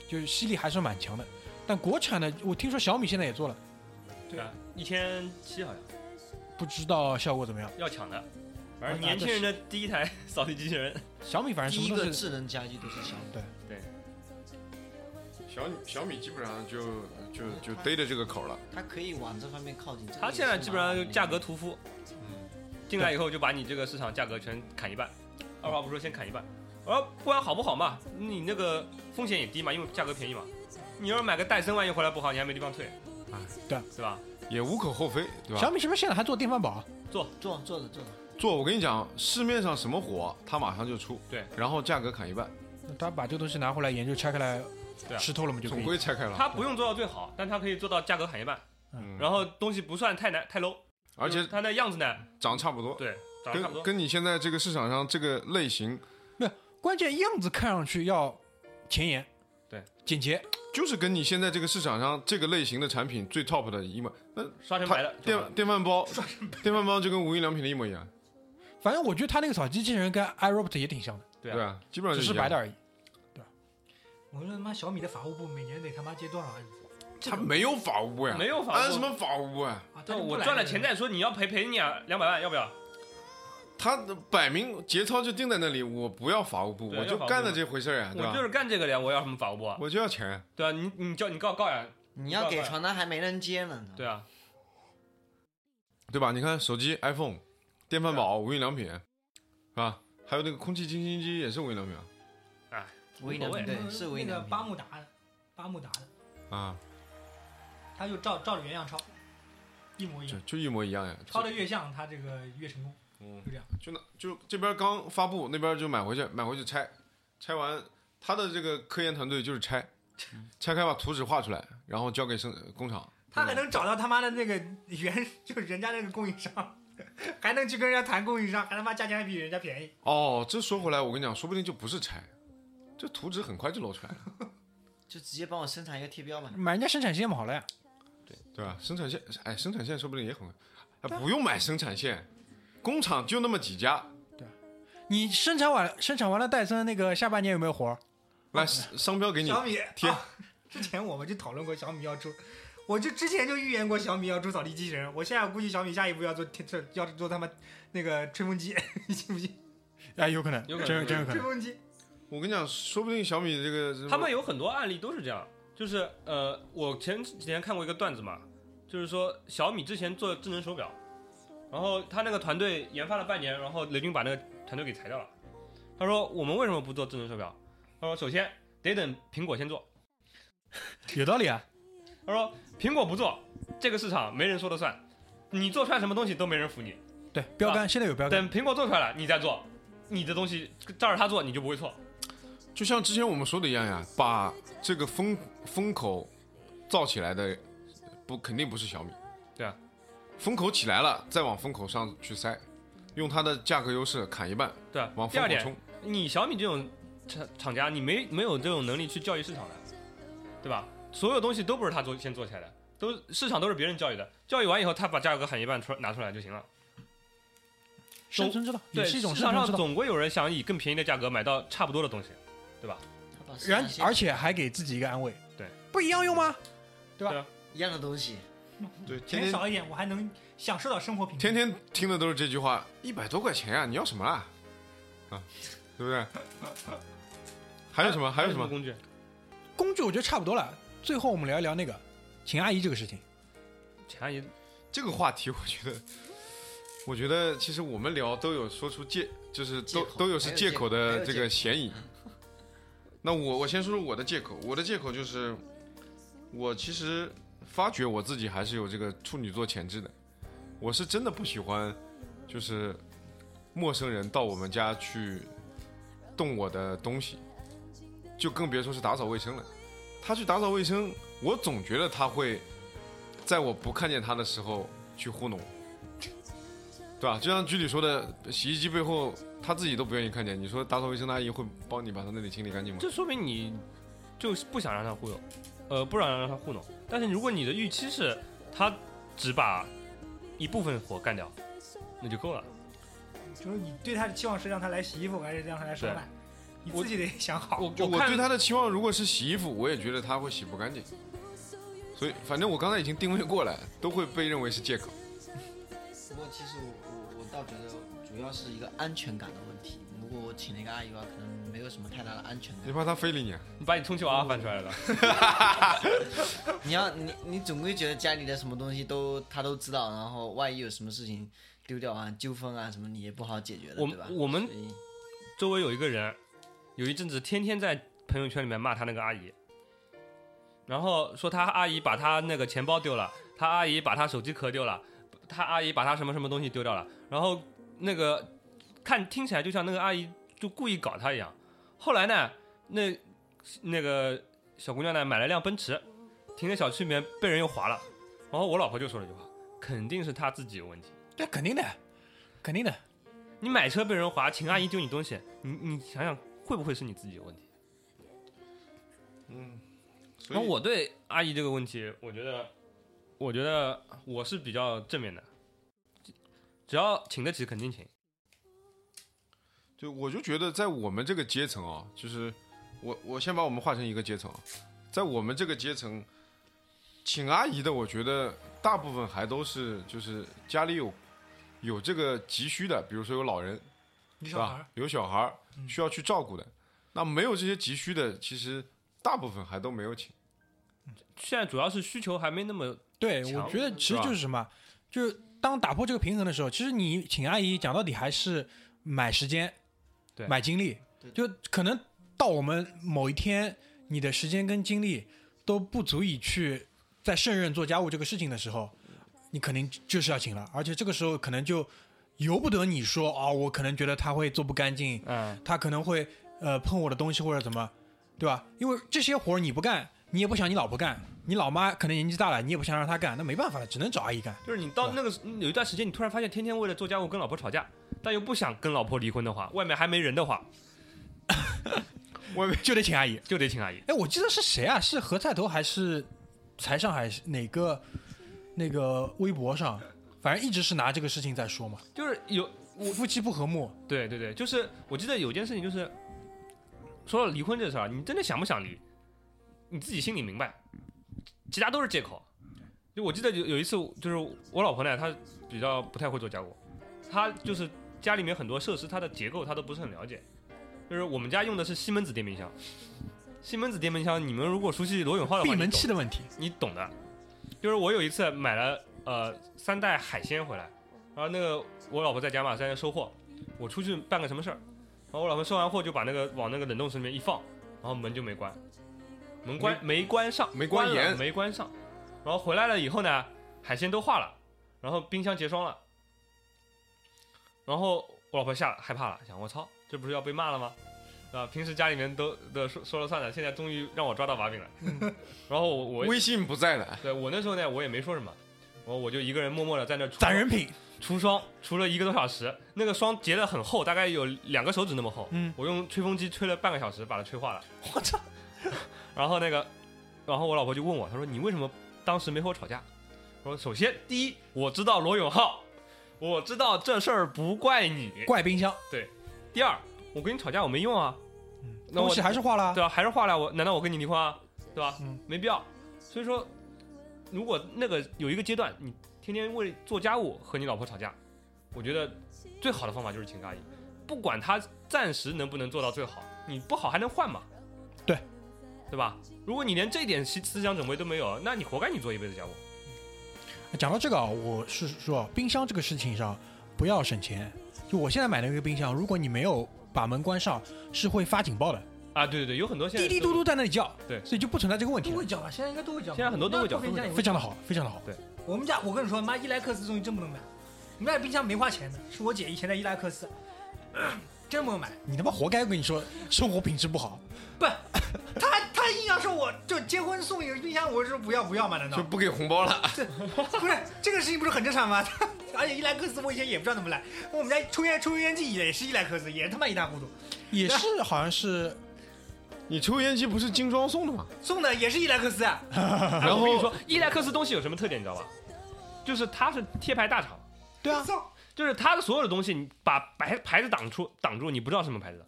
Speaker 1: 就是吸力还是蛮强的。但国产的，我听说小米现在也做了，
Speaker 3: 对啊，一千七好像
Speaker 1: 不知道效果怎么样。
Speaker 3: 要抢的。反正年轻人的第一台 扫地机器人，
Speaker 1: 小米反正
Speaker 4: 第
Speaker 1: 什
Speaker 4: 一
Speaker 1: 么
Speaker 4: 个
Speaker 1: 都是
Speaker 4: 智能家居都是小米。
Speaker 6: 小米小米基本上就就就逮着这个口了。
Speaker 4: 它可以往这方面靠近。这个
Speaker 3: 它现在
Speaker 4: 也是
Speaker 3: 基本上就
Speaker 4: 蛮
Speaker 3: 价格屠夫，
Speaker 1: 嗯
Speaker 3: 进来以后就把你这个市场价格全砍一半，二话不说先砍一半。我说不管好不好嘛，你那个风险也低嘛，因为价格便宜嘛。你要是买个戴森，万一回来不好，你还没地方退，
Speaker 1: 哎对
Speaker 3: 对吧？
Speaker 6: 也无可厚非，对吧？
Speaker 1: 小米是不是现在还做电饭煲啊？
Speaker 4: 做做的做的，
Speaker 6: 做，我跟你讲，市面上什么火，它马上就出，
Speaker 3: 对，
Speaker 6: 然后价格砍一半，
Speaker 1: 那他把这个东西拿回来研究拆开来
Speaker 3: 对，啊
Speaker 1: 吃透了嘛就可
Speaker 6: 总
Speaker 1: 以。
Speaker 6: 归拆开了。
Speaker 3: 它不用做到最好，但它可以做到价格砍一半，
Speaker 6: 嗯，
Speaker 3: 然后东西不算太难太 low，
Speaker 6: 而且
Speaker 3: 它那样子呢，
Speaker 6: 长差不多，
Speaker 3: 对，长得差
Speaker 6: 跟
Speaker 3: 不多。
Speaker 6: 跟你现在这个市场上这个类型，
Speaker 1: 关键样子看上去要前沿，
Speaker 3: 对，
Speaker 1: 简洁。
Speaker 6: 就是跟你现在这个市场上这个类型的产品最 top 的一模，那
Speaker 3: 刷成
Speaker 6: 它
Speaker 3: 白的就好了
Speaker 6: 电电饭煲，电饭煲就跟无印良品的一模一样，
Speaker 1: 反正我觉得他那个扫机器人跟 iRobot 也挺像的，
Speaker 3: 对
Speaker 6: 对
Speaker 3: 啊，
Speaker 6: 啊，基本上
Speaker 1: 只
Speaker 6: 就是一样
Speaker 1: 白的。而已。
Speaker 5: 我说他妈小米的法务部每年得他妈接多少案子啊
Speaker 6: 它没有法务呀，
Speaker 3: 没有法务
Speaker 6: 安什么法务啊？
Speaker 5: 啊？
Speaker 3: 但
Speaker 5: 他就
Speaker 3: 我
Speaker 5: 不来
Speaker 3: 赚了钱再说，你要赔赔你啊，两百万要不要？
Speaker 6: 他摆明节操就定在那里，我不要法务部，
Speaker 3: 对
Speaker 6: 我就
Speaker 3: 要法务部
Speaker 6: 干了这回事儿呀，啊对
Speaker 3: 我就
Speaker 6: 吧？
Speaker 3: 是干这个的呀，我要什么法务部啊？
Speaker 6: 我就要钱，
Speaker 3: 对啊，你你叫你告告呀，
Speaker 4: 你要给传单还没人接呢。
Speaker 3: 对啊，
Speaker 6: 对吧？你看手机 iPhone、电饭煲、无印良品，是吧？还有那个空气清新机也是无印良品啊
Speaker 4: 无印良品对是无印
Speaker 5: 那个
Speaker 4: 良
Speaker 5: 巴
Speaker 4: 品。
Speaker 5: 慕达的，巴慕达的，
Speaker 6: 啊，
Speaker 5: 他就照照着原样抄，一模一
Speaker 6: 就
Speaker 5: 样，
Speaker 6: 就一模一样呀。
Speaker 5: 抄的越像，他这个越成功，
Speaker 6: 嗯
Speaker 5: 就这样。
Speaker 6: 就那就这边刚发布，那边就买回去，买回去拆，拆完他的这个科研团队就是拆，拆开把图纸画出来，然后交给生工厂。
Speaker 5: 他还能找到他妈的那个原， 就是人家那个供应商， 还能去跟人家谈供应商，还他妈价钱还比人家便宜。
Speaker 6: 哦，这说回来，我跟你讲，说不定就不是拆，这图纸很快就露出来了，
Speaker 4: 就直接帮我生产一个贴标嘛。
Speaker 1: 买人家生产线嘛好了呀，
Speaker 6: 对吧？生产线，哎，生产线说不定也很快，哎，不用买生产线，工厂就那么几家，
Speaker 1: 你生产完生产完了戴森那个下半年有没有活儿？
Speaker 6: 来商标给你
Speaker 5: 小米
Speaker 6: 贴
Speaker 5: 啊 之前我们就讨论过小米要出，我就之前就预言过小米要出扫地机器人，我现在我估计小米下一步要做天，做要做他妈那个吹风机，信不信？
Speaker 1: 哎，有可能，
Speaker 3: 有可
Speaker 1: 真
Speaker 3: 能
Speaker 1: 真有可
Speaker 5: 吹
Speaker 1: 能。
Speaker 5: 风机，
Speaker 6: 我跟你讲，说不定小米这个什么
Speaker 3: 他们有很多案例都是这样，就是呃，我前几天看过一个段子嘛，就是说小米之前做智能手表，然后他那个团队研发了半年，然后雷军把那个团队给裁掉了。他说我们为什么不做智能手表？他说首先得等苹果先做。
Speaker 1: 有道理啊。
Speaker 3: 他说苹果不做，这个市场没人说了算，你做出来什么东西都没人服你。
Speaker 1: 对，标杆、现在有标杆，
Speaker 3: 等苹果做出来了，你再做，你的东西照着他做，你就不会错。
Speaker 6: 就像之前我们说的一样呀，把这个风风口造起来的，不肯定不是小米。
Speaker 3: 对啊，
Speaker 6: 风口起来了，再往风口上去塞，用它的价格优势砍一半，
Speaker 3: 对吧？
Speaker 6: 往
Speaker 3: 第
Speaker 6: 风
Speaker 3: 二
Speaker 6: 口
Speaker 3: 点，
Speaker 6: 冲。
Speaker 3: 你小米这种厂厂家，你没没有这种能力去教育市场的，对吧？所有东西都不是他做先做起来的，都市场都是别人教育的，教育完以后他把价格喊一半出拿出来就行了。
Speaker 1: 生存之道也
Speaker 3: 对，
Speaker 1: 是一种
Speaker 3: 市
Speaker 1: 生
Speaker 3: 场
Speaker 1: 存之道。
Speaker 3: 上总归有人想以更便宜的价格买到差不多的东西，
Speaker 4: 他把市
Speaker 1: 然
Speaker 4: 场线
Speaker 1: 而且还给自己一个安慰，
Speaker 3: 对，
Speaker 1: 不一样用吗？
Speaker 4: 一样的东西，
Speaker 6: 对，天
Speaker 5: 钱
Speaker 6: 天
Speaker 5: 少一点，我
Speaker 1: 哎
Speaker 5: 还能享受到生活品质。
Speaker 6: 天天听的都是这句话，一百多块钱呀、你要什么啦？啊，对不对？还有什么？还有什么？
Speaker 3: 工具？
Speaker 1: 工具我觉得差不多了。最后我们聊一聊那个秦阿姨这个事情，
Speaker 3: 秦阿姨，
Speaker 6: 这个话题，我 觉得，我觉得其实我们聊都有说出借，就是都
Speaker 4: 借口
Speaker 6: 都有是借口
Speaker 4: 还
Speaker 6: 的
Speaker 4: 有借
Speaker 6: 这
Speaker 4: 口
Speaker 6: 个嫌 疑。那我我先说说我的借口，我的借口就是，我其实发觉我自己还是有这个处女座潜质的，我是真的不喜欢，就是陌生人到我们家去动我的东西，就更别说是打扫卫生了。他去打扫卫生，我总觉得他会在我不看见他的时候去糊弄我，对吧？就像剧里说的，洗衣机背后他自己都不愿意看见。你说打扫卫生的阿姨会帮你把他那里清理干净吗？
Speaker 3: 这说明你就是不想让他忽悠，呃，不想让他糊弄。但是如果你的预期是他只把一部分活干掉，那就够了。
Speaker 5: 就是你对他的期望是让他来洗衣服，还是让他来烧饭？你自己得想好。
Speaker 3: 我
Speaker 6: 就我
Speaker 3: 看
Speaker 6: 对他的期望，如果是洗衣服，我也觉得他会洗不干净。所以，反正我刚才已经定位过来，都会被认为是借口。
Speaker 4: 不过其实我我我倒觉得主要是一个安全感的问题。如果我请了一个阿姨的话，可能没有什么太大的安全
Speaker 6: 你
Speaker 4: 感。
Speaker 6: 怕他非礼你啊？
Speaker 3: 你把你充气娃娃翻出来了。
Speaker 4: 你要你你总归觉得家里的什么东西都她都知道，然后万一有什么事情丢掉啊、纠纷啊什么，你也不好解决的，
Speaker 3: 我
Speaker 4: 对吧？
Speaker 3: 我们
Speaker 4: 所以
Speaker 3: 周围有一个人，有一阵子天天在朋友圈里面骂他那个阿姨，然后说他阿姨把他那个钱包丢了，他阿姨把他手机壳丢了，他阿姨把他什么什么东西丢掉了，然后那个看听起来就像那个阿姨就故意搞他一样。后来呢，那那个小姑娘呢买了辆奔驰，停在小区里面被人又划了，然后我老婆就说了一句话，肯定是她自己有问题。
Speaker 1: 那肯定的，肯定的。
Speaker 3: 你买车被人划，请阿姨丢你东西，你你想想会不会是你自己有问题？
Speaker 6: 嗯，所
Speaker 3: 那
Speaker 6: 以
Speaker 3: 我对阿姨这个问题，我觉得，我觉得我是比较正面的，只要请得起肯定请。
Speaker 6: 就我就觉得在我们这个阶层啊，就是我我先把我们划成一个阶层啊，在我们这个阶层，请阿姨的，我觉得大部分还都是就是家里有有这个急需的，比如说有老人，
Speaker 5: 你
Speaker 6: 是
Speaker 5: 小孩
Speaker 6: 吧
Speaker 5: 儿？
Speaker 6: 有小孩儿需要去照顾的，那没有这些急需的，其实大部分还都没有请。
Speaker 3: 现在主要是需求还没那么，
Speaker 1: 对，
Speaker 3: 强
Speaker 1: 我觉得其实
Speaker 6: 吧
Speaker 1: 就是什么，就是当打破这个平衡的时候，其实你请阿姨讲到底还是买时间，
Speaker 3: 对
Speaker 1: 买精力，就可能到我们某一天，你的时间跟精力都不足以去在胜任做家务这个事情的时候，你肯定就是要请了，而且这个时候可能就由不得你说啊、我可能觉得他会做不干净，
Speaker 3: 嗯，
Speaker 1: 他可能会呃碰我的东西或者怎么，对吧？因为这些活儿你不干，你也不想你老婆干，你老妈可能年纪大了，你也不想让她干，那没办法了，只能找阿姨干。
Speaker 3: 就是你到
Speaker 1: 对
Speaker 3: 那个有一段时间，你突然发现天天为了做家务跟老婆吵架，但又不想跟老婆离婚的话，外面还没人的话，
Speaker 1: 我就得请 阿姨。
Speaker 3: 就得请阿姨。
Speaker 1: 哎，我记得是谁啊？是何菜头还是才上还是哪个那个微博上？反正一直是拿这个事情在说嘛，
Speaker 3: 就是有
Speaker 1: 夫妻不和睦。
Speaker 3: 对对对，就是我记得有件事情，就是说到离婚这事儿啊，你真的想不想离，你自己心里明白，其他都是借口。就我记得有有一次，就是我老婆呢，她比较不太会做家务，她就是家里面很多设施它的结构她都不是很了解，就是我们家用的是西门子电冰箱。西门子电冰箱，你们如果熟悉罗永浩的话，
Speaker 1: 闭
Speaker 3: 你
Speaker 1: 门
Speaker 3: 懂
Speaker 1: 器的问题，
Speaker 3: 你懂的。就是我有一次买了呃三袋海鲜回来，然后那个我老婆在家嘛，在那收货，我出去办个什么事儿，然后我老婆收完货就把那个往那个冷冻室里面一放，然后门就没关，门关没关上，
Speaker 6: 没关
Speaker 3: 了
Speaker 6: 严
Speaker 3: 没关上，然后回来了以后呢，海鲜都化了，然后冰箱结霜了，然后我老婆吓了害怕了，想我操，这不是要被骂了吗？啊，平时家里面都都说说了算的，现在终于让我抓到把 柄了。然后我我
Speaker 6: 微信不在了，
Speaker 3: 对我那时候呢，我也没说什么，我我就一个人默默的在那儿除
Speaker 1: 攒人品，
Speaker 3: 除霜，除了一个多小时，那个霜结的很厚，大概有两个手指那么厚。
Speaker 1: 嗯，
Speaker 3: 我用吹风机吹了半个小时，把它吹化了。 我操！ 然后那个，然后我老婆就问我，她说你为什么当时没和我吵架？我说首先第一，我知道罗永浩，我知道这事儿不怪你。
Speaker 1: 怪冰箱，
Speaker 3: 第二，我跟你吵架我没用啊，那我
Speaker 1: 东西还是化了啊，
Speaker 3: 对啊，还是化了我，难道我跟你离婚啊？对吧？
Speaker 1: 嗯
Speaker 3: 没必要。所以说，如果那个有一个阶段，你天天为做家务和你老婆吵架，我觉得最好的方法就是请个阿姨，不管她暂时能不能做到最好，你不好还能换嘛？
Speaker 1: 对，
Speaker 3: 对吧？如果你连这点思思想准备都没有，那你活该你做一辈子家务。
Speaker 1: 讲到这个啊，我是说冰箱这个事情上不要省钱。就我现在买的那个冰箱，如果你没有把门关上，是会发警报的，
Speaker 3: 啊，对对对，有很多现在
Speaker 1: 滴滴嘟嘟在那里叫，
Speaker 3: 对
Speaker 1: 所以就不存在这个问题
Speaker 5: 都
Speaker 1: 了
Speaker 5: 会。讲吧，现在应该都会讲吧。
Speaker 3: 现在很多都会讲
Speaker 5: 那冰箱也会
Speaker 1: 非常的好，非常的好。
Speaker 5: 我们家我跟你说，妈伊莱克斯东西真不能买，我们家冰箱没花钱的，是我姐以前在伊莱克斯， 真不能买。
Speaker 1: 你他妈活该！我跟你说，生活品质不 好。
Speaker 5: 不， 她她硬要说我就结婚送一个冰箱，我说不要不要嘛，难道
Speaker 6: 就不给红包了。
Speaker 5: 不是这个事情不是很正常吗？ 而且伊莱克斯我以前也不知道怎么来，我们家抽烟抽油烟机也是伊莱克斯，也他妈一塌糊涂，
Speaker 1: 也是，好像是
Speaker 6: 你抽烟机不是精装送的吗？
Speaker 5: 送的也是伊莱克斯啊。
Speaker 3: 然后我跟你说，伊莱克斯东西有什么特点，你知道吧？就是它是贴牌大厂，
Speaker 1: 对啊，
Speaker 5: 送
Speaker 3: 就是它的所有的东西，你把牌牌子挡出挡住，你不知道什么牌子的。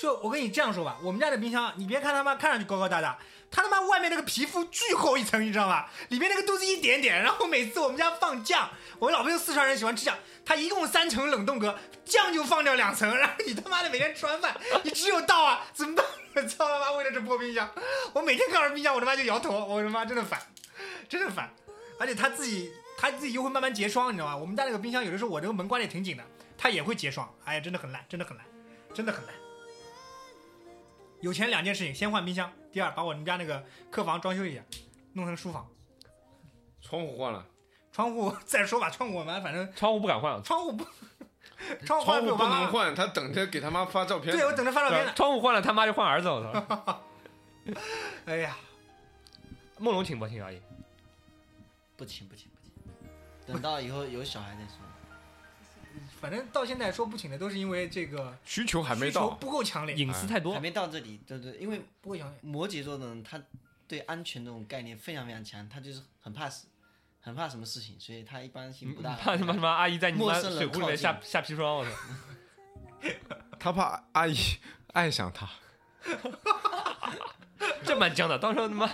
Speaker 5: 就我跟你这样说吧，我们家的冰箱，你别看他妈看上去高高大大，他他妈外面那个皮肤巨厚一层，你知道吗？里面那个都是一点点。然后每次我们家放酱，我老婆就四川人喜欢吃酱，她一共三层冷冻格，酱就放掉两层。然后你他妈的每天吃完饭，你只有倒啊，怎么办？ 我操他妈为了这破冰箱，我每天看着冰箱，我他妈就摇头，我他妈真的烦，真的烦。而且他自己他自己又会慢慢结霜，你知道吗？我们家那个冰箱有的时候我这个门关的挺紧的，它也会结霜。哎呀，真的很烂，真的很烂，真的很烂。有钱两件事情，先换冰箱，第二把我们家那个客房装修一下，弄成书房。
Speaker 6: 窗户换了，
Speaker 5: 窗户 再说吧，窗户我们反正
Speaker 3: 窗户不敢换，
Speaker 5: 窗户不，窗户
Speaker 6: 窗户
Speaker 5: 我
Speaker 6: 不
Speaker 5: 爸妈
Speaker 6: 能。换，他等着给他妈发照片。
Speaker 5: 啊对，我等着发照片呢。
Speaker 3: 窗户换了，他妈就换儿子，我 操！
Speaker 5: 哎呀，
Speaker 3: 梦龙请不啊请阿姨？
Speaker 4: 不请不请不请，等到以后有小孩再说。
Speaker 5: 反正到现在说不请的都是因为这个
Speaker 6: 需求还没
Speaker 5: 需求
Speaker 6: 到，
Speaker 5: 不够强烈，
Speaker 3: 隐私太多
Speaker 4: 还，没到这里，对对，因为
Speaker 5: 不够强烈。
Speaker 4: 摩羯座的人他对安全这种概念非常非常强，他就是很怕死，很怕什么事情，所以他一般性不大。
Speaker 3: 嗯怕他妈什么阿姨在你
Speaker 4: 陌
Speaker 3: 妈
Speaker 4: 生人
Speaker 3: 水壶里面
Speaker 4: 靠近
Speaker 3: 下下砒霜，我操！
Speaker 6: 他怕阿姨爱上他。
Speaker 3: 这蛮僵的，到时候他妈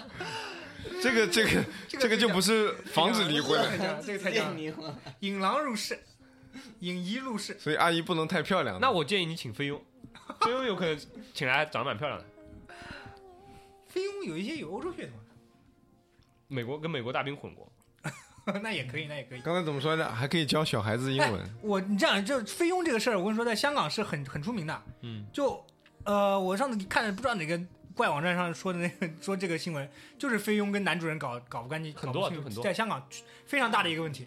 Speaker 4: 嗯
Speaker 6: 这个这个这个就不是防止离婚了，
Speaker 5: 了，这个太 强了。
Speaker 4: 离婚，
Speaker 5: 引狼入室，引姨入室。
Speaker 6: 所以阿姨不能太漂亮。
Speaker 3: 那我建议你请菲佣，菲佣有可能请来长得蛮漂亮的，
Speaker 5: 菲佣有一些有欧洲血统，
Speaker 3: 美国跟美国大兵混过，
Speaker 5: 那也可以，那也可以。
Speaker 6: 刚才怎么说呢？还可以教小孩子英文。
Speaker 5: 我你这样，就菲佣这个事儿，我跟你说，在香港是很很出名的。
Speaker 3: 嗯，
Speaker 5: 就呃，我上次看不知道哪个怪网站上说的那个 说这个新闻，就是菲佣跟男主人搞搞不干净，
Speaker 3: 很多啊
Speaker 5: 搞不清
Speaker 3: 就很多嗯
Speaker 5: 在香港非常大的一个问题。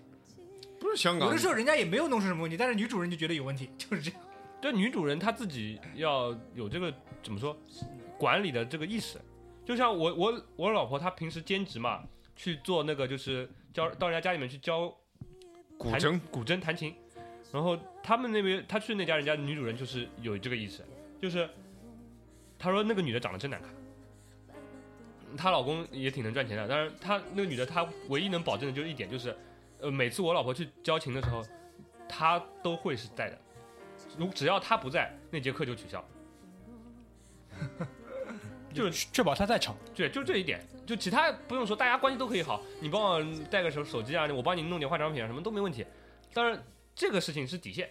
Speaker 6: 不是香
Speaker 5: 有
Speaker 6: 港
Speaker 5: 的，时候人家也没有弄出什么问题，但是女主人就觉得有问题， 就是这样。
Speaker 3: 这女主人她自己要有这个怎么说管理的这个意识，就像我我我老婆她平时兼职嘛，去做那个就是教到人家家里面去教
Speaker 6: 古
Speaker 3: 弹
Speaker 6: 筝
Speaker 3: 古筝弹琴，然后他们那边他去那家人家女主人就是有这个意识，就是他说那个女的长得真难看，她老公也挺能赚钱的，但是她那个女的她唯一能保证的就是一点就是，呃，每次我老婆去教琴的时候，她都会是在的，如只要她不在，那节课就取消。 就是
Speaker 1: 确保他在场。
Speaker 3: 对，就这一点，就其他不用说，大家关系都可以好。你帮我带个手手机啊，我帮你弄点化妆品啊，什么都没问题。但是这个事情是底线，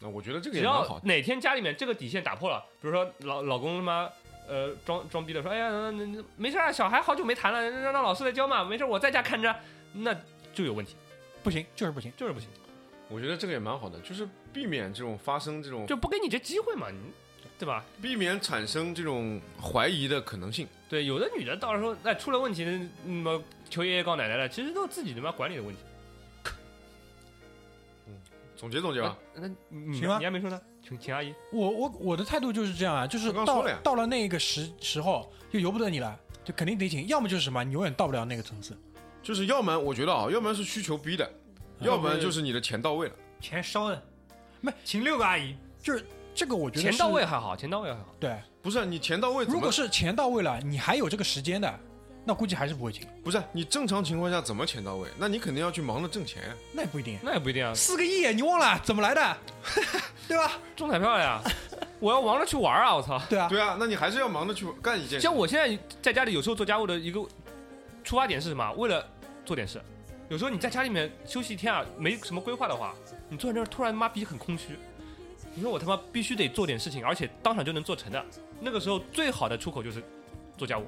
Speaker 6: 那我觉得这个
Speaker 3: 只
Speaker 6: 也蛮
Speaker 3: 要
Speaker 6: 好。
Speaker 3: 哪天家里面这个底线打破了，比如说老老公他妈呃装装逼的说，哎呀，那那那没事啊，小孩好久没谈了，让让老师来教嘛，没事，我在家看着，那就有问题，
Speaker 1: 不行，就是不行。
Speaker 3: 就是不行，
Speaker 6: 我觉得这个也蛮好的，就是避免这种发生这种，
Speaker 3: 就不给你这机会嘛，你对吧？
Speaker 6: 避免产生这种怀疑的可能性。
Speaker 3: 对，有的女的到时候那出了问题，嗯那么求爷爷告奶奶了，其实都是自己他妈管理的问题。
Speaker 6: 总结总结吧，
Speaker 3: 那你
Speaker 1: 行吗
Speaker 3: 你还没说呢，请请阿姨。
Speaker 1: 我我我的态度就是这样啊，就是
Speaker 6: 我刚
Speaker 1: 到
Speaker 6: 说了呀
Speaker 1: 到了那个时时候就由不得你了，就肯定得请，要么就是什么，你永远到不了那个层次。
Speaker 6: 就是要么我觉得啊，要么是需求逼的，要不然就是你的钱到位了。
Speaker 5: 钱烧的，
Speaker 1: 没
Speaker 5: 请六个阿姨，
Speaker 1: 就是这个，我觉得
Speaker 3: 钱
Speaker 1: 是
Speaker 3: 到位。还好，钱到位还好。
Speaker 1: 对，
Speaker 6: 不是啊你钱到位怎
Speaker 1: 如
Speaker 6: 么
Speaker 1: 果？是钱到位了，你还有这个时间的，那估计还是不会请。
Speaker 6: 不是啊你正常情况下怎么钱到位？那你肯定要去忙着挣钱呀。
Speaker 1: 那也不一定。
Speaker 3: 那也不一定啊，
Speaker 1: 四个亿，你忘了怎么来的？ 对吧？
Speaker 3: 中彩票了呀！我要忙着去玩啊！我操！
Speaker 1: 对啊，
Speaker 6: 对啊，那你还是要忙着去干一件事
Speaker 3: 像。我现在在家里有时候做家务的一个出发点是什么？为了做点事。有时候你在家里面休息一天啊，没什么规划的话，你坐在那儿突然妈逼很空虚。你说我他妈必须得做点事情，而且当场就能做成的。那个时候最好的出口就是做家务。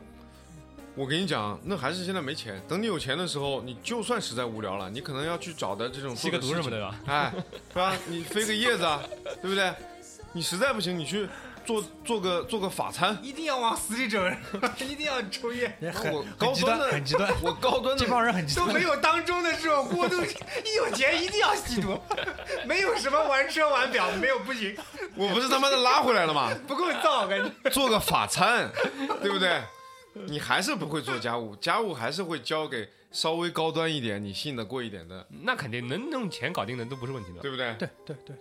Speaker 6: 我跟你讲，那还是现在没钱。等你有钱的时候，你就算实在无聊了，你可能要去找的这种
Speaker 3: 吸个毒什么的
Speaker 6: 做
Speaker 3: 吧
Speaker 6: 的事情，哎，是吧？你飞个叶子， 啊，对不对？你实在不行，你去做做个做个法餐。
Speaker 5: 一定要往死里整， 一定要抽 烟，
Speaker 6: 那我
Speaker 1: 很
Speaker 6: 高
Speaker 1: 极
Speaker 6: 端
Speaker 1: 端，
Speaker 6: 的，
Speaker 1: 很极端。
Speaker 6: 我高端
Speaker 1: 这
Speaker 6: 的，
Speaker 1: 帮人很极
Speaker 5: 都
Speaker 1: 端
Speaker 5: 没。有当中的这种过度， 一有钱一定要吸毒， 没有什么玩车玩表，没有不行，
Speaker 6: 我不是他妈的拉回来了吗？
Speaker 5: 不够造，感觉。
Speaker 6: 做个法餐，对不对？你还是不会做家务，家务还是会交给稍微高端一点、你信得过一点的，
Speaker 3: 那肯定能用钱搞定的都不是问题的。
Speaker 6: 对不对？
Speaker 1: 对对对，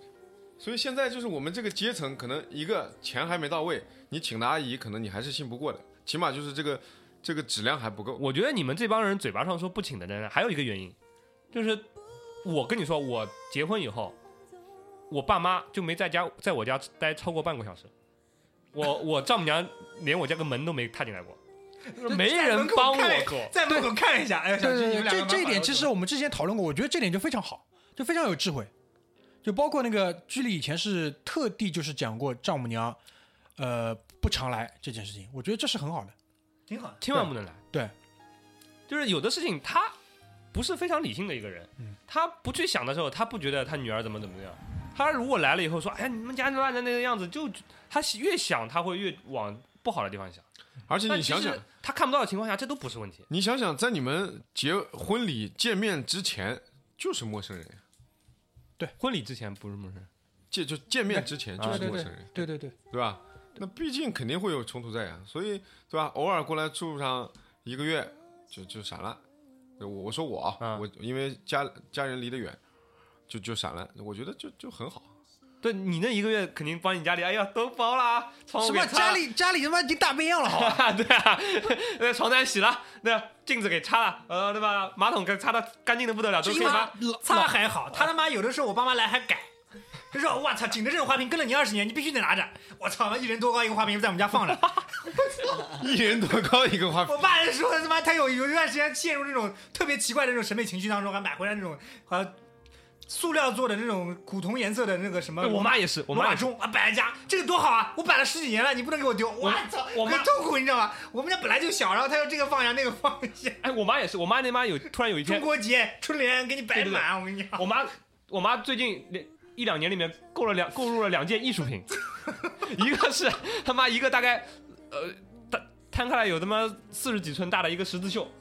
Speaker 6: 所以现在就是我们这个阶层，可能一个钱还没到位，你请的阿姨可能你还是信不过的，起码就是这个这个质量还不够。
Speaker 3: 我觉得你们这帮人嘴巴上说不请的人，还有一个原因，就是我跟你说，我结婚以后，我爸妈就没在家，在我家待超过半个小时。我我丈母娘连我家个门都没踏进来过，没人帮我做。
Speaker 5: 在门口看一下，哎，小
Speaker 1: 对
Speaker 5: 区
Speaker 1: 对
Speaker 5: 你们
Speaker 1: 对，
Speaker 5: 两个
Speaker 1: 这
Speaker 5: 蛮
Speaker 1: 这一
Speaker 5: 好的
Speaker 1: 点其实我们之前讨论过，我觉得这点就非常好，就非常有智慧。就包括那个居里以前是特地就是讲过丈母娘，呃，不常来这件事情，我觉得这是很好的。
Speaker 5: 挺好的。
Speaker 3: 千万不能来。
Speaker 1: 对，
Speaker 3: 就是有的事情他不是非常理性的一个人，
Speaker 1: 嗯
Speaker 3: 他不去想的时候，他不觉得他女儿怎么怎么样。他如果来了以后说，哎呀，你们家乱成那个样子，就他越想他会越往不好的地方想。
Speaker 6: 而且
Speaker 3: 但
Speaker 6: 你
Speaker 3: 其
Speaker 6: 想
Speaker 3: 实
Speaker 6: 想，
Speaker 3: 他看不到的情况下，这都不是问题。
Speaker 6: 你想想，在你们结婚礼见面之前就是陌生人呀，
Speaker 3: 婚礼之前不是陌生人，
Speaker 6: 见就见面之前啊就是陌生人，
Speaker 1: 对对对，
Speaker 6: 对吧？那毕竟肯定会有冲突在呀，所以对吧？偶尔过来住上一个月就就闪了。我我说我啊，
Speaker 3: 嗯
Speaker 6: 我因为家家人离得远，就就闪了。我觉得就就很好。
Speaker 3: 对你那一个月肯定帮你家里，哎呀，都包啦，床
Speaker 1: 什
Speaker 3: 我给
Speaker 1: 么
Speaker 3: 擦
Speaker 1: 家
Speaker 3: 了，
Speaker 1: 里家里他妈已经大变样了，好 吧？
Speaker 3: 对啊，那床单洗了，那镜子给擦了，呃，对吧？马桶给擦的干净的不得了，都
Speaker 5: 就是
Speaker 3: 可以吧？
Speaker 5: 妈擦还好，他他妈有的时候我爸妈来还改，就说我操，景德镇的花瓶跟了你二十年，你必须得拿着。我操，一人多高一个花瓶在我们家放着。
Speaker 6: 一人多高一个花瓶
Speaker 5: 我爸说他妈他有有一段时间陷入这种特别奇怪的这种审美情绪当中，还买回来那种呃塑料做的那种古铜颜色的那个什么
Speaker 3: 哎我妈也是，我
Speaker 5: 罗
Speaker 3: 妈
Speaker 5: 马
Speaker 3: 也是
Speaker 5: 钟啊摆在家，这个多好啊！我摆了十几年了，你不能给我丢。我操，
Speaker 3: 我妈
Speaker 5: 很痛苦，你知道吗？我们家本来就小，然后他又这个放下那个放下，
Speaker 3: 哎，我妈也是，我妈那妈有突然有一
Speaker 5: 中
Speaker 3: 天，
Speaker 5: 国结、春联给你摆
Speaker 3: 对对对
Speaker 5: 满，我跟你讲。
Speaker 3: 我妈我妈最近两一两年里面购了两购入了两件艺术 品，一个是他妈一个大概呃摊摊开来有他妈四十几寸大的一个十字 绣，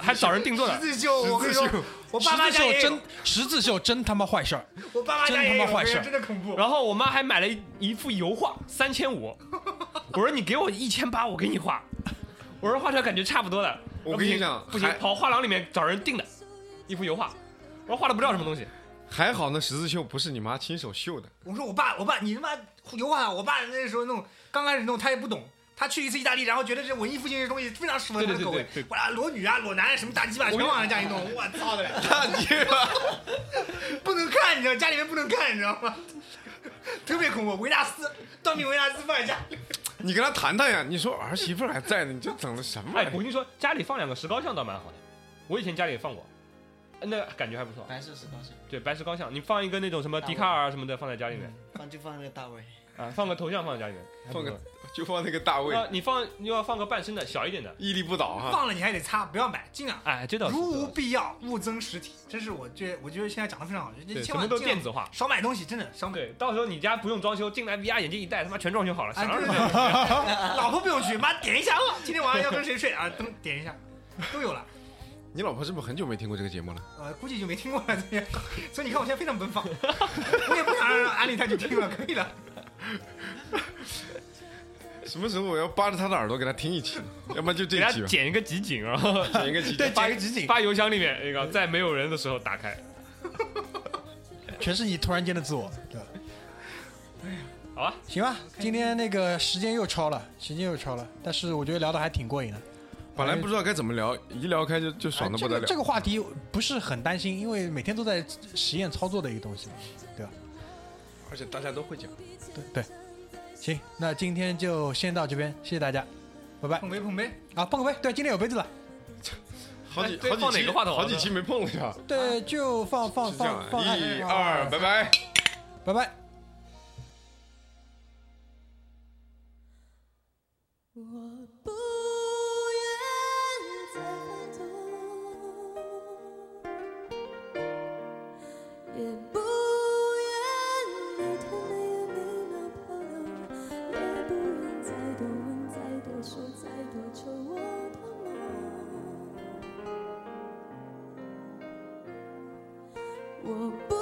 Speaker 3: 还找人定做
Speaker 5: 十
Speaker 3: 的。
Speaker 5: 字绣，我跟你说，我
Speaker 1: 十
Speaker 5: 爸妈
Speaker 1: 字
Speaker 5: 家
Speaker 1: 绣
Speaker 5: 也有
Speaker 1: 真，十字绣真他妈坏事儿，
Speaker 5: 我爸妈家也有，
Speaker 1: 真他妈坏事
Speaker 5: 我跟你说真的恐怖。
Speaker 3: 然后我妈还买了一一幅油画，三千五。我说你给我一千八，我给你画。我说画出来感觉差不多的。
Speaker 6: 我
Speaker 3: 说
Speaker 6: 跟你
Speaker 3: 不行
Speaker 6: 讲
Speaker 3: 不行
Speaker 6: 还，
Speaker 3: 跑画廊里面找人订的一幅油画，我说画的不知道什么东西。
Speaker 6: 还好那十字绣不是你妈亲手绣的，
Speaker 5: 我说我爸，我爸，你他妈油画，我爸那时候弄，刚开始弄他也不懂。他去一次意大利，然后觉得这文艺复兴这东西非常适合他的
Speaker 3: 对对
Speaker 5: 口味
Speaker 3: 对对，
Speaker 5: 哇，裸女啊，裸男啊什么大鸡巴全往人家一弄，我操的嘞！
Speaker 6: 大姐吧？
Speaker 5: 不能看，你知道，家里面不能看，你知道吗？ 特别恐怖，维纳斯，断臂维纳斯放在家里，
Speaker 6: 你跟她谈谈呀。你说儿媳妇还在呢，你这整的什么玩
Speaker 3: 哎
Speaker 6: 意，
Speaker 3: 我
Speaker 6: 儿？
Speaker 3: 跟你说，家里放两个石膏像倒蛮好的。我以前家里也放过，那感觉还不错。
Speaker 4: 白色石膏像，
Speaker 3: 对，白石膏像，你放一个那种什么笛卡尔啊什么的放在家里面
Speaker 4: 放就放那个大卫，
Speaker 3: 啊，放个头像放在家里面，
Speaker 6: 放个就放那个大卫，
Speaker 3: 啊，你放你要放个半身的小一点的，
Speaker 6: 屹立不倒哈。
Speaker 5: 放了你还得擦，不要买，尽量
Speaker 3: 哎，这倒是
Speaker 5: 如无必要，勿增实体。这是我觉，我觉得现在讲的非常好，
Speaker 3: 对，
Speaker 5: 你
Speaker 3: 什
Speaker 5: 千
Speaker 3: 么
Speaker 5: 万
Speaker 3: 都
Speaker 5: 尽
Speaker 3: 电
Speaker 5: 量
Speaker 3: 子化。
Speaker 5: 少买东西，真的少买。
Speaker 3: 对，到时候你家不用装修，进来 VR 眼镜一戴，他妈全装修好了，
Speaker 5: 啊，
Speaker 3: 想
Speaker 5: 对
Speaker 3: 让
Speaker 5: 对对， 老婆不用去，妈点一下哦，今天晚上要跟谁睡啊？灯点一下，都有了。
Speaker 6: 你老婆是不是很久没听过这个节目了？
Speaker 5: 呃，估计就没听过了，这样。所以你看我现在非常奔放，我也不想让安利他去听了，可以了。
Speaker 6: 什么时候我要扒着她的耳朵给她听一期呢？要不然就这
Speaker 3: 给他
Speaker 6: 一期吧，
Speaker 3: 剪一个集锦， 然后
Speaker 6: 剪一个集锦。
Speaker 3: 发
Speaker 1: 剪个集锦
Speaker 3: 发邮箱里面那个，在没有人的时候打开。
Speaker 1: 全是你突然间的自我，对吧？
Speaker 6: 哎
Speaker 3: 好
Speaker 6: 啊
Speaker 3: 吧，
Speaker 1: 行吧，今天那个时间又超了，时间又超了，但是我觉得聊的还挺过瘾的。
Speaker 6: 本来不知道该怎么聊，一聊开就就爽的
Speaker 1: 哎这
Speaker 6: 不得
Speaker 1: 个
Speaker 6: 了。
Speaker 1: 这个话题不是很担心，因为每天都在实验操作的一个东西嘛，对吧？
Speaker 6: 而且大家都会讲。
Speaker 1: 对对。行，那今天就先到这边，谢谢大家，拜拜
Speaker 5: 捧杯捧杯，
Speaker 1: 啊！碰个杯，对，今天有杯子了，
Speaker 6: 好几
Speaker 3: 哎对
Speaker 6: 好几
Speaker 3: 放哪
Speaker 6: 期
Speaker 3: 个话筒啊
Speaker 6: 好几期没碰了呀。
Speaker 1: 对，就放放
Speaker 6: 啊是这样
Speaker 1: 放
Speaker 6: 啊，
Speaker 1: 放，
Speaker 6: 一二，拜拜。
Speaker 1: 拜拜。
Speaker 7: 我不愿再犯错，也不愿每天每夜被冒泡，也不愿再多问、再多说、再多求我的梦。我不